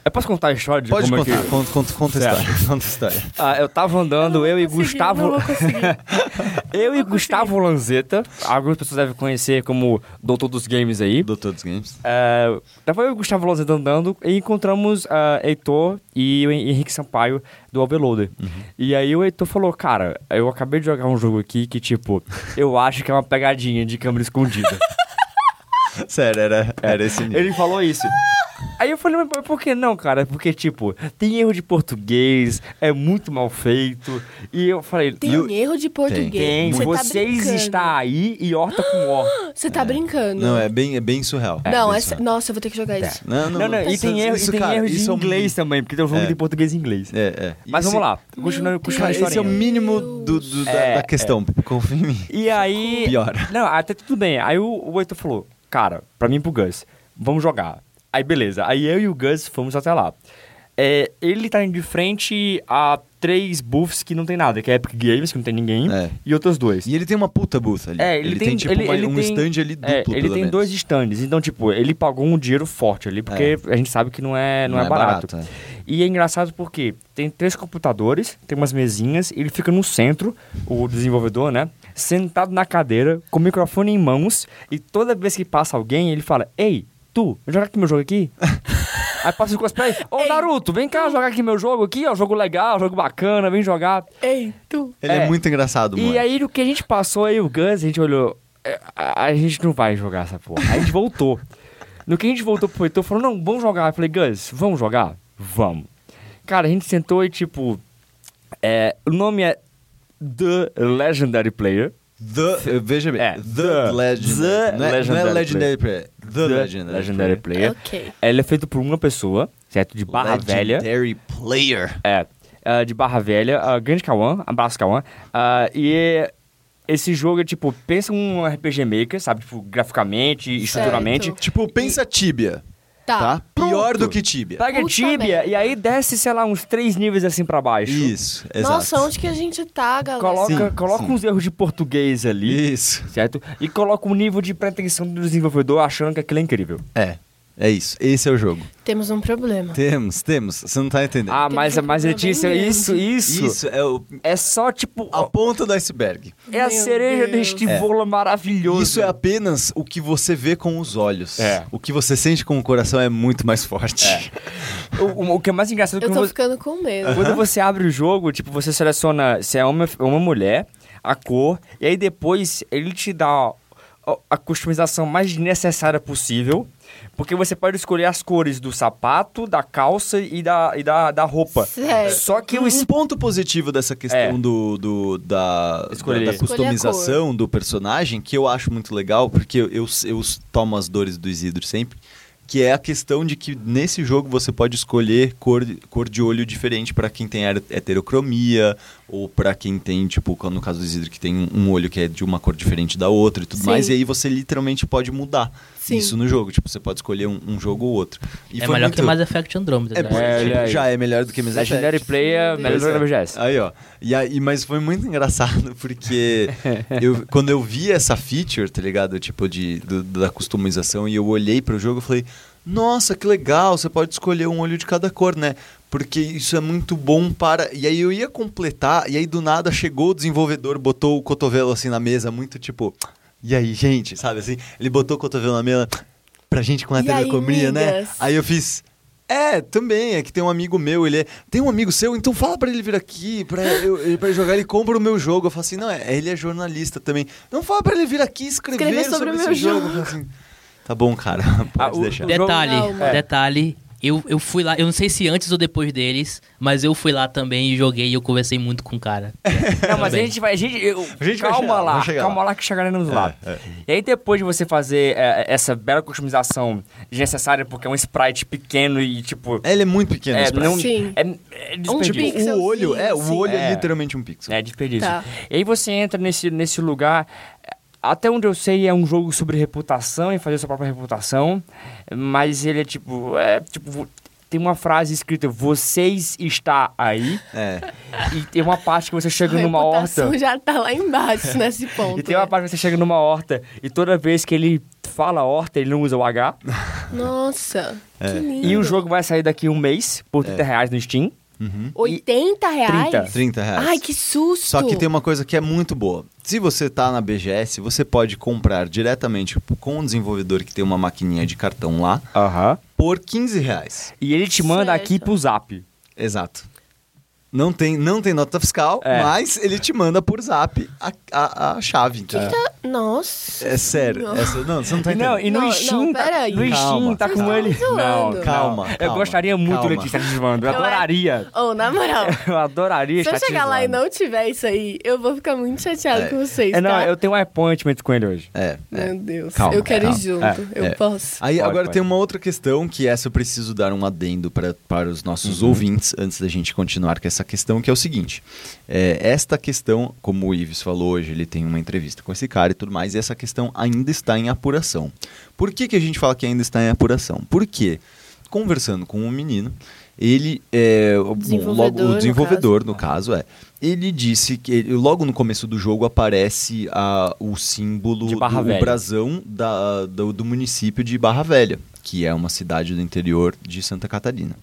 S4: Eu posso contar a história de
S1: Pode
S4: como é
S1: contar,
S4: que...
S1: conta, conta, conta a
S4: Certo.
S1: história. Conta a história.
S4: Ah, eu tava andando, eu, e
S3: Consegui,
S4: Gustavo...
S3: Não vou conseguir.
S4: Eu e Gustavo Lanzetta, algumas pessoas devem conhecer como Doutor dos Games aí.
S1: Doutor dos Games.
S4: Uh, tava eu e o Gustavo Lanzetta andando e encontramos ah, Heitor e o Hen- Henrique Sampaio do Overloader.
S1: Uhum.
S4: E aí o Heitor falou, cara, eu acabei de jogar um jogo aqui que, tipo, eu acho que é uma pegadinha de câmera escondida.
S1: Sério, era, era esse nível.
S4: Ele falou isso. Aí eu falei, mas por que não, cara? Porque, tipo, tem erro de português, é muito mal feito. E eu falei,
S3: Tem
S1: E o-
S3: erro de português.
S4: tem,
S3: Você tá
S4: vocês
S3: brincando.
S4: está aí e horta com horta.
S3: Você tá brincando.
S1: Não, é bem, é bem surreal.
S3: Não,
S1: bem
S3: é...
S1: surreal.
S3: Nossa, eu vou ter que jogar isso.
S1: Não, não,
S4: Não, não, e tem erro, e tem
S1: cara,
S4: erro de
S1: isso é um-
S4: inglês também, porque tem um jogo
S1: É.
S4: de português e inglês.
S1: É, é.
S4: Mas
S1: Esse-
S4: vamos lá,
S3: Meu
S4: continuando, continuando a
S1: Cara,
S4: história.
S1: esse é o mínimo do, do- da,
S4: É,
S1: da questão. Confia em mim.
S4: E aí.
S1: Piora.
S4: Não, até tudo bem. Aí o, o Heitor falou: Cara, pra mim e pro Gus, vamos jogar. Aí beleza. Aí eu e o Gus fomos até lá. É, ele tá indo de frente a três buffs que não tem nada, que é Epic Games, que não tem ninguém,
S1: É.
S4: e outros dois.
S1: E ele tem uma puta booth ali.
S4: É, ele, tem,
S1: tipo
S4: ele,
S1: uma-
S4: ele
S1: um
S4: tem-
S1: stand ali duplo,
S4: é, ele
S1: pelo
S4: tem
S1: menos.
S4: dois stands, então, tipo, ele pagou um dinheiro forte ali, porque a gente sabe que não é, não é, barato. E é engraçado porque tem três computadores, tem umas mesinhas, ele fica no centro, o desenvolvedor, né? Sentado na cadeira, com o microfone em mãos, e toda vez que passa alguém, ele fala: Ei, tu, joga aqui meu jogo aqui? Aí passa o cosplay, ô Naruto, vem cá jogar aqui meu jogo aqui, ó, jogo legal, jogo bacana, vem jogar.
S3: Ei, tu.
S1: Ele é,
S4: É.
S1: muito engraçado, mano.
S4: E aí, o que a gente passou aí, o Guns, a gente olhou. é, A, a gente não vai jogar essa porra. Aí a gente voltou. No que a gente voltou pro Heitor, falou: não, vamos jogar. Eu falei: Guns, vamos jogar? Vamos. Cara, a gente sentou e tipo. é, o nome é The Legendary Player.
S1: The, veja bem,
S4: É,
S1: The,
S4: The
S1: Legendary. não, é,
S4: Legendary
S1: não é Legendary Player. The, Legendary, Player.
S4: Player.
S3: Ok.
S4: Ele é feito por uma pessoa, certo? De Barra Velha.
S1: Legendary Player.
S4: É, ah, de Barra Velha, ah, grande Cauã, abraço Cauã. Ah, e esse jogo é tipo, pensa um RPG Maker, sabe? Tipo, graficamente, estruturalmente.
S3: Certo.
S1: Tipo, pensa Tibia, tá?
S3: Tá.
S1: Pior
S4: Pronto.
S1: do que Tibia.
S4: Pega
S3: Puta
S4: Tibia
S3: merda.
S4: e aí desce, sei lá, uns três níveis assim pra baixo.
S1: Isso, exato.
S3: Nossa, onde que a gente tá, galera?
S4: Coloca,
S1: Sim,
S4: coloca
S1: sim.
S4: uns erros de português ali,
S1: Isso.
S4: certo? E coloca um nível de pretensão do desenvolvedor achando que aquilo é incrível.
S1: É, é isso. Esse é o jogo.
S3: Temos um problema.
S1: Temos, temos. Você não tá entendendo.
S4: Ah,
S3: Tem
S4: mas,
S3: um
S4: mas
S3: problema
S4: Letícia,
S3: bem
S4: isso, isso,
S1: isso é o,
S4: É só tipo.
S1: a ponta do iceberg.
S4: é a
S3: Oh, Meu
S4: cereja
S3: Deus.
S4: deste bolo maravilhoso.
S1: Isso é apenas o que você vê com os olhos.
S4: É.
S1: O que você sente com o coração é muito mais forte.
S4: o, o- o que é mais engraçado é que
S3: Eu tô
S4: você-
S3: ficando com medo.
S4: Quando você abre o jogo, tipo, você seleciona se é uma, uma mulher, a cor, e aí depois ele te dá a- a customização mais necessária possível, porque você pode escolher as cores do sapato, da calça e da, e da, da roupa.
S3: Sério?
S4: Só que o
S1: Um
S4: es-
S1: ponto positivo dessa questão
S4: Uhum. É.
S1: do, do- da,
S4: Escolher.
S1: da- da
S4: Escolher a
S1: customização do personagem, que eu acho muito legal, porque eu, eu, eu tomo as dores do Isidro sempre, que é a questão de que nesse jogo você pode escolher cor, de- cor de olho diferente para quem tem her- heterocromia, ou para quem tem, tipo, como no caso do Isidro, que tem um- um olho que é de uma cor diferente da outra e tudo
S3: Sim.
S1: mais, e aí você literalmente pode mudar
S3: Sim.
S1: isso no jogo. Tipo, você pode escolher um, um jogo ou outro. E
S2: é
S1: foi
S2: melhor que
S1: muito-
S2: Mass Effect Andromeda.
S1: é,
S2: né?
S1: porque,
S4: É,
S1: tipo,
S4: olha aí.
S1: já é melhor do que Mass Effect.
S4: Legendary Player,
S3: Meu Deus.
S4: melhor da BGS.
S1: Aí, ó. E aí, mas foi muito engraçado, porque eu, quando eu vi essa feature, tá ligado? Tipo, de, do- da customização, e eu olhei pro jogo, eu falei, nossa, que legal, você pode escolher um olho de cada cor, né? Porque isso é muito bom para. E aí eu ia completar, e aí do nada chegou o desenvolvedor, botou o cotovelo assim na mesa, muito tipo. E aí, gente, sabe assim? Ele botou o cotovelo na mesa pra gente com a
S3: E aí,
S1: telecomia, né?
S3: migas?
S1: Aí eu fiz. É, também. É que tem um amigo meu, ele é. Tem um amigo seu, então fala pra ele vir aqui, pra, eu, ele- pra ele jogar, ele compra o meu jogo. Eu falo assim, não, é, ele é jornalista também. Não fala pra ele vir aqui escrever,
S3: Escrever sobre o
S1: esse
S3: meu
S1: jogo. Eu falo assim, tá bom, cara, pode
S4: Ah, o-
S1: deixar.
S4: o-
S2: Detalhe,
S3: Não, mano.
S2: detalhe, Eu, eu fui lá, eu não sei se antes ou depois deles, mas eu fui lá também e joguei e eu conversei muito com o cara.
S4: Não, mas a
S2: Também.
S4: gente vai. A gente, eu-
S1: A gente vai
S4: calma
S1: chegar lá,
S4: lá,
S1: vamos chegar
S4: calma
S1: lá.
S4: lá, que chegaremos
S1: É,
S4: lá.
S1: é.
S4: E aí, depois de você fazer é, essa bela customização desnecessária, porque é um sprite pequeno e tipo.
S1: Ele é muito pequeno,
S4: é,
S1: esse
S4: não,
S3: Sim. um
S4: é, é
S1: Tipo,
S4: desperdício.
S3: pixelzinho,
S1: o olho, é, o
S3: assim.
S1: olho é.
S4: É.
S1: literalmente um pixel.
S4: É desperdício.
S3: Tá.
S4: E aí você entra nesse, nesse lugar. Até onde eu sei, é um jogo sobre reputação e fazer sua própria reputação. Mas ele é tipo. É, tipo tem uma frase escrita, vocês está aí.
S1: É.
S4: E tem uma parte que você chega
S3: A
S4: numa horta.
S3: reputação já tá lá embaixo nesse ponto.
S4: E tem uma
S3: né?
S4: parte que você chega numa horta e toda vez que ele fala horta, ele não usa o H.
S3: Nossa, que lindo.
S4: E o jogo vai sair daqui um mês por
S1: É.
S4: 30 reais no Steam.
S3: 80 reais?
S4: 30.
S1: 30 reais.
S3: Ai, que susto.
S1: Só que tem uma coisa que é muito boa. Se você tá na BGS, você pode comprar diretamente com o desenvolvedor que tem uma maquininha de cartão lá
S4: Aham.
S1: por 15 reais.
S4: E ele te manda
S3: Certo.
S4: aqui pro zap.
S1: Exato. Não tem, não tem nota fiscal,
S4: É.
S1: mas ele te manda por zap a, a, a chave.
S3: Que
S1: entendeu?
S4: Ah.
S3: que tá- Nossa.
S1: É sério.
S3: Não.
S1: essa- não, você não tá entendendo.
S4: Não, e no
S3: Não,
S4: Steam.
S3: não,
S4: tá-
S3: peraí.
S4: No
S1: Calma,
S4: Steam tá com
S1: calma.
S4: ele.
S3: Vocês estão
S4: Não,
S3: zoando.
S1: Calma,
S4: Eu
S1: calma,
S4: gostaria muito
S1: calma.
S4: de estar te zoando. Eu
S3: Eu acho-
S4: adoraria.
S3: Ô, Oh, na moral,
S4: Eu adoraria
S3: se eu
S4: estar te
S3: chegar lá e
S4: zoando.
S3: não tiver isso aí, eu vou ficar muito chateado
S1: É.
S3: com vocês,
S4: É, não,
S3: tá?
S4: eu tenho um appointment com ele hoje.
S1: É, é.
S3: Meu Deus,
S1: Calma,
S3: eu quero
S1: calma.
S3: ir junto,
S4: É,
S3: eu
S1: é.
S3: posso.
S1: Aí
S4: Pode,
S1: agora
S4: pode.
S1: tem uma outra questão que essa eu preciso dar um adendo pra, para os nossos
S4: Uhum.
S1: ouvintes antes da gente continuar com essa questão, que é o seguinte. É, esta questão, como o Ives falou hoje, ele tem uma entrevista com esse cara e tudo mais, e essa questão ainda está em apuração. Por que, que a gente fala que ainda está em apuração? Porque, conversando com um menino, ele é o- bom, logo
S3: Desenvolvedor,
S1: o
S3: no
S1: desenvolvedor no caso, é. Ele disse que ele- logo no começo do jogo aparece a, o símbolo
S4: De Barra
S1: do
S4: Velha.
S1: Brasil invasão da- do, do município de Barra Velha, que é uma cidade do interior de Santa Catarina.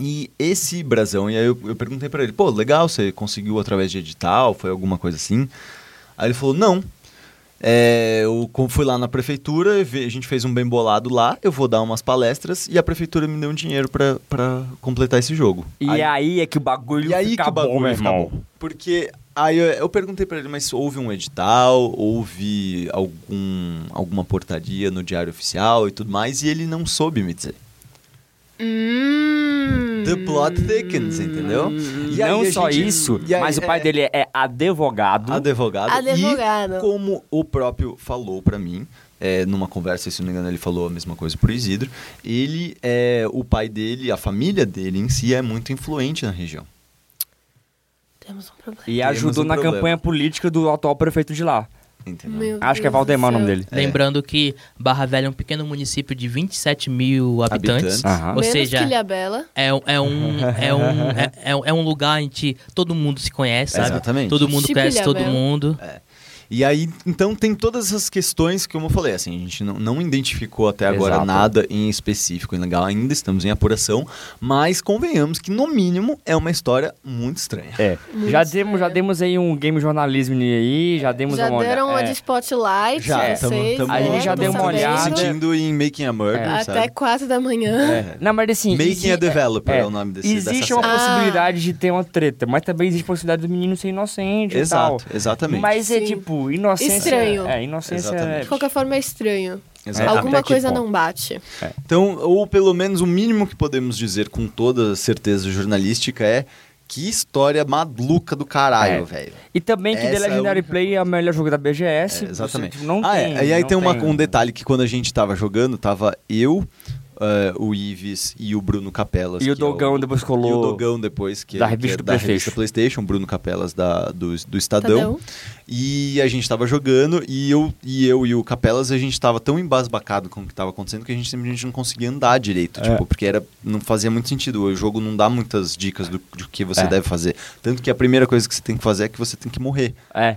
S1: E esse brasão, e aí eu, eu perguntei pra ele, pô, legal, você conseguiu através de edital, foi alguma coisa assim? Aí ele falou, não. É, eu co- fui lá na prefeitura, ve- a gente fez um bem bolado lá, eu vou dar umas palestras e a prefeitura me deu um dinheiro pra- pra completar esse jogo.
S4: E aí, é que o bagulho
S1: E aí
S4: fica
S1: que o
S4: bom, meu
S1: bagulho fica
S4: irmão.
S1: bom. Porque aí eu, eu perguntei pra ele, mas houve um edital, houve algum, alguma portaria no diário oficial e tudo mais, e ele não soube me dizer.
S3: Hum.
S1: The plot thickens, entendeu? E aí
S4: Hum, não
S1: a
S4: só
S1: gente-
S4: isso,
S1: e aí-
S4: mas o pai
S1: é,
S4: dele é, é advogado.
S1: Advogado.
S3: Advogado.
S1: E como o próprio falou pra mim, é, numa conversa, se não me engano, ele falou a mesma coisa pro Isidro, ele é o pai dele, a família dele em si é muito influente na região.
S3: Temos um problema.
S4: E ajudou
S1: um
S4: na
S1: problema.
S4: campanha política do atual prefeito de lá.
S1: Entendeu?
S3: Meu
S4: Acho que é
S3: Deus do
S4: Valdemar o nome
S3: céu.
S4: dele.
S2: Lembrando que Barra Velha é um pequeno município de 27 mil habitantes.
S1: Habitantes.
S4: Aham.
S2: Ou
S3: Menos
S2: seja,
S3: que Ilhabela.
S2: É, um- é um, é, um, é, é um- é um lugar em que todo mundo se conhece, sabe?
S1: Exatamente.
S2: Todo mundo
S3: Tipo
S2: conhece todo
S3: Ilhabela.
S2: mundo.
S1: E aí, então, tem todas essas questões que, como eu falei, assim, a gente não, não identificou até agora
S4: Exato.
S1: nada em específico e legal, ainda estamos em apuração, mas convenhamos que, no mínimo, é uma história muito estranha.
S4: É. Já demos, já demos aí um game jornalismo aí, já demos
S3: Já
S4: uma olhada.
S3: deram uma
S4: é.
S3: de spotlight,
S1: Já,
S3: vocês,
S1: estamos
S4: A
S3: né?
S4: gente já
S3: Tô
S4: deu uma
S3: sabendo.
S4: olhada. É.
S1: sentindo em Making a Murder,
S3: Até
S1: sabe?
S3: 4 da manhã.
S1: É.
S4: Não, mas assim...
S1: Making a
S4: exi-
S1: Developer é,
S4: é,
S1: o nome desse,
S4: Existe
S1: dessa
S4: uma
S1: série.
S3: série.
S4: possibilidade de ter uma treta, mas também existe a possibilidade do menino ser inocente e
S1: Exato,
S4: tal.
S1: exatamente.
S4: Mas é
S3: Sim.
S4: tipo, inocência...
S3: Estranho.
S4: É, inocência...
S1: Exatamente.
S3: De qualquer forma, é estranho.
S1: Exatamente.
S3: Alguma
S4: Até que
S3: coisa
S4: ponto?
S3: não bate.
S1: Então, ou pelo menos o mínimo que podemos dizer com toda certeza jornalística é que história maluca do caralho,
S4: É.
S1: velho.
S4: E também que
S1: Essa
S4: The
S1: é a
S4: Legendary
S1: única-
S4: Play é o melhor jogo da BGS.
S1: É, exatamente.
S4: Tipo, Você, não
S1: ah,
S4: tem,
S1: é. E aí
S4: não
S1: tem, uma- um
S4: tem.
S1: detalhe que quando a gente tava jogando, tava eu, eh, o Ives e o Bruno Capelas.
S4: E o
S1: que é
S4: Dogão depois colou.
S1: E o Dogão depois, que,
S4: Da
S1: é- que
S4: revista
S1: é
S4: do
S1: da revista
S4: PlayStation.
S1: PlayStation, Bruno Capelas da, do, do Estadão.
S3: Tadão.
S1: E a gente tava jogando e eu, e eu e o Capelas, a gente tava tão embasbacado com o que tava acontecendo que a gente simplesmente não conseguia andar direito.
S4: É.
S1: Tipo, porque era, não fazia muito sentido. O jogo não dá muitas dicas do, do que você
S4: É.
S1: deve fazer. Tanto que a primeira coisa que você tem que fazer é que você tem que morrer.
S4: É.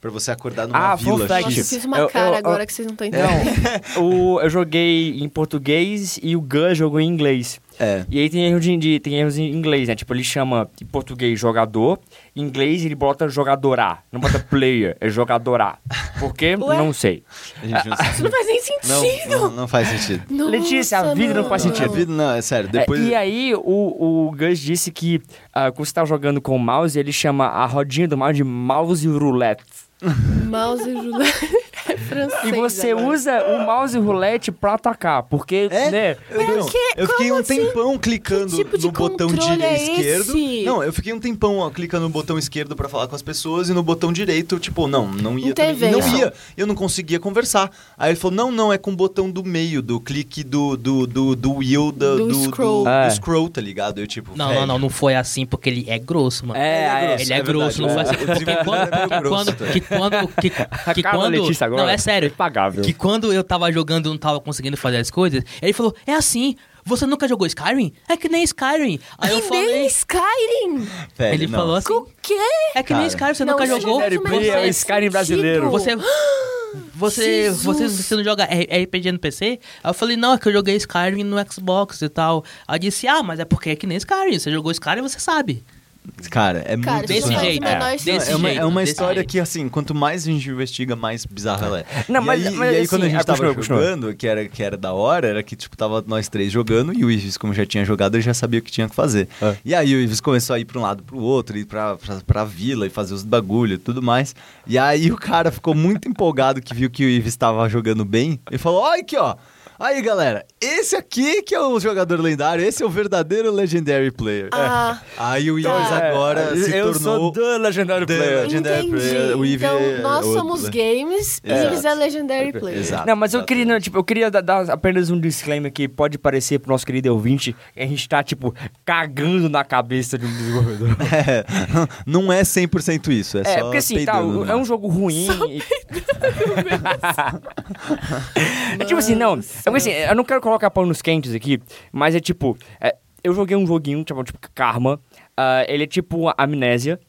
S1: Pra você acordar numa
S4: Ah, fun
S1: vila
S4: fact.
S3: Nossa, eu
S1: X.
S3: fiz uma
S4: Eu- eu-
S3: cara
S4: tipo- eu-
S3: agora que vocês não estão
S1: É.
S3: entendendo.
S4: Não, o, eu joguei em português e o Gun jogou em inglês.
S1: É.
S4: E aí tem erro de, de- tem erros em inglês, né? Tipo, ele chama em português jogador, em inglês ele bota jogadorá. Não bota player, é jogadorá. Por quê?
S3: Ué?
S4: Não sei.
S1: A gente não
S3: Isso não faz nem sentido.
S1: Não, não, não faz sentido.
S4: Letícia, a vida não faz
S1: Não,
S4: sentido.
S1: a vida- não, é sério. Depois.
S4: É, e aí o, o Gus disse que ah, quando você tá jogando com o mouse, ele chama a rodinha do mouse de mouse roulette.
S3: Mouse e Juliette. é francês.
S4: E você
S3: agora.
S4: usa o mouse roulette pra atacar, porque,
S1: É?
S4: né?
S1: Eu, não,
S3: que-
S1: eu fiquei
S3: como
S1: um
S3: assim?
S1: tempão clicando
S3: Que tipo de
S1: no botão
S3: controle
S1: direito
S3: é
S1: esquerdo.
S3: esse?
S1: Não, eu fiquei um tempão ó, clicando no botão esquerdo pra falar com as pessoas e no botão direito, tipo, não, não ia
S3: Não tem
S1: também. E Não
S3: vez.
S1: ia. Eu não conseguia conversar. Aí ele falou: "Não, não, é com o botão do meio, do clique do do do, do wheel da- do,
S3: Do scroll.
S1: do
S4: É.
S1: scroll, tá ligado? Eu tipo,
S2: Não,
S1: velho.
S2: não, não, não foi assim porque ele é grosso, mano.
S4: É,
S2: Ele
S1: é
S2: é,
S1: verdade,
S2: grosso, não
S1: é.
S2: foi assim.
S1: O
S2: Porque
S1: desenvolvedor é meio
S2: quando,
S1: grosso, tá?
S2: quando, que quando, que,
S4: A
S2: que
S4: cara da
S2: quando,
S4: Letícia agora
S2: não é sério,
S4: é impagável.
S2: Que quando eu tava jogando, e não tava conseguindo fazer as coisas. Ele falou: "É assim, você nunca jogou Skyrim? É que nem Skyrim". Aí eu
S3: É Que
S2: falei,
S3: nem Skyrim!
S1: Velho,
S2: ele
S1: não.
S2: falou assim:
S3: O quê?
S2: "É que nem
S1: Cara.
S2: Skyrim, você
S3: Não,
S2: nunca
S3: isso
S2: jogou?".
S3: não faz o menor
S4: Ele é o
S3: sentido.
S4: Skyrim brasileiro.
S2: Você. é Você,
S3: Tipo, Jesus.
S2: você, você não joga R- RPG no PC? Aí eu falei, não, é que eu joguei Skyrim no Xbox e tal. Aí eu disse, ah, mas é porque é que nem Skyrim. Você jogou Skyrim, você sabe.
S1: Cara, é
S3: Cara,
S1: muito
S3: isso
S2: Desse
S1: bizarro.
S3: não faz o
S2: jeito.
S3: menor
S2: É.
S3: sentido.
S2: Desse
S1: é uma, é
S2: jeito,
S1: uma
S2: desse
S1: história
S2: jeito.
S1: que, assim, quanto mais a gente investiga, mais bizarra ela é.
S4: Não, mas-
S1: e aí,
S4: mas
S1: e aí
S4: assim,
S1: quando a gente
S4: ah,
S1: tava
S4: continua, continua.
S1: jogando, que era, que era da hora, era que, tipo, tava nós três jogando e o Ives, como já tinha jogado, ele já sabia o que tinha que fazer.
S4: É.
S1: E aí o Ives começou a ir pra um lado, pro outro, ir pra, pra, pra vila e fazer os bagulho e tudo mais. E aí o cara ficou muito empolgado que viu que o Ives tava jogando bem e falou, olha aqui, ó. Aí, galera, esse aqui que é o jogador lendário, esse é o verdadeiro Legendary Player.
S3: Ah.
S1: Aí o Ives
S4: É,
S1: agora se
S4: eu
S1: tornou...
S4: sou do Legendary
S1: The
S4: Player.
S1: Legend- Legendary
S3: Entendi.
S1: Player, o Eve é
S3: então, nós
S1: outro,
S3: somos
S1: né?
S3: games e
S1: É.
S3: eles é Legendary Player.
S1: Exato.
S4: Não, mas eu
S1: exato.
S4: queria, não, tipo, eu queria dar, dar apenas um disclaimer que pode parecer pro nosso querido ouvinte que a gente tá, tipo, cagando na cabeça de um desenvolvedor.
S1: É, não é 100% isso, é,
S4: É,
S1: só
S4: porque assim, tá,
S1: peidando,
S4: o-
S1: né?
S4: é um jogo ruim. e- é tipo assim, não. É porque assim, eu não quero colocar panos quentes aqui, mas é tipo. é, eu joguei um joguinho chamado tipo Karma. ah, ele é tipo a amnésia.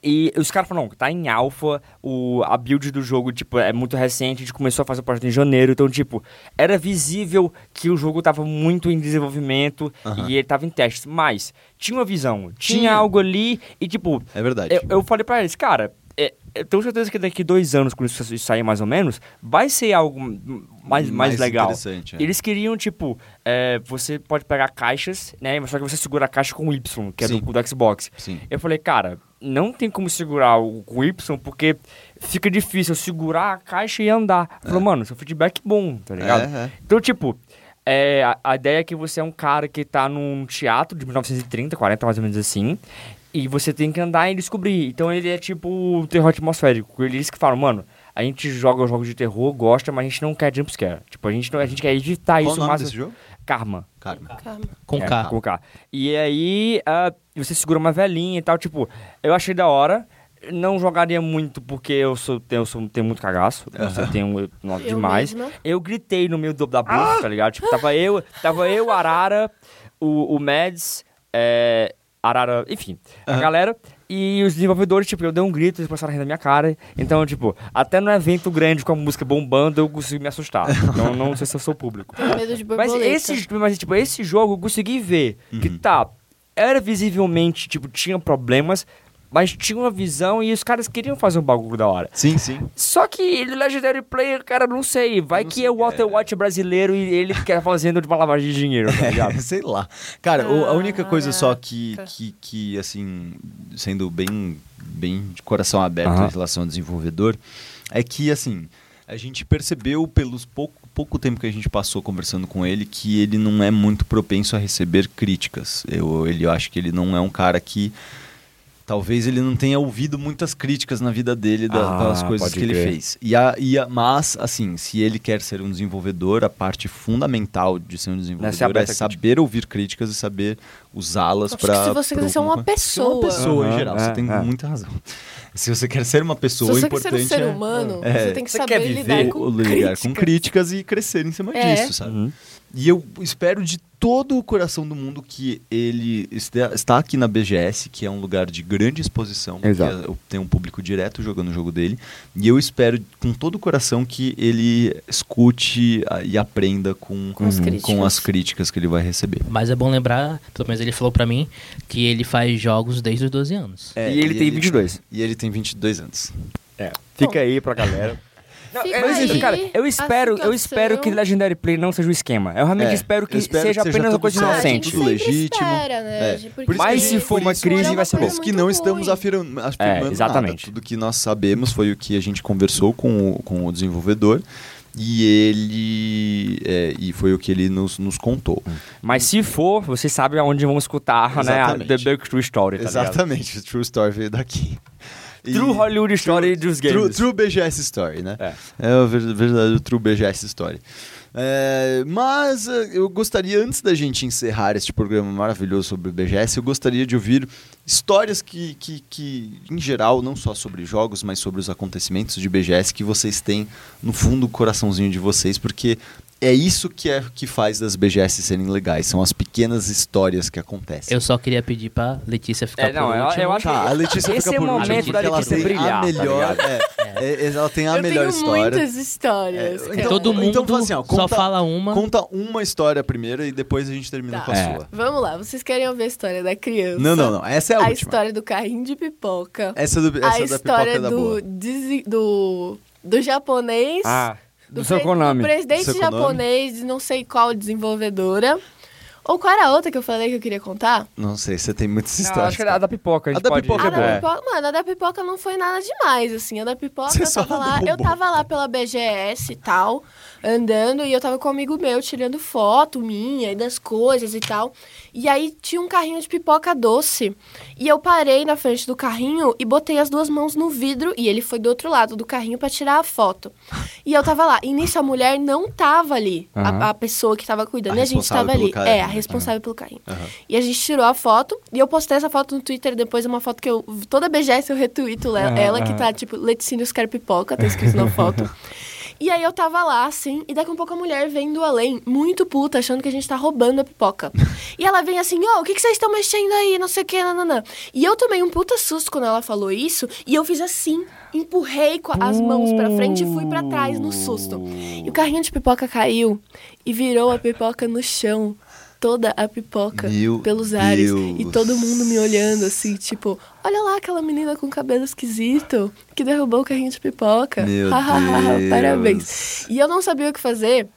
S4: E os caras falaram, não, tá em alfa, o, a build do jogo, tipo, é muito recente, a gente começou a fazer o projeto em janeiro, então, tipo, era visível que o jogo tava muito em desenvolvimento e ele tava em testes, mas tinha uma visão, tinha,
S1: Tinha.
S4: algo ali e, tipo,
S1: É verdade.
S4: eu, eu falei pra eles, cara, é, eu tenho certeza que daqui dois anos, quando isso isso sair mais ou menos, vai ser algo m- mais, mais,
S1: Mais
S4: legal.
S1: interessante, é.
S4: Eles queriam, tipo, é, você pode pegar caixas, né? Só que você segura a caixa com o Y, que é do,
S1: Sim.
S4: do Xbox.
S1: Sim.
S4: Eu falei, cara, não tem como segurar o com o Y, porque fica difícil eu segurar a caixa e andar. Ele Falou, mano, seu feedback é bom, tá ligado?
S1: É, é.
S4: Então, tipo, é, a, a ideia é que você é um cara que tá num teatro de 1930, 40, mais ou menos assim. E você tem que andar e descobrir. Então ele é tipo terror atmosférico. Eles que falam, mano, a gente joga jogos de terror, gosta, mas a gente não quer jumpscare. Tipo, a gente, não, a gente quer
S1: Qual
S4: evitar isso
S1: o nome
S4: mais.
S1: desse jogo?
S4: Karma.
S1: Karma.
S3: Caramba.
S2: Com
S4: É,
S2: K.
S4: Com K. E aí, ah, você segura uma velhinha e tal. Tipo, eu achei da hora. Não jogaria muito porque eu sou, tenho, eu sou- tenho muito cagaço. Você tem um eu noto
S3: Eu
S4: demais.
S3: mesma. Ah!
S4: Eu gritei no meio do, da busca, tá ligado? Tipo, tava eu, tava eu, Arara, o, o Mads, é, Arara, enfim, a galera. E os desenvolvedores, tipo, eu dei um grito, eles passaram a rir na minha cara. Então, tipo, até num evento grande com a música bombando, eu consegui me assustar. Então, não sei se eu sou público.
S3: Medo de
S4: Mas
S3: borboleta.
S4: esse, mas, tipo, esse jogo eu consegui ver que
S1: Uhum.
S4: tá. Era visivelmente, tipo, tinha problemas, mas tinha uma visão e os caras queriam fazer um bagulho da hora.
S1: Sim, sim.
S4: Só que ele Legendary Player, cara, não sei. Vai que é o Walter White brasileiro e ele quer fazendo de uma lavagem de dinheiro, tá ligado?
S1: Sei lá. Cara, o- a
S4: Ah,
S1: única coisa só que, que, que, assim, sendo bem, bem de coração aberto
S4: Aham.
S1: em relação ao desenvolvedor, é que, assim, a gente percebeu pelos pouco, pouco tempo que a gente passou conversando com ele que ele não é muito propenso a receber críticas. Eu, ele, eu acho que ele não é um cara que. Talvez ele não tenha ouvido muitas críticas na vida dele da-
S4: Ah,
S1: das coisas
S4: pode
S1: que ele
S4: crer.
S1: fez. fez. E a, e a- mas, assim, se ele quer ser um desenvolvedor, a parte fundamental de ser um desenvolvedor é
S4: aberta a
S1: saber ouvir críticas e saber usá-las
S3: Acho
S1: para.
S3: que se você quiser ser uma pessoa.
S1: uma pessoa em
S4: Aham,
S1: geral,
S4: é,
S1: você tem
S4: é.
S1: muita razão. Se você quer ser uma
S3: Se
S1: pessoa, o
S3: você quer ser
S1: importante
S3: um ser
S1: é
S3: humano,
S1: é.
S3: você tem que
S4: Você
S3: saber
S4: quer
S3: lidar
S4: viver
S1: o-
S3: com
S1: lidar
S3: críticas.
S1: com críticas e crescer em cima
S3: É.
S1: disso, sabe? E eu espero de todo o coração do mundo que ele este- está aqui na BGS, que é um lugar de grande exposição, porque
S4: Exato.
S1: eu- tem um público direto jogando o jogo dele, e eu espero com todo o coração que ele escute ah, e aprenda com,
S3: Com as críticas.
S1: as críticas que ele vai receber.
S2: Mas é bom lembrar, pelo menos ele falou pra mim, que ele faz jogos desde os 12 anos.
S4: É, ele tem 22.
S1: E ele tem 22 anos.
S4: Fica aí pra galera. Não,
S3: Fica
S4: mas enfim,
S3: aí
S4: cara, eu
S3: a
S4: espero, eu espero que
S3: explicação.
S4: Legendary Play não seja o esquema. Eu realmente
S1: É,
S4: espero que
S1: eu espero
S4: seja
S1: que seja
S4: apenas uma
S1: tudo
S4: coisa
S1: certo.
S4: inocente.
S1: Tudo
S3: sempre
S1: legítimo.
S3: espera, né? De- porque
S4: Mas se
S1: que-
S4: for
S1: por
S4: uma
S1: isso
S4: crise,
S1: que-
S4: vai ser
S1: por
S3: bom.
S1: isso que não
S3: Muito
S1: estamos
S3: ruim.
S1: afirmando, afirmando
S4: É,
S1: nada.
S4: exatamente.
S1: Tudo que nós sabemos foi o que a gente conversou com o, com o desenvolvedor e ele é, e foi o que ele nos, nos contou.
S4: Mas se for, vocês sabem aonde vão escutar, né? a
S1: Exatamente.
S4: The Big True Story, tá ligado?
S1: Exatamente, o True Story veio daqui. E-
S4: True Hollywood Story dos games.
S1: True, true BGS Story, né?
S4: É.
S1: É o ver- verdadeiro True BGS Story. É, mas eh, eu gostaria, antes da gente encerrar este programa maravilhoso sobre o BGS, eu gostaria de ouvir histórias que, que, que, em geral, não só sobre jogos, mas sobre os acontecimentos de BGS que vocês têm no fundo do coraçãozinho de vocês, porque é isso que é que faz das BGS serem legais, são as pequenas histórias que acontecem.
S2: Eu só queria pedir pra Letícia ficar
S4: É, não,
S2: por
S4: eu,
S2: último.
S4: eu acho
S3: um-
S1: Tá, a
S4: que
S1: Letícia
S4: esse
S1: fica
S4: é o
S1: por último,
S4: momento
S1: porque
S4: da
S1: ela
S4: Letícia
S1: tem
S4: brilhar,
S1: a
S4: tá
S1: melhor,
S4: ligado?
S1: é, é, ela tem a
S3: eu
S1: melhor
S3: tenho
S1: história.
S3: muitas histórias.
S1: É,
S3: cara.
S1: então-
S2: Todo mundo
S1: fala assim, ó,
S2: só
S1: conta-
S2: fala uma.
S1: Conta uma história primeiro e depois a gente termina
S3: Tá.
S1: com a
S4: É.
S1: sua.
S3: Vamos lá, vocês querem ouvir a história da criança?
S1: Não, não, não. Essa é a,
S3: a
S1: última.
S3: história do carrinho de pipoca.
S1: Essa, do, essa
S3: a
S1: da
S3: história
S1: pipoca é da
S3: do,
S1: boa.
S3: desi- do, do japonês.
S4: Ah, do seu
S3: pre-
S4: Konami.
S3: presidente
S1: Do seu Konami.
S3: japonês de não sei qual desenvolvedora. Ou qual era a outra que eu falei que eu queria contar?
S1: Não sei, você tem muitas
S4: Não,
S1: histórias.
S4: acho que era a da pipoca, a
S1: A
S4: gente
S1: da
S4: pode...
S1: pipoca
S3: A
S1: é boa.
S3: Ah, da pipoca, mano, a da pipoca não foi nada demais, assim. A da pipoca,
S1: Você
S3: eu
S1: só
S3: tava, lá,
S1: roubou.
S3: eu tava lá pela BGS e tal, andando, e eu tava com um amigo meu tirando foto minha e das coisas e tal. E aí tinha um carrinho de pipoca doce. E eu parei na frente do carrinho e botei as duas mãos no vidro, e ele foi do outro lado do carrinho pra tirar a foto. E eu tava lá. E nisso a mulher não tava ali, a-
S4: Aham.
S3: a, pessoa que tava cuidando.
S1: A
S3: e a gente
S1: responsável
S3: tava
S1: pelo
S3: ali.
S1: carrinho,
S3: é, a
S1: né?
S3: responsável pelo carrinho.
S1: Aham.
S3: E a gente tirou a foto e eu postei essa foto no Twitter depois, é uma foto que eu. Toda BGS eu retuito le-
S4: Ah,
S3: ela, que
S4: ah.
S3: tá tipo Leticínios quer pipoca, tá escrito na foto. E aí eu tava lá, assim, e daqui a pouco a mulher vem do além, muito puta, achando que a gente tá roubando a pipoca. e ela vem assim, ô, o que que vocês estão mexendo aí? Não sei o que, nananã. E eu tomei um puta susto quando ela falou isso, e eu fiz assim, empurrei com as mãos pra frente e fui pra trás no susto. E o carrinho de pipoca caiu e virou a pipoca no chão. Toda a pipoca
S1: Meu
S3: pelos ares.
S1: Deus.
S3: E todo mundo me olhando assim, tipo, olha lá aquela menina com cabelo esquisito que derrubou o carrinho de pipoca.
S1: Meu Deus.
S3: Parabéns. E eu não sabia o que fazer.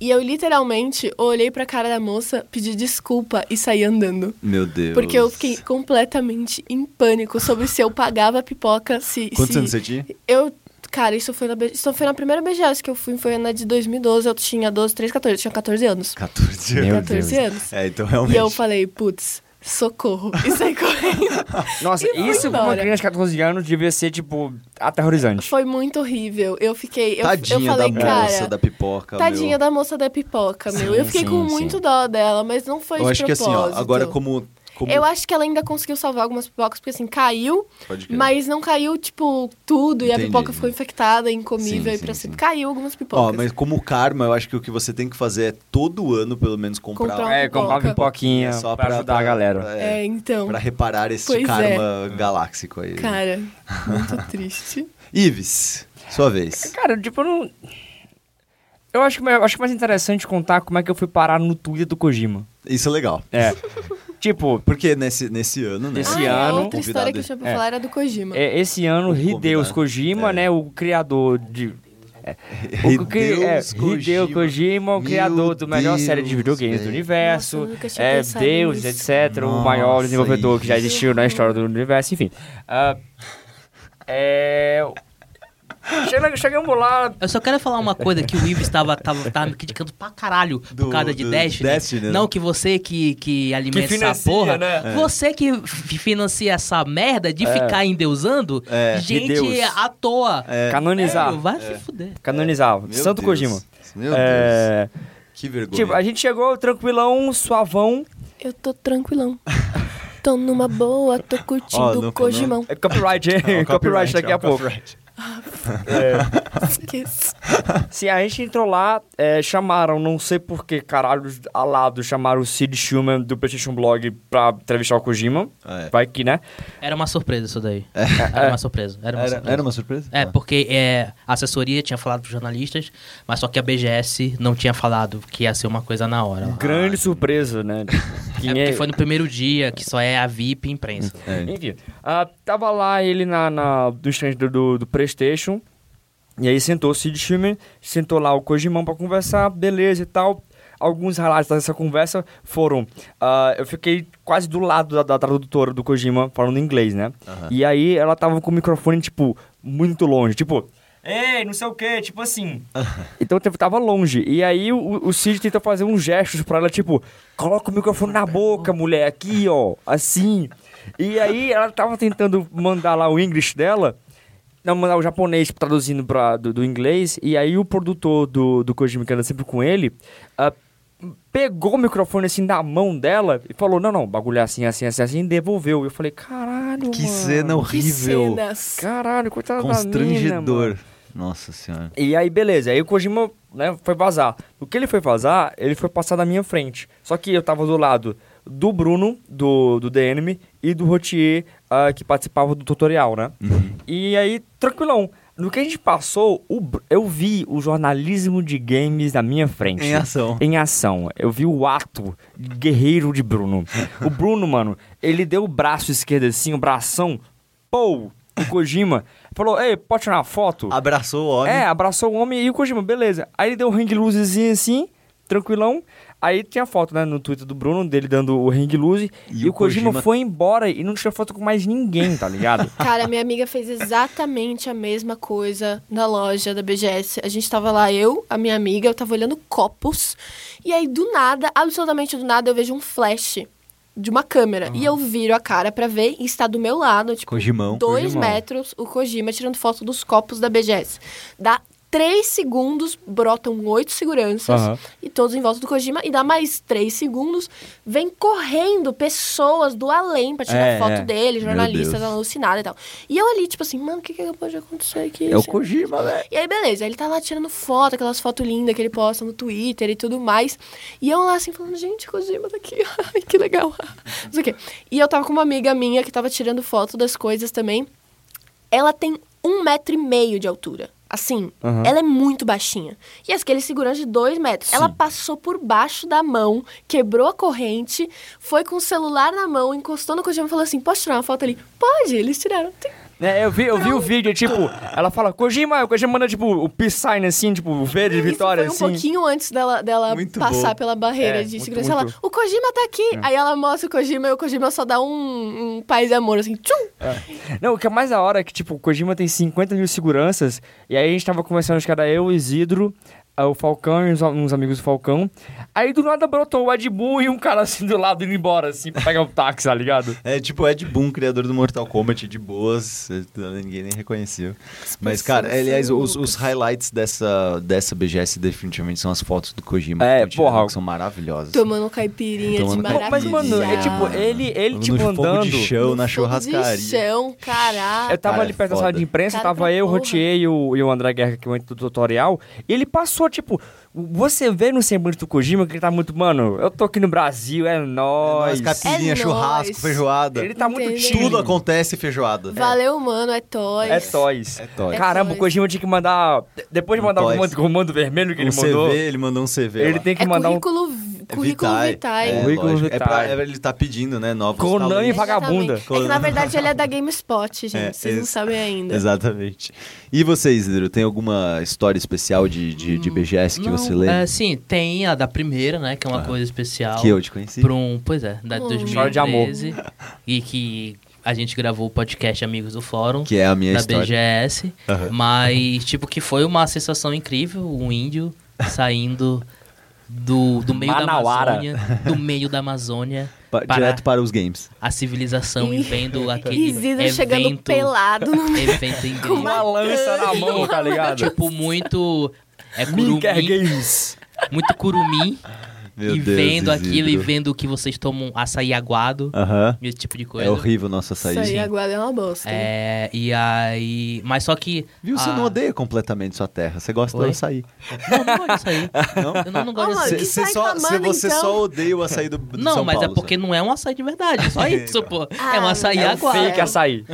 S3: E eu literalmente olhei pra cara da moça, pedi desculpa e saí andando.
S1: Meu Deus.
S3: Porque eu fiquei completamente em pânico sobre se eu pagava a pipoca, se.
S1: Quantos
S3: se-
S1: anos você tinha?
S3: eu, cara, isso foi na, B- isso foi na primeira BGS que eu fui, foi na de 2012, eu tinha 12, 13, 14, eu tinha 14 anos.
S1: 14 anos.
S4: Meu
S3: 14
S4: Deus.
S3: anos.
S1: É, então
S3: E
S1: realmente.
S3: eu falei, putz, socorro, e saí correndo.
S4: Nossa,
S3: E fui
S4: isso pra uma
S3: embora.
S4: criança de 14 anos devia ser, tipo, aterrorizante.
S3: Foi muito horrível, eu fiquei, eu, eu
S1: Tadinha
S3: falei,
S1: da
S3: cara...
S1: moça, da pipoca.
S3: Tadinha
S1: meu.
S3: da moça da pipoca, meu. eu fiquei
S4: sim,
S3: com
S4: sim.
S3: muito dó dela, mas não foi
S1: Eu
S3: de
S1: acho que assim, ó,
S3: propósito.
S1: agora como. como...
S3: Eu acho que ela ainda conseguiu salvar algumas pipocas, porque assim, caiu,
S1: Pode crer.
S3: mas não caiu, tipo, tudo, e
S1: É.
S3: a
S1: Entendi.
S3: pipoca ficou infectada, incomível,
S1: Sim,
S3: e pra
S1: sim,
S3: sempre
S1: sim.
S3: caiu algumas
S1: Ó,
S3: pipocas.
S1: mas como karma, eu acho que o que você tem que fazer é todo ano, pelo menos, comprar,
S3: Comprar um uma
S4: É, comprar uma
S3: pipoca.
S4: pipoquinha
S1: só
S4: pra ajudar a galera.
S1: É,
S3: É, então.
S1: Pra reparar esse
S3: Pois é.
S1: karma galáxico aí.
S3: Cara, muito triste.
S1: Ives, sua vez.
S4: Cara, tipo, eu não... Eu acho, que, eu acho mais interessante contar como é que eu fui parar no Twitter do Kojima.
S1: Isso é legal.
S4: É. tipo,
S1: Porque nesse, nesse ano, né?
S4: Esse
S1: o
S4: ano-
S3: Ah, é outra
S1: convidado-
S3: história que eu tinha pra
S4: é.
S3: falar era do Kojima.
S4: é, esse ano,
S1: O
S4: Hideus
S1: convidado.
S4: Kojima,
S1: É.
S4: né, o criador de... O que- é,
S1: Hideus
S4: Hideo Kojima, é o
S1: Meu
S4: criador do melhor
S1: Deus,
S4: série de videogames
S1: velho.
S4: do universo,
S3: Nossa, eu nunca tinha
S4: é
S3: pensado
S4: Deus,
S3: nisso.
S4: etc, o
S1: Nossa,
S4: maior desenvolvedor que já
S1: isso.
S4: existiu na história do universo, enfim. Ah, é... Chega- Chegamos lá,
S2: Eu só quero falar uma coisa que o Ives estava tava, tava me criticando pra caralho
S1: Do-
S2: por causa de
S1: do
S2: Destiny.
S1: Destiny, né?
S2: Não, que você que, que alimenta essa
S4: Que financia,
S2: porra.
S4: né?
S2: Você que f- financia essa merda de ficar endeusando
S1: É,
S2: gente
S4: de Deus.
S2: à toa.
S4: canonizar,
S3: É,
S2: Velho, vai se fuder.
S4: canonizar,
S1: Meu
S4: Santo
S1: Deus.
S4: Kojima.
S1: Meu Deus.
S4: É,
S1: Que vergonha.
S4: tipo, a gente chegou tranquilão, suavão,
S3: Eu tô tranquilão. Tô numa boa, tô curtindo
S1: Ó, não- não-
S3: o Kojimão.
S4: É copyright, hein?
S1: Ó,
S4: copyright, daqui
S1: ó,
S4: a pouco. É.
S1: copyright. É
S3: Esqueci.
S4: Sim, a gente entrou lá, é, chamaram, não sei por que caralho, alado, chamaram o Sid Schumer do PlayStation Blog pra entrevistar o Kojima.
S1: É.
S4: Vai que, né?
S2: Era uma surpresa isso daí. Era uma surpresa. Era uma
S1: Era,
S2: surpresa.
S1: era uma surpresa?
S2: É,
S1: Ah.
S2: porque é, a assessoria tinha falado pros jornalistas, mas só que a BGS não tinha falado que ia ser uma coisa na hora. lá.
S4: Grande surpresa, né?
S2: É porque foi no primeiro dia, que só é a VIP imprensa.
S1: É.
S4: Enfim, ah, tava lá ele na, na, do stand do, do, do PlayStation. E aí sentou o Sid Schumer, sentou lá o Kojimão pra conversar, beleza e tal. Alguns relatos dessa conversa foram... ah, eu fiquei quase do lado da, da tradutora do Kojima falando inglês, né? E aí ela tava com o microfone, tipo, muito longe. Tipo... Ei, não sei o que, tipo assim. então o tempo tava longe. E aí o, o Cid tentou fazer uns gestos pra ela, tipo, coloca o microfone na boca, mulher, aqui, ó, assim. E aí ela tava tentando mandar lá o inglês dela, não, mandar o japonês tipo, traduzindo pra, do, do inglês. E aí o produtor do, do Kojima, que anda sempre com ele, ah, pegou o microfone assim da mão dela e falou: Não, não, o bagulho é assim, assim, assim, assim, e devolveu. E eu falei: Caralho,
S1: Que
S4: mano.
S1: cena horrível.
S3: Que cenas.
S4: Caralho, coitada da mina, mano."
S1: Constrangedor. Nossa senhora.
S4: E aí, beleza. Aí o Kojima né, foi vazar. O que ele foi vazar, ele foi passar na minha frente. Só que eu tava do lado do Bruno, do, do The Enemy, e do Rotier, ah, que participava do tutorial, né?
S1: Uhum.
S4: E aí, tranquilão. No que a gente passou, o Br- eu vi o jornalismo de games na minha frente.
S1: Em ação.
S4: Em ação. Eu vi o ato guerreiro de Bruno. O Bruno, mano, ele deu o braço esquerdo assim, o bração, pô, o Kojima. Falou, ei, pode tirar uma foto?
S1: Abraçou o homem.
S4: É, abraçou o homem e o Kojima, beleza. Aí ele deu um hang loosezinho assim, tranquilão. Aí tinha foto, né, no Twitter do Bruno, dele dando o hang loose. E, o Kojima, foi embora e não tirou foto com mais ninguém, tá ligado?
S3: Cara, minha amiga fez exatamente a mesma coisa na loja da BGS. A gente tava lá, eu, a minha amiga, eu tava olhando copos. E aí, do nada, absolutamente do nada, eu vejo um flash de uma câmera. E eu viro a cara pra ver e está do meu lado, tipo,
S1: Kojimão.
S3: dois
S4: Kojimão.
S3: metros, o Kojima tirando foto dos copos da BGS. Dá três segundos, brotam oito seguranças
S4: Aham.
S3: e todos em volta do Kojima. E dá mais três segundos, vem correndo pessoas do além pra tirar
S4: É,
S3: foto
S4: é.
S3: dele,
S1: Meu
S3: jornalistas
S1: Deus.
S3: alucinados e tal. E eu ali, tipo assim, mano, o que que pode acontecer aqui?
S1: É o
S3: gente?
S1: Kojima, velho.
S3: E aí, beleza, ele tá lá tirando foto, aquelas fotos lindas que ele posta no Twitter e tudo mais. E eu lá assim, falando, gente, Kojima tá aqui, ai, que legal. Não sei o quê. E eu tava com uma amiga minha que tava tirando foto das coisas também. Ela tem um metro e meio de altura. Assim,
S4: Aham.
S3: ela é muito baixinha. E as que ele segurando de dois metros. Ela passou por baixo da mão, quebrou a corrente, foi com o celular na mão, encostou no Kojima e falou assim: Posso tirar uma foto ali? Pode, eles tiraram. Sim.
S4: É, eu vi, eu vi o vídeo, tipo, ela fala, Kojima, o Kojima manda, tipo, o peace sign assim, tipo, o V de
S3: Isso
S4: vitória,
S3: foi um
S4: assim.
S3: pouquinho antes dela, dela
S1: Muito
S3: passar
S1: bom. É.
S3: pela barreira
S4: É,
S3: de
S4: muito,
S3: segurança.
S4: muito.
S3: Ela, o Kojima tá aqui. Aí ela mostra o Kojima e o Kojima só dá um, um paz e amor, assim, tchum!
S4: Não, o que é mais da hora é que, tipo, o Kojima tem 50 mil seguranças, e aí a gente tava conversando, acho que era eu, o Isidro, ah, o Falcão e uns, uns amigos do Falcão. Aí do nada brotou o Ed Boon e um cara assim do lado indo embora, assim, pra pegar o táxi, tá ligado?
S1: É tipo Ed Boon, criador do Mortal Kombat, de boas, eh, ninguém nem reconheceu. Mas, cara,
S3: pessoas
S1: aliás,
S3: são
S1: os, os highlights dessa, dessa BGS definitivamente são as fotos do Kojima.
S4: É,
S1: que tiraram,
S4: porra.
S1: que são maravilhosas.
S3: Tomando caipirinha
S1: Tomando
S3: de
S1: caipirinha.
S3: maravilha.
S4: Mas, mano, é
S1: Maravilha.
S4: tipo, ele, ele
S1: No
S4: tipo,
S1: fogo
S4: andando...
S1: de chão,
S3: No
S1: na
S3: fogo De
S1: churrascaria.
S3: chão,
S4: Eu
S3: caraca.
S4: tava
S1: Cara,
S4: ali perto
S1: é
S4: da sala
S1: foda.
S4: de imprensa,
S3: Cara,
S4: tava
S3: pra
S4: eu, o
S3: porra.
S4: Rotier e o, e o André Guerra, que went do tutorial, e ele passou, tipo, você vê no semblante do Kojima que ele tá muito, mano, eu tô aqui no Brasil, é nóis.
S1: Nós, caipirinha,
S3: É
S1: churrasco,
S3: nóis.
S1: feijoada.
S4: ele tá muito
S3: Entendeu?
S4: chill.
S1: Tudo acontece feijoada.
S3: Valeu, mano, é toy.
S4: É toys.
S1: É toys.
S4: Caramba,
S3: É
S4: o
S3: toys.
S4: Kojima tinha que mandar. Depois de
S1: Um
S4: mandar o
S1: toys.
S4: comando, comando vermelho que
S1: Um
S4: ele mandou,
S1: CV, ele mandou um CV.
S4: ele
S1: lá.
S4: tem que
S3: É
S4: mandar um.
S3: currículo, vi- currículo
S1: Vitae.
S3: vitae.
S1: É,
S4: Currículo
S1: lógico. É pra-
S4: Vitae.
S1: é, ele tá pedindo, né? Novos
S4: Konami
S1: talentos.
S4: vaga- vagabunda.
S3: Exatamente. É que, na verdade, ele é da GameSpot, gente.
S1: É,
S3: Vocês não
S1: esse-
S3: sabem ainda.
S1: Exatamente. E você, Isidro, tem alguma história especial de, de, de BGS que
S2: Não,
S1: você lembra?
S2: é, sim, tem a da primeira, né? Que é uma coisa especial.
S1: Que eu te conheci?
S2: Pra um, pois é, da de
S3: Oh.
S2: 2013.
S4: História de amor.
S2: E que a gente gravou o podcast Amigos do Fórum.
S1: Que é a minha
S2: da
S1: história.
S2: BGS.
S1: Aham.
S2: Mas, tipo, que foi uma sensação incrível. Um índio saindo do, do meio
S4: Manauara.
S2: da Amazônia. Do meio da Amazônia.
S1: Pa-
S2: para
S1: Direto para os games.
S2: a civilização e vendo aquele
S3: Isidro
S2: evento,
S3: chegando pelado no meio.
S2: evento indígena.
S3: Com
S4: Uma lança na mão, tá ligado?
S2: Tipo, muito... É
S4: Minker
S2: curumim,
S4: Games.
S2: muito curumim.
S1: Meu
S2: e
S1: Deus,
S2: vendo aquilo e
S1: Isidro.
S2: vendo que vocês tomam açaí aguado,
S1: Aham.
S2: esse tipo de coisa.
S1: É horrível nosso açaí.
S3: Isso aí agora é uma bosta. hein?
S2: É, e aí. Mas só que.
S1: Viu? Você
S2: ah,
S1: não odeia completamente sua terra. Você gosta
S2: Oi?
S1: do açaí.
S2: Não, não gosto de açaí.
S1: Não?
S2: Eu não, não gosto de
S3: Ah,
S2: açaí.
S3: mano, que sai clamando,
S1: você
S3: então?
S1: só odeia o açaí do, do
S2: Não,
S1: São
S2: mas
S1: Paulo,
S2: é porque não é um açaí de verdade. Só isso, pô. é um
S3: Ah,
S2: açaí
S3: não.
S4: É um
S2: aguado.
S4: fake açaí.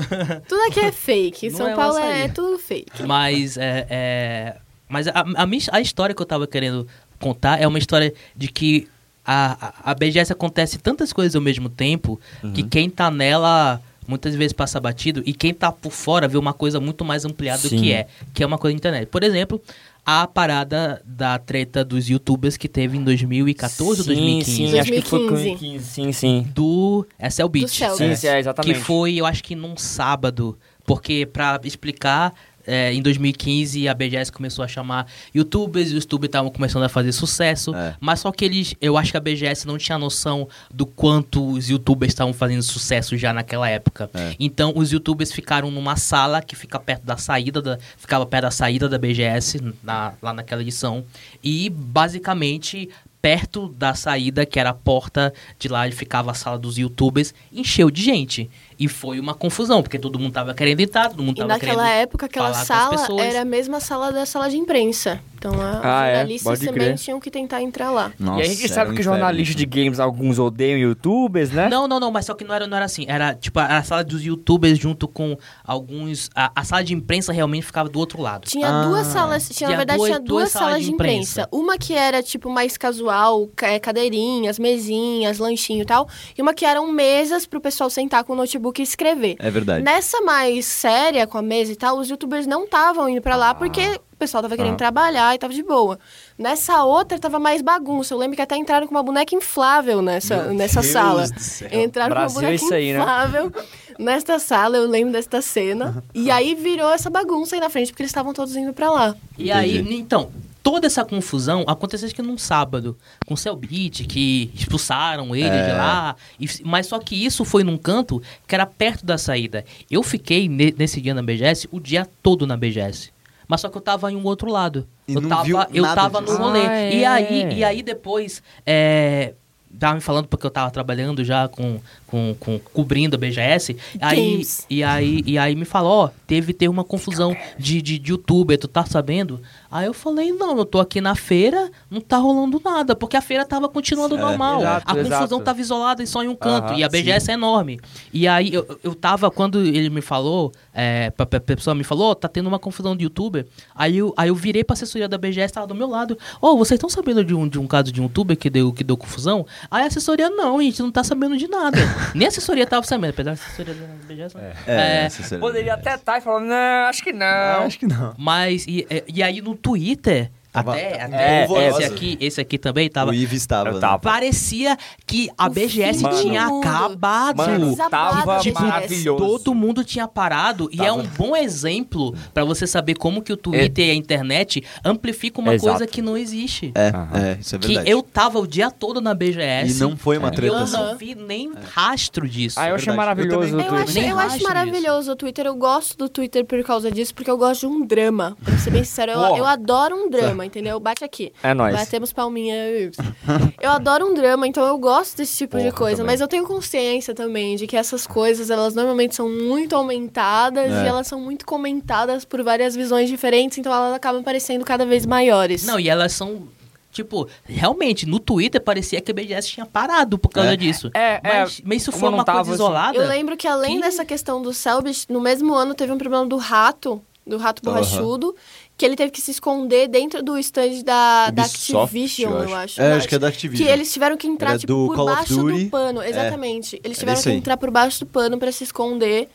S3: Tudo aqui é fake.
S2: Não
S3: São
S2: é um
S3: Paulo
S2: açaí.
S3: é tudo fake.
S2: Mas é. é- mas a, a, minha- a história que eu tava querendo contar é uma história de que
S4: Uhum.
S2: a, a- a BGS acontece tantas coisas ao mesmo tempo que quem tá nela muitas vezes passa batido e quem tá por fora vê uma coisa muito mais ampliada do
S4: Sim.
S2: que é, que é uma coisa da internet. Por exemplo, a parada da treta dos youtubers que teve em 2014 ou 2015
S4: Sim, acho que foi
S3: 2015.
S4: 2015, sim, sim.
S2: É do é Cell Beat.
S3: Cell
S4: Sim, sim, é, exatamente.
S2: Que foi, eu acho que num sábado, porque pra explicar, é, em 2015 a BGS começou a chamar youtubers, e os youtubers estavam começando a fazer sucesso,
S1: É.
S2: mas só que eles, eu acho que a BGS não tinha noção do quanto os youtubers estavam fazendo sucesso já naquela época. Então os youtubers ficaram numa sala que fica perto da saída, da, ficava perto da saída da BGS, na- lá naquela edição, e basicamente perto da saída, que era a porta de lá, ele ficava a sala dos youtubers, encheu de gente. E foi uma confusão, porque todo mundo tava querendo entrar, todo mundo
S3: E
S2: tava
S3: naquela
S2: querendo...
S3: época, aquela
S2: falar com as
S3: sala
S2: pessoas.
S3: era a mesma sala da sala de imprensa. Então, a- os
S4: Ah, é,
S3: jornalistas
S4: pode
S3: também
S4: crer.
S3: tinham que tentar entrar lá.
S1: Nossa,
S4: e a gente
S1: era
S4: sabe
S1: um
S4: que
S1: inferno.
S4: jornalistas de games, alguns odeiam youtubers, né?
S2: Não, não, não, mas só que não era, não era assim. Era tipo a, a sala dos youtubers junto com alguns. A, a sala de imprensa realmente ficava do outro lado.
S3: Tinha duas salas, tinha, na
S2: Ah, Tinha
S3: verdade,
S2: duas-
S3: tinha duas, salas de imprensa. Uma que era, tipo, mais casual, ca- é, cadeirinhas, mesinhas, lanchinho e tal. E uma que eram mesas pro pessoal sentar com o notebook e escrever.
S1: É verdade.
S3: Nessa mais séria, com a mesa e tal, os youtubers não estavam indo pra lá
S4: Ah.
S3: porque o pessoal tava querendo trabalhar e tava de boa. Nessa outra tava mais bagunça. Eu lembro que até entraram com uma boneca inflável nessa, nessa
S1: Deus
S3: sala.
S1: do céu.
S3: Entraram
S4: Brasil
S3: com
S4: é
S3: uma boneca
S4: isso aí, né?
S3: inflável nesta sala, eu lembro desta cena. E aí virou essa bagunça aí na frente, porque eles estavam todos indo pra lá.
S2: E aí, então, toda essa confusão aconteceu acho que num sábado, com o Celbit, que expulsaram ele
S1: É.
S2: de lá. e- mas só que isso foi num canto que era perto da saída. Eu fiquei ne- nesse dia na BGS o dia todo na BGS. Mas só que eu tava em um outro lado.
S1: E
S2: eu
S1: não
S2: tava,
S1: viu
S2: eu
S1: nada
S2: tava no
S1: disso.
S2: rolê.
S4: Ah,
S2: E
S4: é.
S2: aí, e aí depois. É, tava me falando porque eu tava trabalhando já com, com, com- cobrindo a BGS. Aí,
S3: Games.
S2: e aí, e aí me falou, ó, teve, teve uma confusão de, de, de youtuber, tu tá sabendo? Aí eu falei, não, eu tô aqui na feira, não tá rolando nada, porque a feira tava continuando normal.
S4: É, exato,
S2: a confusão
S4: exato.
S2: tava isolada e só em um canto.
S4: Aham,
S2: e a BGS é enorme. E aí eu, eu tava, quando ele me falou, é, pra- pra- pra pessoa me falou, ó, tá tendo uma confusão de youtuber. Aí eu, aí eu virei pra assessoria da BGS, tava do meu lado. Ô, vocês estão sabendo de um, de um caso de um youtuber que deu, que deu confusão? Aí a assessoria, não, a gente não tá sabendo de nada. Nem a assessoria tava sabendo, apesar da assessoria da BGS. né?
S1: É,
S2: É,
S1: sinceramente.
S4: Poderia até estar e falar, não, acho que não.
S1: Acho que não.
S2: Mas, e, é, e- e aí no Twitter,
S1: Tava-
S2: até,
S1: tava
S2: até
S1: horrorosa.
S2: esse, aqui, esse aqui também tava.
S1: O Ives estava.
S4: Eu
S1: né?
S4: tava.
S2: Parecia que a
S3: O
S2: BGS
S3: fim do
S2: tinha
S3: mundo. Tá
S2: acabado.
S4: Mano,
S3: Desabado
S4: tava
S3: de BGS.
S4: maravilhoso.
S2: Todo mundo tinha parado e é um bom exemplo pra você saber como que o Twitter e a internet amplificam uma
S4: Exato.
S2: coisa que não existe.
S1: É,
S4: Aham.
S1: é, isso é
S2: que
S1: verdade.
S2: eu tava o dia todo na
S1: E
S2: BGS
S1: não foi uma
S2: e eu
S1: treta assim.
S2: não vi nem rastro disso.
S4: Ah, eu achei
S1: Verdade. Eu
S4: maravilhoso
S1: também-
S4: o
S3: Eu
S4: Twitter.
S3: acho,
S2: Nem
S3: eu
S2: acho
S3: acho
S2: disso.
S3: maravilhoso o Twitter. Eu gosto do Twitter por causa disso, porque eu gosto de um drama. Pra ser bem sincero, eu,
S4: Porra.
S3: eu adoro um drama, entendeu? Bate aqui.
S4: É nóis.
S3: Batemos palminha. eu- Eu adoro um drama, então eu gosto desse tipo de
S4: Porra,
S3: coisa.
S4: também.
S3: Mas eu tenho consciência também de que essas coisas, elas normalmente são muito aumentadas
S1: É.
S3: e elas são muito comentadas por várias visões diferentes, então elas acabam parecendo cada vez maiores.
S2: Não, e elas são. Tipo, realmente, no Twitter parecia que a BGS tinha parado por causa
S1: É.
S2: disso.
S4: É, é.
S2: mas, mas isso
S4: Como
S2: foi
S4: não
S2: uma
S4: tava,
S2: coisa
S4: assim.
S2: isolada.
S3: Eu lembro que além
S2: Que-
S3: dessa questão do Selbit, no mesmo ano teve um problema do rato, do rato borrachudo, que ele teve que se esconder dentro do stand da, da
S1: Ubisoft,
S3: Activision, eu acho.
S1: É,
S3: Da-
S1: acho que é da
S3: que
S1: Activision.
S3: eles tiveram que entrar
S1: Era
S3: tipo,
S1: do
S3: por
S1: Call of
S3: baixo
S1: Duty. É.
S3: do pano. Exatamente. Eles
S1: Era
S3: tiveram
S1: isso
S3: que
S1: aí.
S3: entrar por baixo do pano pra se esconder.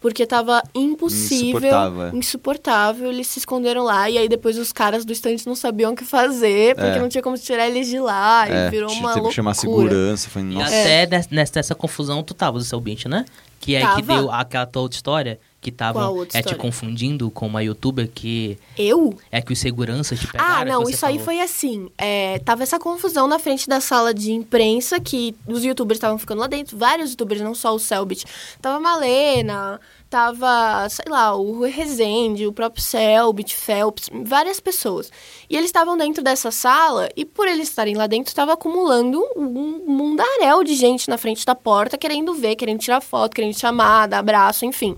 S3: Porque tava impossível,
S1: Insuportável, é.
S3: insuportável, eles se esconderam lá e aí depois os caras do stand não sabiam o que fazer, porque
S1: É.
S3: não tinha como tirar eles de lá,
S1: É,
S3: e virou
S1: teve
S3: uma loucura.
S1: que chamar a segurança, foi,
S2: E
S1: nossa.
S2: até nes- nessa, nessa confusão tu tava do seu beat, né? Que é que
S3: Tava.
S2: deu aquela tua outra história que tava
S3: Qual outra
S2: é, te
S3: história?
S2: confundindo com uma youtuber que
S3: Eu?
S2: é que os seguranças te pegaram.
S3: Ah, não,
S2: que você
S3: isso aí
S2: falou.
S3: foi assim. é, tava essa confusão na frente da sala de imprensa, que os youtubers estavam ficando lá dentro, vários youtubers, não só o Selbit. Tava a Malena, tava, sei lá, o Rui Rezende, o próprio Selbit, Phelps, várias pessoas. E eles estavam dentro dessa sala, e por eles estarem lá dentro, tava acumulando um mundaréu de gente na frente da porta, querendo ver, querendo tirar foto, querendo chamar, dar abraço, enfim.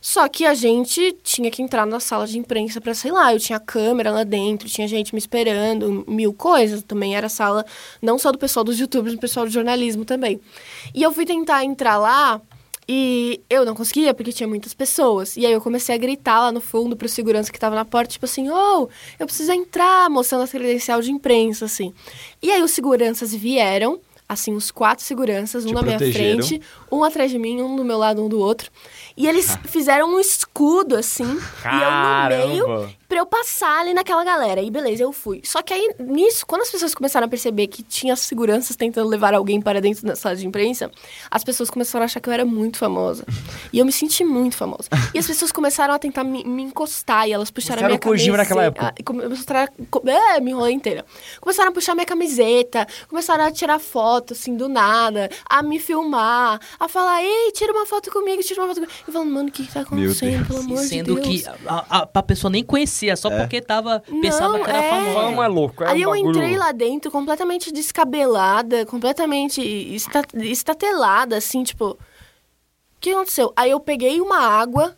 S3: Só que a gente tinha que entrar na sala de imprensa pra, sei lá, eu tinha câmera lá dentro, tinha gente me esperando, mil coisas. Também era sala não só do pessoal dos youtubers, do pessoal do jornalismo também. E eu fui tentar entrar lá e eu não conseguia porque tinha muitas pessoas. E aí eu comecei a gritar lá no fundo pro segurança que tava na porta, tipo assim: "Ô, eu preciso entrar", mostrando a credencial de imprensa assim. E aí os seguranças vieram assim, uns quatro seguranças, um
S1: Te
S3: na minha
S1: protegeram.
S3: frente, um atrás de mim, um do meu lado, um do outro. E eles fizeram um escudo, assim, e eu no meio,
S4: Caramba!
S3: pra eu passar ali naquela galera. E beleza, eu fui. Só que aí, nisso, quando as pessoas começaram a perceber que tinha seguranças tentando levar alguém para dentro da sala de imprensa, as pessoas começaram a achar que eu era muito famosa. E eu me senti muito famosa. E as pessoas começaram a tentar me, me encostar e elas puxaram
S4: Você
S3: a
S4: era
S3: minha
S4: o Kojima
S3: camiseta.
S4: naquela época?
S3: Ah, e come- Começaram a... co- É, me enrolei inteira. Começaram a puxar minha camiseta, começaram a tirar foto, assim, do nada, a me filmar, a falar, ei, tira uma foto comigo, tira uma foto comigo. Eu falando, mano, o que que tá acontecendo,
S1: Deus.
S3: pelo amor
S2: E
S3: de
S2: sendo
S3: Deus.
S2: que a, a, a pessoa nem conhecia,
S1: É.
S2: só porque tava pensando
S3: Não,
S2: que era
S3: é.
S4: Fama é
S2: famosa.
S4: louco, é
S3: Aí eu
S4: um bagulho-
S3: entrei lá dentro completamente descabelada, completamente esta- estatelada, assim, tipo. O que aconteceu? Aí eu peguei uma água,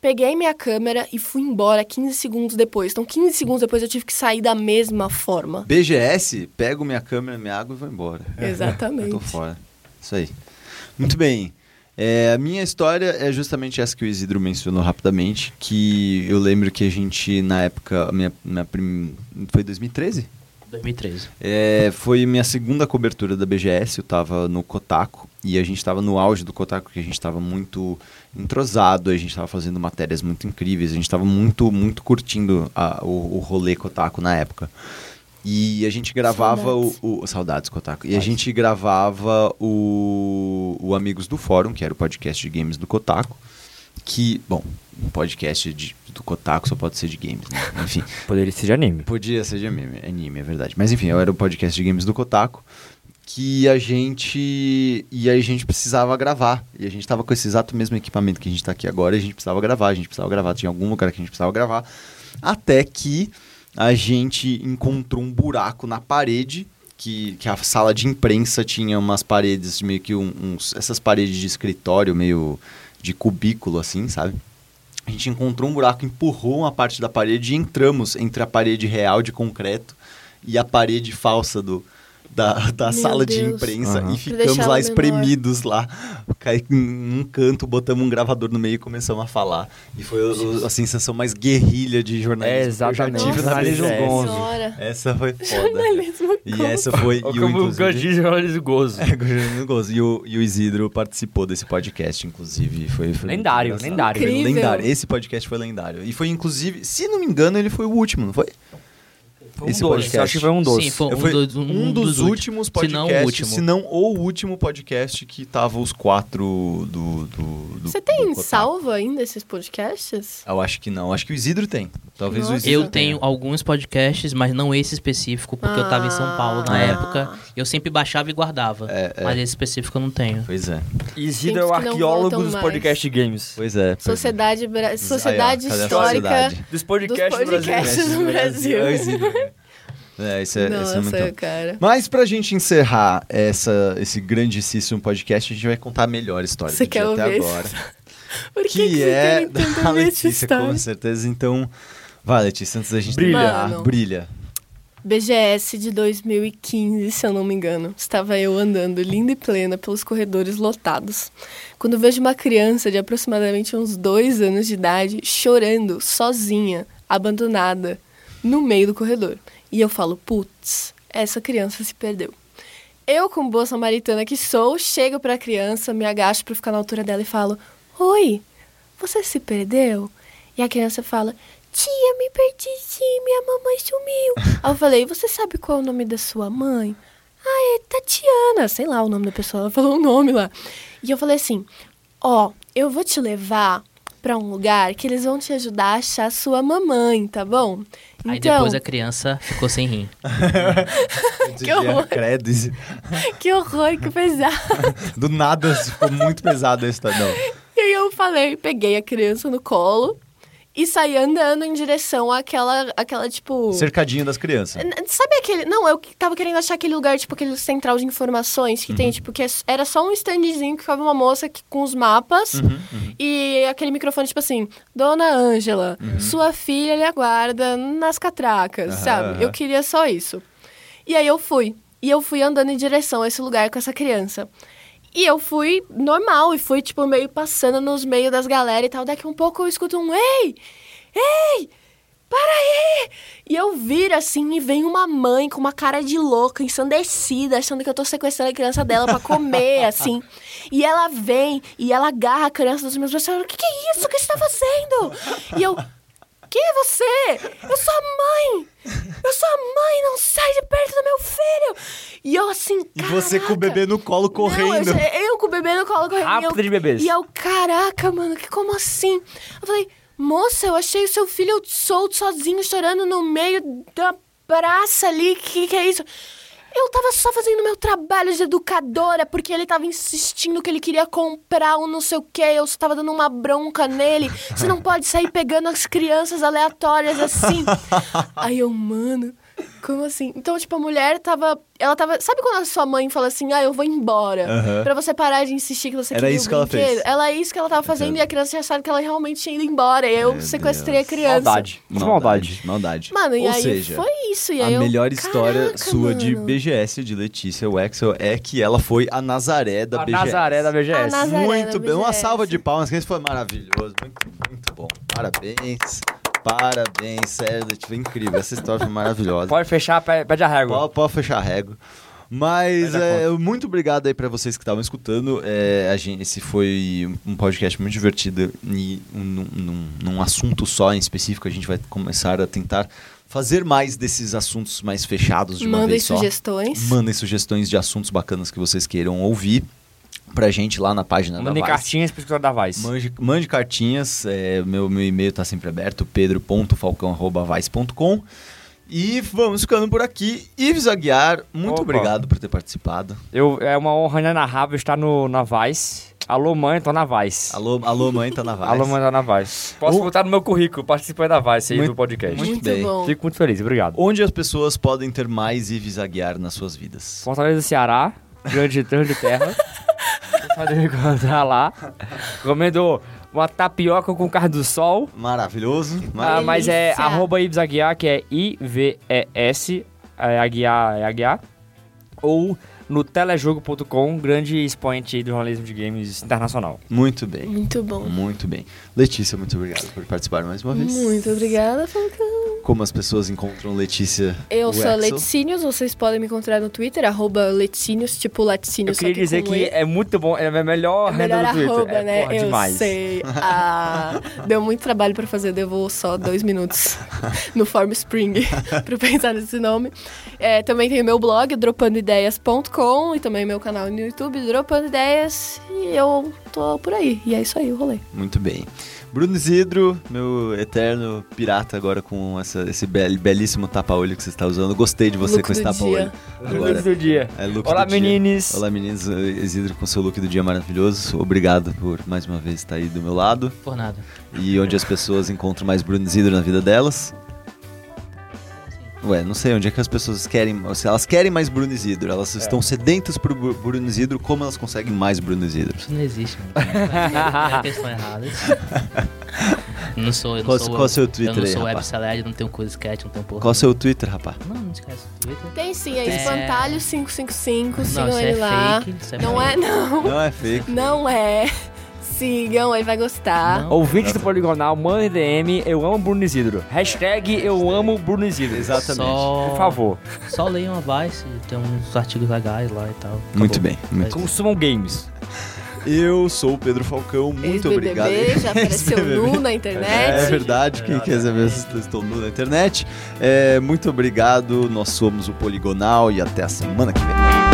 S3: peguei minha câmera e fui embora 15 segundos depois. Então, 15 segundos depois eu tive que sair da mesma forma.
S1: BGS, pego minha câmera, minha água e vou embora. Eu
S3: Exatamente.
S1: tô fora. Isso aí. Muito bem. É, a minha história é justamente essa que o Isidro mencionou rapidamente, que eu lembro que a gente, na época, a minha, minha prim... foi 2013?
S2: 2013.
S1: É, foi minha segunda cobertura da BGS, eu tava no Kotaku e a gente tava no auge do Kotaku, que a gente tava muito entrosado, a gente tava fazendo matérias muito incríveis, a gente tava muito, muito curtindo a- o, o rolê Kotaku na época. E a gente gravava o,
S3: Saudades.
S1: o- Saudades, Kotaku. E a gente gravava o, o Amigos do Fórum, que era o podcast de games do Kotaku. Que, bom, um podcast de- do Kotaku só pode ser de games, né? Enfim.
S4: Poderia ser de anime.
S1: Podia ser de anime, anime, é verdade. Mas enfim, eu era o podcast de games do Kotaku. Que a gente. E aí a gente precisava gravar. E a gente tava com esse exato mesmo equipamento que a gente tá aqui agora. E a gente precisava gravar, a gente precisava gravar. Tinha algum lugar que a gente precisava gravar. Até que a gente encontrou um buraco na parede. Que, que a sala de imprensa tinha umas paredes, meio que um- uns. Essas paredes de escritório, meio de cubículo, assim, sabe? A gente encontrou um buraco, empurrou uma parte da parede e entramos entre a parede real de concreto e a parede falsa do, da, da
S3: Meu
S1: sala de
S3: Deus.
S1: imprensa.
S4: Aham.
S1: E
S3: Pra
S1: ficamos lá
S3: deixar ela
S1: espremidos lá. Cai num canto, botamos um gravador no meio e começamos a falar. E foi o- o- a sensação mais guerrilha de jornalismo
S4: É, exatamente.
S1: que eu já tive na
S4: Jornalismo
S1: BGS.
S4: bom.
S3: Senhora.
S1: Essa foi foda.
S3: Jornalismo
S1: E
S3: como?
S1: essa foi... e eu, inclusive-
S4: jornalismo gozo.
S1: É, Guilherme Gozo. E o, e o Isidro participou desse podcast, inclusive. Foi, foi muito
S4: Lendário,
S1: engraçado.
S4: lendário.
S1: Foi
S3: Incrível.
S1: lendário. Esse podcast foi lendário. E foi, inclusive, se não me engano, ele foi o último, não foi? Esse podcast.
S4: Acho que foi um doce.
S2: Sim, foi
S1: Eu
S2: um,
S1: fui-
S2: dos, um dos
S1: últimos
S2: Se não o
S1: podcasts,
S2: último.
S1: se não o último podcast que tava os quatro do. do, do
S3: Você
S1: do
S3: tem
S1: Kotaku. Ah,
S3: salvo ainda esses podcasts?
S1: Eu acho que não. Acho que o Isidro tem. Talvez o
S3: Nossa.
S1: Isidro.
S2: Eu tenho alguns podcasts, mas não esse específico, porque eu tava em São Paulo na
S3: Ah.
S2: época. Eu sempre baixava e guardava.
S1: É, é.
S2: Mas esse específico eu não tenho.
S1: Pois é.
S4: Isidro é o
S3: Tempos que não
S4: arqueólogo
S3: voltam
S4: dos
S3: mais.
S4: podcast games.
S1: Pois é. pois é.
S3: Sociedade, Bra- Sociedade
S1: cadê a
S3: Histórica.
S1: sociedade?
S4: Dos
S3: podcasts Dos podcasts brasileiros. do Brasil.
S1: É o Isidro. É, isso é, isso é muito
S3: Nossa, cara.
S1: Mas pra gente encerrar essa, esse grandíssimo podcast, a gente vai contar a melhor história
S3: Você
S1: do dia
S3: quer
S1: até
S3: ouvir isso?
S1: agora.
S3: Por que,
S1: que,
S3: que
S1: é
S3: você tá quer entender
S1: da
S3: minha
S1: Letícia, com
S3: história?
S1: certeza. Então, vai, Letícia, antes da gente
S4: Brilha.
S1: terminar,
S3: Mano.
S1: brilha.
S3: BGS de 2015, se eu não me engano. Estava eu andando linda e plena pelos corredores lotados. Quando vejo uma criança de aproximadamente uns dois anos de idade chorando, sozinha, abandonada, no meio do corredor. E eu falo, putz, essa criança se perdeu. Eu, como boa samaritana que sou, chego pra criança, me agacho pra ficar na altura dela e falo: Oi, você se perdeu? E a criança fala: Tia, me perdi sim, minha mamãe sumiu. Aí eu falei: Você sabe qual é o nome da sua mãe? Ah, é Tatiana, sei lá o nome da pessoa, ela falou o nome lá. E eu falei assim: Ó, eu vou te levar pra um lugar que eles vão te ajudar a achar a sua mamãe, tá bom?
S2: Aí
S3: Então-
S2: depois a criança ficou sem rim.
S1: Que
S3: horror.
S1: Credo, Isidro.
S2: é
S3: Que horror, que pesado.
S1: Do nada ficou muito pesado a história. Não.
S3: E aí eu falei, peguei a criança no colo e saí andando em direção àquela, àquela tipo...
S1: Cercadinho das crianças.
S3: N- Sabe aquele... Não, eu que- tava querendo achar aquele lugar, tipo, aquele central de informações que tem, tipo, que é- era só um standzinho que ficava uma moça que- com os mapas e aquele microfone, tipo assim, Dona Ângela, sua filha lhe aguarda nas catracas,
S1: Aham,
S3: sabe?
S1: aham.
S3: Eu queria só isso. E aí eu fui. E eu fui andando em direção a esse lugar com essa criança. E eu fui normal, e fui, tipo, meio passando nos meios das galera e tal. Daqui um pouco eu escuto um ei! Ei! para aí! E eu viro assim e vem uma mãe com uma cara de louca, ensandecida, achando que eu tô sequestrando a criança dela pra comer, assim. E ela vem e ela agarra a criança dos meus braços e fala: O que, que é isso? O que você tá fazendo? E eu. Quem é você? Eu sou a mãe! Eu sou a mãe, não sai de perto do meu filho! E eu assim,
S1: E você com o
S3: "Caraca!"
S1: bebê no colo correndo.
S3: Não, eu, eu com o bebê no colo correndo.
S4: Rápido
S3: E eu-
S4: de bebês.
S3: E eu, caraca, mano, que como assim? Eu falei, moça, eu achei o seu filho solto, sozinho, chorando no meio da praça ali. Que que é isso? Eu tava só fazendo meu trabalho de educadora, porque ele tava insistindo que ele queria comprar um não sei o quê. Eu tava dando uma bronca nele. Você não pode sair pegando as crianças aleatórias assim. Aí eu, mano, como assim? Então, tipo, a mulher tava. Ela tava. Sabe quando a sua mãe fala assim, ah, eu vou embora?
S1: Aham.
S3: Pra você parar de insistir que você
S1: Era
S3: queria
S1: isso
S3: o
S1: que ela
S3: brinquedo?
S1: fez.
S3: Ela é isso que ela tava fazendo e a criança já sabe que ela realmente tinha ido embora. E aí eu
S1: Meu
S3: sequestrei
S1: Deus.
S3: a criança.
S4: Maldade. Foi maldade.
S1: Maldade.
S3: Mano, e
S1: Ou
S3: aí
S1: seja,
S3: foi isso. E
S1: a
S3: aí eu,
S1: melhor história
S3: "Caraca,
S1: sua de
S3: mano."
S1: BGS, de Letícia Wexel, é que ela foi a Nazaré da
S4: a
S1: BGS.
S4: Ah, Nazaré da BGS.
S3: A Nazaré.
S1: Muito
S3: da
S1: bem. Uma
S3: BGS.
S1: salva de palmas, que isso foi maravilhoso. Muito, muito bom. Parabéns. Parabéns, sério, Letícia. Incrível. Essa história foi maravilhosa.
S4: Pode fechar, pe- pede a régua.
S1: Pode, pode fechar a régua. Mas
S4: Vai dar
S1: é, muito obrigado aí pra vocês que estavam escutando. É, a gente, esse foi um podcast muito divertido e um- num, num- num assunto só em específico. A gente vai começar a tentar fazer mais desses assuntos mais fechados de uma
S3: Mandem
S1: vez só.
S3: sugestões.
S1: Mandem sugestões de assuntos bacanas que vocês queiram ouvir pra gente lá na página
S4: Mandem
S1: da Vice.
S4: cartinhas pro escritório da Vice.
S1: Mande, mande cartinhas, é, meu, meu e-mail tá sempre aberto, pedro.falcão.vice.com. E vamos ficando por aqui. Ives Aguiar, muito
S4: Opa.
S1: obrigado por ter participado.
S4: Eu, é uma honra inenarrável estar no, na Vice. Alô, mãe, tô na Vice.
S1: Alô, alô mãe, tá na Vice.
S4: Alô, mãe, tô na Vice. Uh. Posso
S1: O-
S4: botar no meu currículo, participei da Vice aí
S1: Muito-
S4: do podcast.
S1: muito bem.
S3: bom.
S4: Fico muito feliz, obrigado.
S1: Onde as pessoas podem ter mais Ives Aguiar nas suas vidas?
S4: Fortaleza do Ceará, grande tanto de terra. Você Pode me encontrar lá. Comendo uma tapioca com carne do sol.
S1: Maravilhoso.
S4: Ah,
S1: maravilhoso.
S4: mas é
S3: delícia.
S4: arroba Ives Aguiar, que é I-V-E-S, é, Aguiar, é Aguiar. Ou no telejogo.com, grande expoente aí do jornalismo de games internacional.
S1: Muito bem,
S3: Muito bom.
S1: muito bem. Letícia, muito obrigado por participar mais uma vez.
S3: Muito obrigada, Falcão.
S1: Como as pessoas encontram Letícia
S3: Eu sou a
S1: Wexel?
S3: Leticínios, vocês podem me encontrar no Twitter, arroba Leticínios, tipo
S4: Eu
S3: laticínios. só
S4: queria dizer
S3: com
S4: que
S3: E.
S4: é muito bom, é a melhor
S3: É
S4: renda
S3: melhor
S4: do Twitter.
S3: arroba,
S4: é
S3: né?
S4: porra,
S3: eu
S4: demais.
S3: sei. Ah, deu muito trabalho pra fazer, levou só dois minutos no Form Spring pra pensar nesse nome. É, também tem o meu blog, dropandoideias.com, e também meu canal no YouTube, Dropando Ideias. E eu tô por aí. E é isso aí, o rolê.
S1: Muito bem. Bruno Isidro, meu eterno pirata agora com essa- esse bel- belíssimo tapa-olho que você está usando. Gostei de você
S3: Look
S1: com esse
S3: do
S1: tapa-olho.
S3: dia.
S1: Agora.
S4: do dia.
S1: É look
S4: Olá,
S1: do dia.
S4: meninos.
S1: Olá, meninos. Isidro com seu look do dia maravilhoso. Obrigado por mais uma vez estar aí do meu lado.
S2: Por nada.
S1: E onde as pessoas encontram mais Bruno Isidro na vida delas. Ué, não sei onde é que as pessoas querem. Se elas querem mais Bruno Isidro, elas estão sedentas por Bu- Bruno Isidro, como elas conseguem mais Bruno Isidro?
S2: Isso não existe, mano. Não tem questão errada. Não sou, eu não
S1: Qual-
S2: sou.
S1: qual é o seu Twitter
S2: Eu não
S1: aí,
S2: sou web
S1: rapaz?
S2: celeb, não tenho coisa sketch, não tenho porra.
S1: Qual é o seu Twitter, rapaz?
S2: Não, não esquece o Twitter.
S3: Tem sim, é
S2: Tem.
S3: espantalho555, sigam
S2: isso
S3: ele
S2: é
S3: lá.
S2: fake, isso é
S3: não é,
S2: fake.
S3: não.
S1: Não é fake.
S3: Não é. Sigam, ele vai gostar.
S2: Não.
S4: Ouvinte do Poligonal, manda DM, eu amo Bruno Isidro. Hashtag eu amo Bruno Isidro.
S1: Exatamente.
S2: Só,
S4: Por favor,
S2: Só leiam a Vice, tem uns artigos legais lá e tal. Acabou.
S1: Muito bem, muito
S2: Mas-
S4: consumam games.
S1: Eu sou o Pedro Falcão, muito
S3: Ex-BBB,
S1: obrigado.
S3: já apareceu
S1: Ex-BBB.
S3: nu na internet.
S1: É verdade, quem quiser saber se estou nu na internet. É, muito obrigado, nós somos o Poligonal e até a semana que vem.